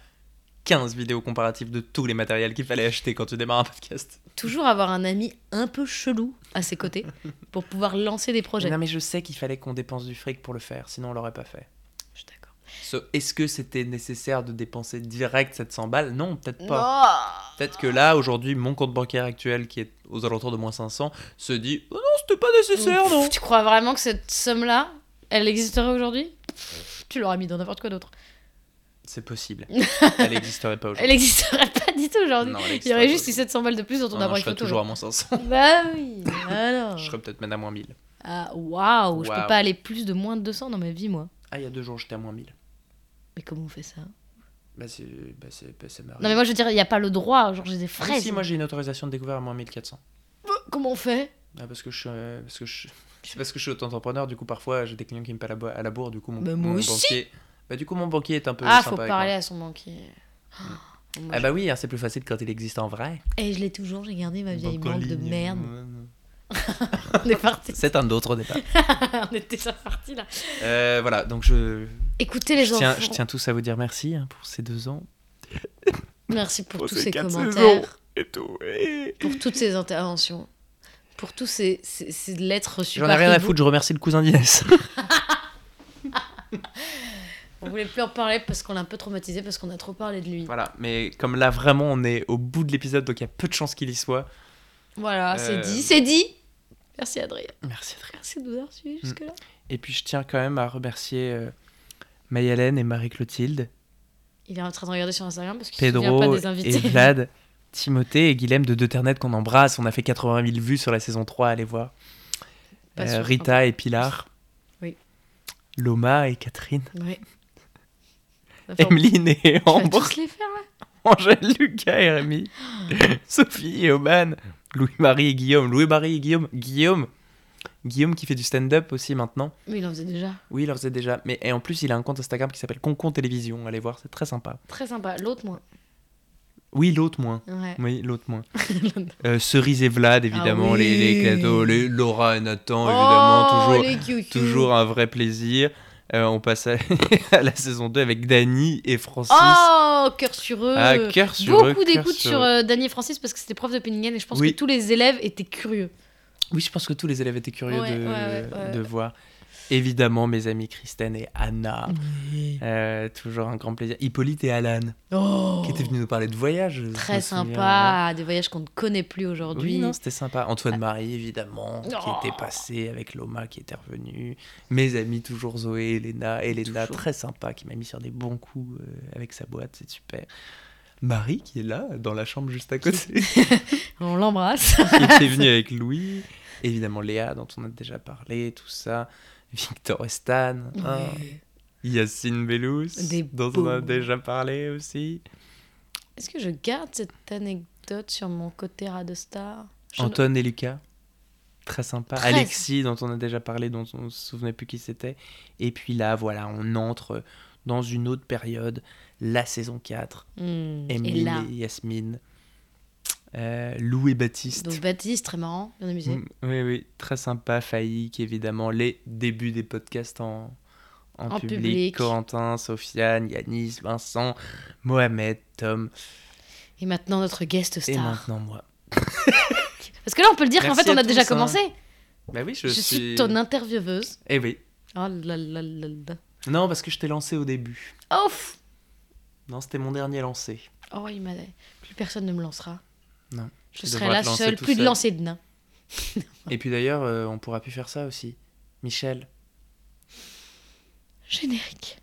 Speaker 1: 15 vidéos comparatives de tous les matériels qu'il fallait acheter quand tu démarres un podcast.
Speaker 2: Toujours avoir un ami un peu chelou à ses côtés pour pouvoir lancer des projets.
Speaker 1: Non, mais je sais qu'il fallait qu'on dépense du fric pour le faire, sinon on l'aurait pas fait.
Speaker 2: Je suis d'accord.
Speaker 1: Ce- Est-ce que c'était nécessaire de dépenser direct 700 balles Non, peut-être pas.
Speaker 2: Non
Speaker 1: Peut-être que là, aujourd'hui, mon compte bancaire actuel, qui est aux alentours de moins 500, se dit Oh non, c'était pas nécessaire, non
Speaker 2: Pff, Tu crois vraiment que cette somme-là, elle existerait aujourd'hui Pff, Tu l'aurais mis dans n'importe quoi d'autre.
Speaker 1: C'est possible. Elle n'existerait pas aujourd'hui.
Speaker 2: Elle existerait pas du tout aujourd'hui.
Speaker 1: Non, elle
Speaker 2: Il y aurait
Speaker 1: existerait
Speaker 2: juste
Speaker 1: pas.
Speaker 2: eu 700 balles de plus dans ton
Speaker 1: Non, non,
Speaker 2: appareil
Speaker 1: je serais
Speaker 2: photo.
Speaker 1: toujours à moins 500.
Speaker 2: Bah oui, alors.
Speaker 1: Je serais peut-être même à moins 1000.
Speaker 2: Ah, waouh, je peux
Speaker 1: Waouh.
Speaker 2: pas aller plus de moins de 200 dans ma vie, moi.
Speaker 1: Ah, il y a deux jours, j'étais à moins 1000.
Speaker 2: Mais comment on fait ça Non,
Speaker 1: Bah, c'est bah, c'est- bah, ça m'est
Speaker 2: mais
Speaker 1: arrivé.
Speaker 2: moi, je veux dire, il n'y a pas le droit. Genre, j'ai des
Speaker 1: Ah,
Speaker 2: fraises. Bah,
Speaker 1: Si, moi j'ai une autorisation de découvert à moins 1400.
Speaker 2: Comment on fait
Speaker 1: Ah, parce que je suis. euh, parce que je... C'est parce que je suis auto-entrepreneur, du coup, parfois j'ai des clients qui me paient à la bo- à la bourre, du coup, mon,
Speaker 2: Bah, moi
Speaker 1: mon
Speaker 2: aussi.
Speaker 1: banquier. Bah, du coup, mon banquier est un peu.
Speaker 2: Ah,
Speaker 1: sympa
Speaker 2: faut
Speaker 1: avec
Speaker 2: parler à son banquier. Oh,
Speaker 1: moi.
Speaker 2: moi,
Speaker 1: Ah, bah oui, hein, c'est plus facile quand il existe en vrai.
Speaker 2: je- Et je l'ai toujours, j'ai gardé ma vieille
Speaker 1: Banque en
Speaker 2: banque de
Speaker 1: ligne.
Speaker 2: merde. On est parti,
Speaker 1: C'est un autre départ.
Speaker 2: on était déjà parti là.
Speaker 1: Euh, voilà, donc je,
Speaker 2: Écoutez les
Speaker 1: je,
Speaker 2: enfants,
Speaker 1: tiens, je tiens tous à vous dire merci hein, pour ces deux ans.
Speaker 2: merci pour
Speaker 3: Pour
Speaker 1: Oh,
Speaker 2: tous
Speaker 3: ces
Speaker 2: ces
Speaker 3: quatre
Speaker 2: commentaires,
Speaker 3: Et tout. Et...
Speaker 2: pour toutes ces interventions, pour tous ces, ces- ces lettres reçues.
Speaker 1: J'en ai
Speaker 2: par
Speaker 1: rien à
Speaker 2: Hibou.
Speaker 1: foutre, je remercie le cousin d'Inès.
Speaker 2: On voulait plus en parler parce qu'on l'a un peu traumatisé, parce qu'on a trop parlé de lui.
Speaker 1: voilà, mais comme là vraiment on est au bout de l'épisode, donc il y a peu de chances qu'il y soit.
Speaker 2: Voilà, c'est
Speaker 1: Euh.
Speaker 2: dit, c'est dit. Merci Adrien,
Speaker 1: Merci Adrien.
Speaker 2: merci de nous avoir
Speaker 1: Mm.
Speaker 2: suivis jusque-là.
Speaker 1: Et puis je tiens quand même à remercier euh, Mayalène et Marie-Clotilde,
Speaker 2: Il est en train de regarder sur Instagram parce qu'il ne se souvient pas
Speaker 1: Pedro
Speaker 2: des
Speaker 1: et
Speaker 2: invités.
Speaker 1: Vlad, Timothée et Guilhem de Deuternet qu'on embrasse. On a fait 80 000 vues sur la saison 3, allez voir.
Speaker 2: Pas
Speaker 1: Euh,
Speaker 2: sûr. hein.
Speaker 1: Rita et Pilar.
Speaker 2: Oui.
Speaker 1: Loma et Catherine.
Speaker 2: Ouais. Enfin,
Speaker 1: Emeline et
Speaker 2: tu vas
Speaker 1: Ambre.
Speaker 2: tous les faire là
Speaker 1: Angèle, Lucas et Rémi. Sophie et Oman. Louis-Marie et Guillaume. Louis-Marie et Guillaume. Guillaume. Guillaume qui fait du stand-up aussi maintenant.
Speaker 2: Mais il en faisait déjà.
Speaker 1: Oui, il leur faisait déjà. Mais et en plus, il a un compte Instagram qui s'appelle Concon Télévision. Allez voir, c'est très sympa.
Speaker 2: Très sympa. L'autre moins.
Speaker 1: Oui, l'autre moins.
Speaker 2: Ouais.
Speaker 1: Oui, l'autre moins. Euh, Cerise et Vlad, évidemment,
Speaker 2: Ah oui.
Speaker 1: les, les cadeaux. Les Laura et Nathan, évidemment,
Speaker 2: Oh,
Speaker 1: toujours,
Speaker 2: les cute-cute.
Speaker 1: toujours un vrai plaisir. Euh, on passe à, à la saison 2 avec Dany et Francis.
Speaker 2: Oh, cœur sur eux.
Speaker 1: Ah, cœur sur eux,
Speaker 2: Beaucoup
Speaker 1: cœur
Speaker 2: d'écoute
Speaker 1: sur
Speaker 2: sur
Speaker 1: eux.
Speaker 2: euh, Dany et Francis parce que c'était prof de Penningen et je pense
Speaker 1: Oui.
Speaker 2: que tous les élèves étaient curieux.
Speaker 1: Oui, je pense que tous les élèves étaient curieux
Speaker 2: euh, Ouais,
Speaker 1: de,
Speaker 2: ouais, ouais, ouais.
Speaker 1: de voir. Évidemment, mes amis Kristen et Anna. Euh, toujours un grand plaisir. Hippolyte et Alan,
Speaker 2: Oh,
Speaker 1: qui étaient venus nous parler de voyage. je me
Speaker 2: très
Speaker 1: souviens.
Speaker 2: sympa. Des voyages qu'on ne connaît plus
Speaker 1: Oui, Ah.
Speaker 2: aujourd'hui.
Speaker 1: non, c'était sympa. Antoine-Marie, évidemment,
Speaker 2: Oh.
Speaker 1: qui était passé avec Loma, qui était revenu. Mes amis, toujours Zoé, Elena. Elena,
Speaker 2: Toujours.
Speaker 1: très sympa, qui m'a mis sur des bons coups euh, avec sa boîte, c'est super. Marie, qui est là, dans la chambre juste à côté, qui
Speaker 2: On l'embrasse.
Speaker 1: était venue avec Louis. Évidemment, Léa, dont on a déjà parlé, tout ça. Victor Estan. hein.
Speaker 2: Ouais.
Speaker 1: Yacine Bellous,
Speaker 2: Des
Speaker 1: dont on a
Speaker 2: beaux.
Speaker 1: déjà parlé aussi.
Speaker 2: Est-ce que je garde cette anecdote sur mon côté rat de star Je-
Speaker 1: Anton et Lucas, très sympa.
Speaker 2: Très
Speaker 1: Alexis, dont on a déjà parlé, dont on ne se souvenait plus qui c'était. Et puis là, voilà, on entre dans une autre période, la saison 4.
Speaker 2: Hmm, Et
Speaker 1: Emeline
Speaker 2: là.
Speaker 1: et Yasmine, euh, Lou et Baptiste.
Speaker 2: Donc Baptiste, très marrant, bien amusé.
Speaker 1: Mm, oui, oui, très sympa. Faïk, évidemment. Les débuts des podcasts en, en,
Speaker 2: En
Speaker 1: public.
Speaker 2: public.
Speaker 1: Corentin, Sofiane, Yanis, Vincent, Mohamed, Tom.
Speaker 2: Et maintenant, notre guest
Speaker 1: Et
Speaker 2: star.
Speaker 1: maintenant, moi.
Speaker 2: Parce que là, on peut le dire qu'en
Speaker 1: Merci
Speaker 2: fait, on
Speaker 1: à
Speaker 2: a déjà
Speaker 1: tous, hein.
Speaker 2: commencé.
Speaker 1: Bah oui, je,
Speaker 2: Je, suis ton intervieweuse.
Speaker 1: Eh oui.
Speaker 2: Oh là là là là.
Speaker 1: Non, parce que je t'ai lancé au début.
Speaker 2: Ouf
Speaker 1: Non, c'était mon dernier lancé.
Speaker 2: Oh, il m'a. Plus personne ne me lancera.
Speaker 1: Non,
Speaker 2: Je
Speaker 1: tu
Speaker 2: serai
Speaker 1: devras
Speaker 2: la
Speaker 1: te lancer
Speaker 2: seule,
Speaker 1: tout
Speaker 2: plus de
Speaker 1: seul.
Speaker 2: lancer de nains.
Speaker 1: Et puis d'ailleurs, euh, on pourra plus faire ça aussi. Michel.
Speaker 2: Générique.